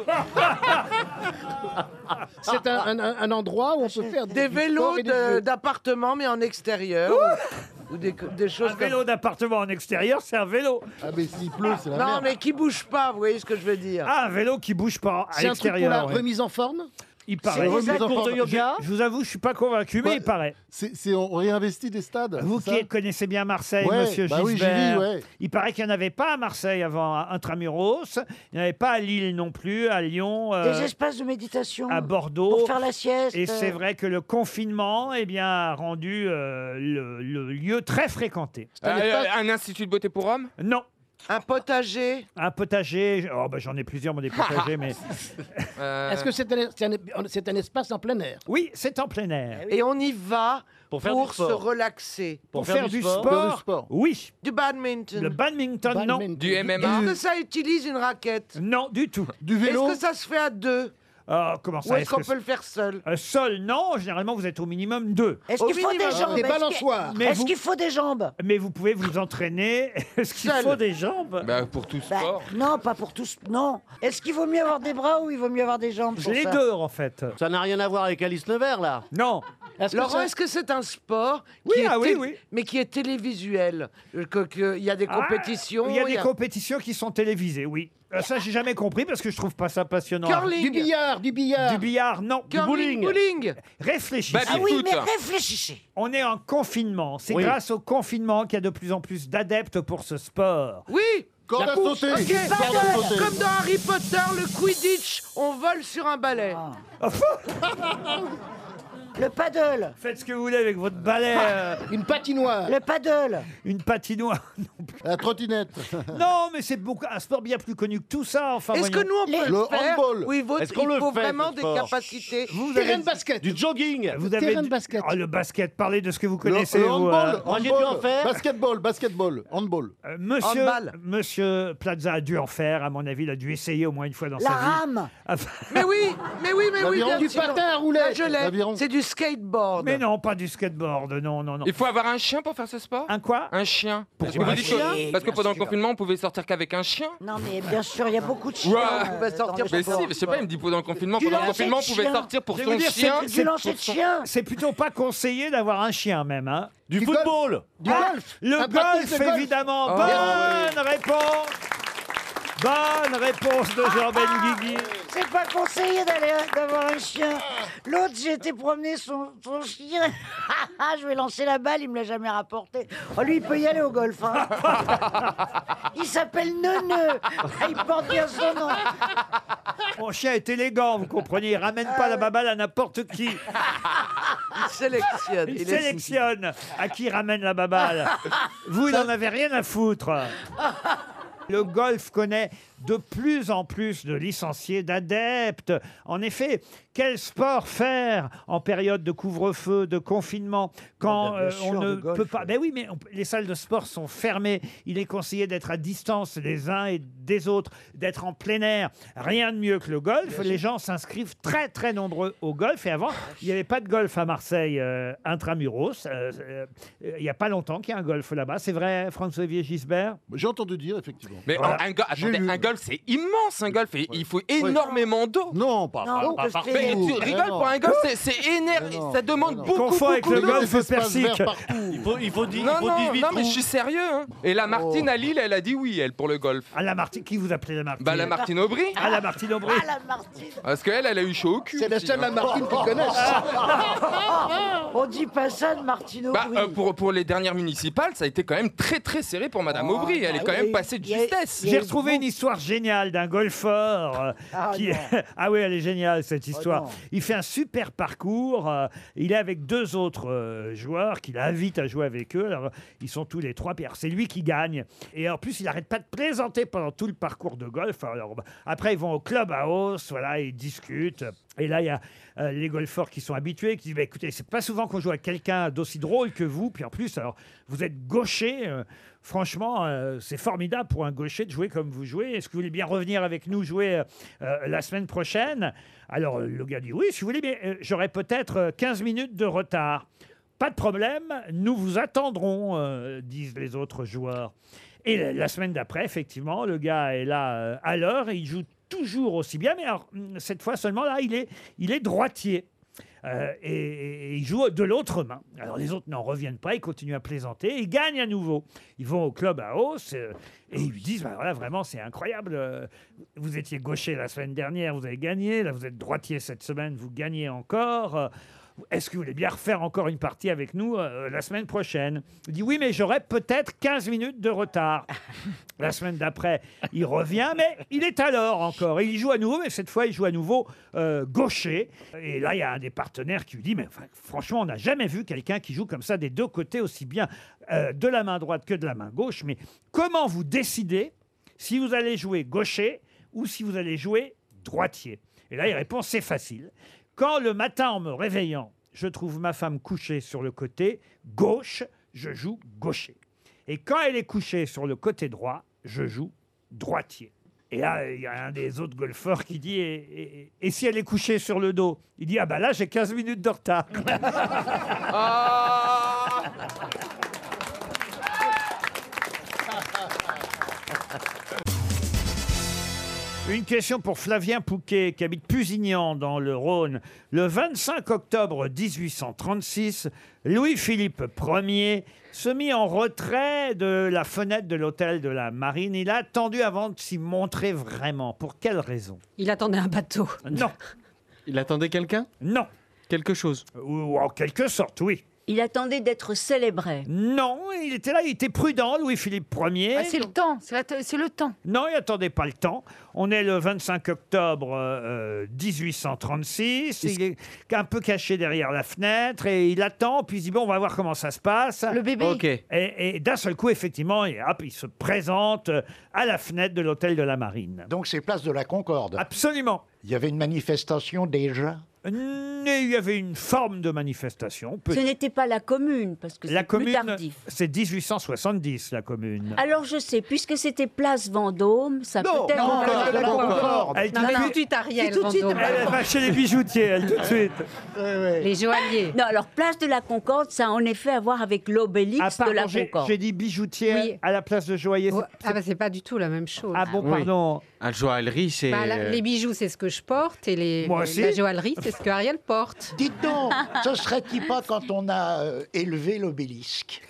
C'est un, un- un- un endroit où on peut faire des,
Des
du
vélos
sport et des
de-
jeux.
d'appartement, mais en extérieur. ou, ou des, co- des choses
Un vélo d'appartement en extérieur, c'est un vélo.
Ah, mais s'il pleut, c'est la
comme... Non,
merde.
mais qui bouge pas, vous voyez ce que je veux dire
Ah, un vélo qui bouge pas à
C'est un truc pour la
l'extérieur. ouais.
remise en forme
Il
C'est
paraît.
des Remise en actes cours de forme. yoga
je, je vous avoue, je suis pas convaincu, mais il paraît.
C'est, c'est- on réinvestit des stades.
Vous
c'est
qui
ça
connaissez bien Marseille,
Ouais,
monsieur
bah oui, j'y vis,
Gisbert,
ouais.
il paraît qu'il n'y en avait pas à Marseille avant à Intramuros, il n'y en avait pas à Lille non plus, à Lyon, euh,
Des espaces de méditation
à Bordeaux.
pour faire la sieste.
Et c'est vrai que le confinement eh bien, a rendu euh, le, le lieu très fréquenté.
Euh, Un institut de beauté pour hommes
Non.
Un potager
Un potager, oh, bah, j'en ai plusieurs, mon des potagers, mais
Euh,
Est-ce que c'est un, c'est un- c'est un espace en plein air
oui, c'est en plein air.
Eh Et on y va pour,
Pour faire du
se
sport.
relaxer.
Pour, faire, du sport,
Faire du sport.
oui.
Du badminton.
Le badminton, non.
Du MMA
Est-ce que ça utilise une raquette
Non, du tout.
Du vélo
Est-ce que ça se fait à deux
Ah, comment ça
Ou est-ce
est-ce que
qu'on peut le faire seul
Euh, Seul, non. Généralement, vous êtes au minimum deux.
Est-ce
Au
qu'il faut des
minimum.
jambes
Des
Est-ce que-
balançoires.
Mais
Est-ce
vous-
qu'il faut des jambes
Mais vous pouvez vous entraîner. [laughs] Est-ce qu'il
Seul.
faut des jambes
Bah, Pour tout
Bah,
sport.
non, pas pour tous. Non. Est-ce qu'il vaut mieux avoir des bras ou il vaut mieux avoir des jambes pour
Les
ça
deux, en fait.
Ça n'a rien à voir avec Alice Nevers, là.
Ah. Non.
Est-ce que
Laurent,
ça-
est-ce que c'est un sport
Oui,
qui est
ah oui,
tél-
oui.
mais qui est télévisuel Euh, que- que- Il y a des
Ah,
compétitions.
Il y a des compétitions qui sont télévisées, oui. Euh, Ça, j'ai jamais compris parce que je trouve pas ça passionnant.
Curling.
Du billard, Ah, du billard.
Du billard, non.
curling, bowling.
Réfléchissez.
Ah oui, mais
Tout.
réfléchissez.
On est en confinement. C'est
Oui.
grâce au confinement qu'il y a de plus en plus d'adeptes pour ce sport.
Oui.
Corde à sauter.
Ok,
Corde à
comme-
sauter.
Comme dans Harry
Ah.
[laughs] Potter, le Quidditch, on vole sur un balai.
[laughs]
Le paddle.
Faites ce que vous voulez avec votre balai. euh.
Une patinoire. Le paddle.
Ah, Une patinoire. [laughs]
La trottinette.
Non, mais c'est beaucoup- un sport bien plus connu que tout ça. Enfin,
Est-ce que
voyons.
nous on peut le faire Oui, votre- il faut vraiment des capacités. Terrain de basket.
Du jogging. Vous
Terrain
avez
de
du-
basket.
Ah, le basket, parlez de ce que vous
Le-
connaissez.
le
vous,
handball,
euh,
handball, Basketball, basketball, handball.
Monsieur, Monsieur Plaza a dû en faire, à mon avis, il a dû essayer au moins une fois dans
La
sa vie.
rame.
Mais oui, mais oui, mais oui.
L'aviron.
bien
Du
sûr.
patin à roulettes.
Là, je l'ai.
L'aviron.
C'est du skateboard.
Mais non, pas du skateboard, non, non, non.
Il faut avoir un chien pour faire ce sport
Un quoi Bah,
Un chien. Parce que,
Pourquoi
vous
un
dites
chien
que- parce que pendant le confinement, on pouvait sortir qu'avec un chien.
Non, mais bien sûr, il y a beaucoup de chiens.
Ouais.
euh, dans le
mais si,
sport.
mais je sais pas, il me dit pendant le confinement,
Du
pendant le
lancer de
confinement, on pouvait
chien.
sortir pour
Je
son
veux dire,
chien.
c'est- Du lancer de
pour son-
chien.
C'est plutôt pas conseillé d'avoir un chien même, hein. Ah,
Du, football. Du golf.
Le
Un pratique
golf,
de golf.
évidemment.
Oh.
Ah
Ah,
Bonne réponse. Bonne réponse de Jean Benguigui.
Ah, C'est pas conseillé d'aller euh, d'avoir un chien. L'autre, j'ai été promener son, son chien. [laughs] Ah, ah, je vais lancer la balle, il me l'a jamais rapporté. Oh, lui, il peut y aller au golf.
[laughs]
hein. Il s'appelle Neuneu. Ah, Il porte bien son nom.
Mon chien est élégant, vous comprenez. Il ramène pas la baballe à n'importe qui.
Il sélectionne.
Il
il est-
sélectionne à qui il ramène
[laughs]
la baballe. Vous, n'en avez rien à foutre. Le golf connaît de plus en plus de licenciés, d'adeptes. En effet, quel sport faire en période de couvre-feu, de confinement, quand
Ah ben, bien
euh, on
sûr,
ne
le golf.
peut pas... Ben oui, mais on- les salles de sport sont fermées. Il est conseillé d'être à distance les uns et des autres, d'être en plein air. Rien de mieux que le golf. Les gens s'inscrivent très, très nombreux au golf. Et avant, il n'y avait pas de golf à Marseille euh, intramuros. Euh, euh, Il n'y a pas longtemps qu'il y a un golf là-bas. C'est vrai, François-Olivier Gisbert
J'ai entendu dire, effectivement.
Mais
Voilà.
un- un, go-
J'ai
attendez,
lu.
un golf, c'est immense, un golf. et Il faut énormément d'eau.
Non, pas,
par
Non, pas- pas parce que-
Mais
partout.
tu rigoles,
Non.
pour un golf, c'est- c'est énorme. Ça demande beaucoup,
Confond
beaucoup,
avec le
beaucoup
golf
d'espace
persique.
vert partout.
Il
faut, il faut, dix-
Non,
il faut
non,
18
non, mais je
trous.
suis sérieux. hein. Et la Martine
Oh.
à Lille, elle a dit oui, elle, pour le golf.
À Ah, la Martine, qui vous appelez la Martine
Bah, la Martine Aubry.
Ah, la Martine Aubry.
Ah, la Martine.
Parce qu'elle, elle a eu chaud au cul.
C'est la
aussi,
seule
hein.
Martine qu'ils connaissent. [laughs] On dit pas ça de Martine
Bah,
Aubry.
euh, pour, pour les dernières municipales, ça a été quand même très très serré pour
Ah,
Madame Aubry.
bah
Elle est quand même passée de justesse.
J'ai retrouvé une histoire géniale d'un golfeur. euh,
Ah,
qui-
non.
[laughs]
Oh
Ah oui, elle est géniale cette histoire.
non.
il fait un super parcours. euh, il est avec deux autres euh, joueurs qu'il invite à jouer avec eux. Alors, ils sont tous les trois. puis alors, C'est lui qui gagne. Et en plus, il n'arrête pas de plaisanter pendant tout le parcours de golf. Alors, bah, après, ils vont au club à hausse. Voilà, ils discutent. Et là, il y a euh, les golfeurs qui sont habitués, qui disent bah, écoutez, c'est pas souvent qu'on joue à quelqu'un d'aussi drôle que vous. Puis en plus, alors, vous êtes gaucher. euh, franchement, euh, c'est formidable pour un gaucher de jouer comme vous jouez. Est-ce que vous voulez bien revenir avec nous jouer euh, euh, la semaine prochaine Alors, euh, le gars dit oui, si vous voulez, mais euh, j'aurai peut-être euh, 15 minutes de retard. Pas de problème, nous vous attendrons, euh, disent les autres joueurs. Et la, la semaine d'après, effectivement, le gars est là euh, à l'heure, et il joue toujours aussi bien, mais alors, hum, cette fois seulement, là, il est, il est droitier. Euh, et, et- et il joue de l'autre main. Alors les autres n'en reviennent pas, ils continuent à plaisanter, ils gagnent à nouveau. Ils vont au club à hausse euh, et ils lui disent bah, voilà, vraiment, c'est incroyable. euh, vous étiez gaucher la semaine dernière, vous avez gagné. Là, vous êtes droitier cette semaine, vous gagnez encore. euh, Est-ce que vous voulez bien refaire encore une partie avec nous euh, la semaine prochaine Il dit oui, mais j'aurai peut-être 15 minutes de retard. La semaine d'après, il revient, mais il est à l'heure encore. Et il joue à nouveau, mais cette fois, il joue à nouveau euh, gaucher. Et là, il y a un des partenaires qui lui dit, mais enfin, franchement, on n'a jamais vu quelqu'un qui joue comme ça des deux côtés aussi bien euh, de la main droite que de la main gauche. Mais comment vous décidez si vous allez jouer gaucher ou si vous allez jouer droitier Et là, il répond, c'est facile. Quand le matin, en me réveillant, je trouve ma femme couchée sur le côté gauche, je joue gaucher. Et quand elle est couchée sur le côté droit, je joue droitier. Et là, il y a un des autres golfeurs qui dit et, et- et si elle est couchée sur le dos Il dit Ah bah là, j'ai 15 minutes de retard. Une question pour Flavien Pouquet, qui habite Pusignan, dans le Rhône. Le 25 octobre 1836, Louis-Philippe Ier se mit en retrait de la fenêtre de l'hôtel de la Marine. Il a attendu avant de s'y montrer vraiment. Pour quelle raison
Il attendait un bateau.
Non.
Il attendait quelqu'un
Non.
Quelque chose
Ou en quelque sorte, oui.
Il attendait d'être célébré.
Non, il était là, il était prudent, Louis-Philippe Ier.
Ah, c'est le
temps, c'est le temps. Non, il attendait pas le temps. On est le 25 octobre euh, euh, 1836. Il est un peu caché derrière la fenêtre et il attend, puis il dit, bon, on va voir comment ça se passe. Le
bébé. Ok.
Et, et d'un seul coup, effectivement, et hop, il se présente euh, à la fenêtre de l'hôtel de la Marine.
Donc c'est place de la Concorde.
Absolument.
Il y avait une manifestation déjà.
Mais il y avait une forme de manifestation. peut-
Ce n'était pas la commune, parce que
La
c'est plus
commune,
tardif. Ah,
c'est 1870, la commune.
Alors je sais, puisque c'était Place Vendôme, ça peut être...
Elle
Non,
dit-
mais tout de suite, Ariel,
C'est tout de suite,
Vendôme.
Elle va chez les bijoutiers, elle, tout de suite.
Les joailliers. Non, alors Place de la Concorde, ça a en effet à voir avec
À
l'obélix
part
de la
quand j'ai-
Concorde.
j'ai dit bijoutier à la place de joaillier.
Ah bah c'est pas du tout la même chose.
Ah bon, pardon.
La joaillerie, c'est.
Bah, la- les bijoux, c'est ce que je porte et les,
euh, Moi
la-
aussi.
la joaillerie, c'est ce que Ariel porte.
Dites donc, ce
[laughs]
serait-il pas [laughs] quand on a euh, élevé l'obélisque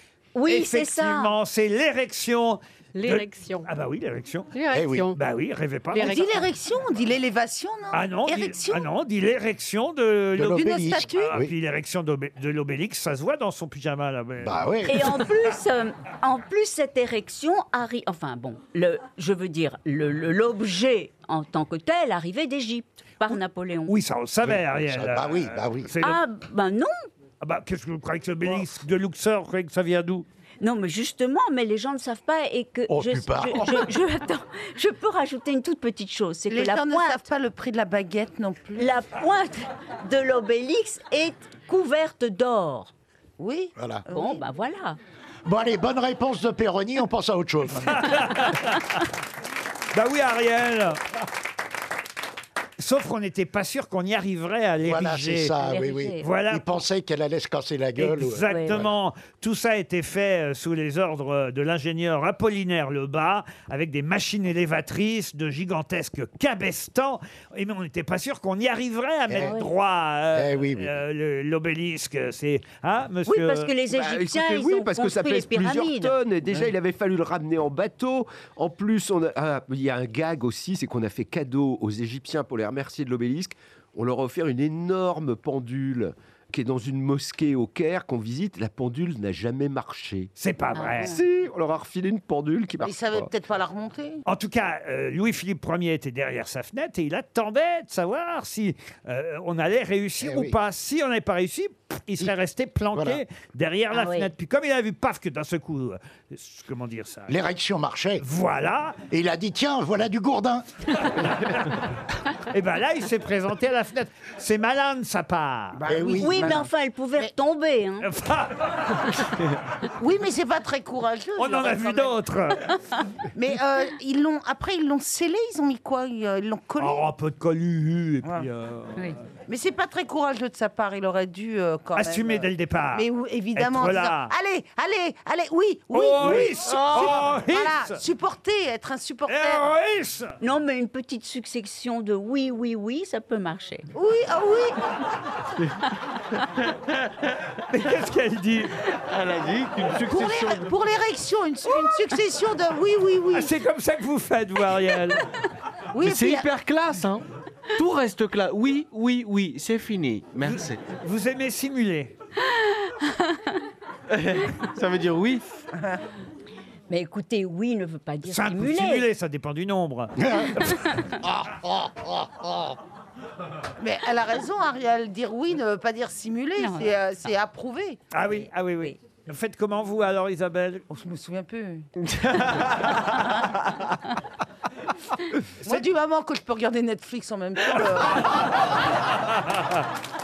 Effectivement, c'est l'érection. de-
L'érection.
Ah bah oui, l'érection.
L'érection. Eh oui.
Bah oui, rêvez pas.
On dit l'érection, on dit l'élévation, non
Ah non, on dit-
Érection
ah non, on dit l'érection de
De
l'obé-
l'obélisque. D'une statue
Ah, puis l'érection d'obé- de l'obélix, ça se voit dans son pyjama là. Bah
oui.
Et en plus, euh, en plus cette érection arrive. Enfin bon, le, je veux dire, le- le- l'objet en tant que tel arrivait d'Égypte par Napoléon.
Oui, ça on le savait,
Oui,
Ariel.
ça- bah oui, bah oui.
euh, C'est le-
Ah ben non.
Ah bah qu'est-ce que vous croyez que l'obélisque de Luxor, vous croyez que ça vient d'où
Non, mais justement, mais les gens ne savent pas et que
Oh,
je,
tu parles.
je- je- [laughs] je- attends, je peux rajouter une toute petite chose, c'est que
Les
la
gens ne
pointe,
savent pas le prix de la baguette non plus.
la pointe de l'obélix est couverte d'or. Oui.
Voilà.
Bon,
bah,
ben voilà.
Bon allez, bonne réponse de Péroni, on pense à autre
[laughs]
chose.
Bah oui, Ariel. Sauf qu'on n'était pas sûr qu'on y arriverait à l'ériger.
voilà, c'est ça, oui, oui.
Voilà
Il pensait qu'elle allait se casser la gueule. ou-
Exactement. Tout ça a été fait euh, sous les ordres euh, de l'ingénieur Apollinaire Lebas, avec des machines élévatrices, de gigantesques cabestans. Et mais on n'était pas sûr qu'on y arriverait à mettre
Eh oui.
droit euh,
Eh oui, oui.
euh, le- l'obélisque. C'est hein, monsieur.
parce que les Bah, Égyptiens, écoutez, ils oui, ont parce que ça construit pèse les plusieurs pyramides. tonnes, et déjà, il avait fallu le ramener en bateau. En plus, on a- ah, il y a un gag aussi, c'est qu'on a fait cadeau aux Égyptiens pour les remercier de l'obélisque. On leur a offert une énorme pendule qui est dans une mosquée au Caire qu'on visite. La pendule n'a jamais marché.
C'est pas
Ah
vrai.
Si, on leur a refilé une pendule qui
Ils
marche.
savaient
pas.
peut-être pas la remonter.
En tout cas, euh, Louis-Philippe Ier était derrière sa fenêtre et il attendait de savoir si euh, on allait réussir ou pas. Si on n'avait pas réussi, pff, il serait resté planqué derrière la
Ah oui.
fenêtre. Puis comme il a vu, paf, que d'un seul coup, euh, comment dire ça
L'érection marchait.
Voilà.
Et il a dit, tiens, voilà du
[laughs]
gourdin.
Et ben là, il s'est présenté à la fenêtre. C'est malin de sa part.
Eh
oui, mais enfin, elle pouvait retomber. hein.
Oui, mais c'est pas très courageux.
[laughs] On en a vu d'autres.
Mais euh, ils l'ont après ils l'ont scellé, ils ont mis quoi Ils euh, ils l'ont collé.
Oh, un peu de collu et puis. euh,
Mais c'est pas très courageux de sa part, il aurait dû euh, quand même,
Assumer
euh,
dès le départ.
Mais oui, évidemment.
Être
en disant,
là.
allez, allez, allez, oui, oui,
Oh,
oui.
oui, su- oh,
voilà,
yes.
supporter, être un supporter.
Non, mais une petite succession de oui, oui, oui, ça peut marcher.
Oui, ah oui.
Mais [laughs] qu'est-ce qu'elle dit
Elle a dit qu'une
Pour l'é- Pour l'érection, une, su- une succession de oui, oui, oui.
Ah, c'est comme ça que vous faites, vous, Ariel.
Oui,
Mais
et
c'est
puis-
hyper classe, hein. Tout reste classe. Oui, oui, oui, c'est fini. Merci.
Vous aimez simuler.
[laughs] Ça veut dire oui.
[laughs] Mais écoutez, oui ne veut pas dire
Simple ou
simuler.
simulé, ça dépend du [laughs] nombre.
Mais elle a raison, Ariel. Dire oui ne veut pas dire simuler, c'est euh, c'est approuver.
Ah oui, ah oui, oui. Faites comment vous alors, Isabelle
Je me souviens
[laughs]
plus. [laughs] Moi, du moment que je peux regarder Netflix en même temps. euh,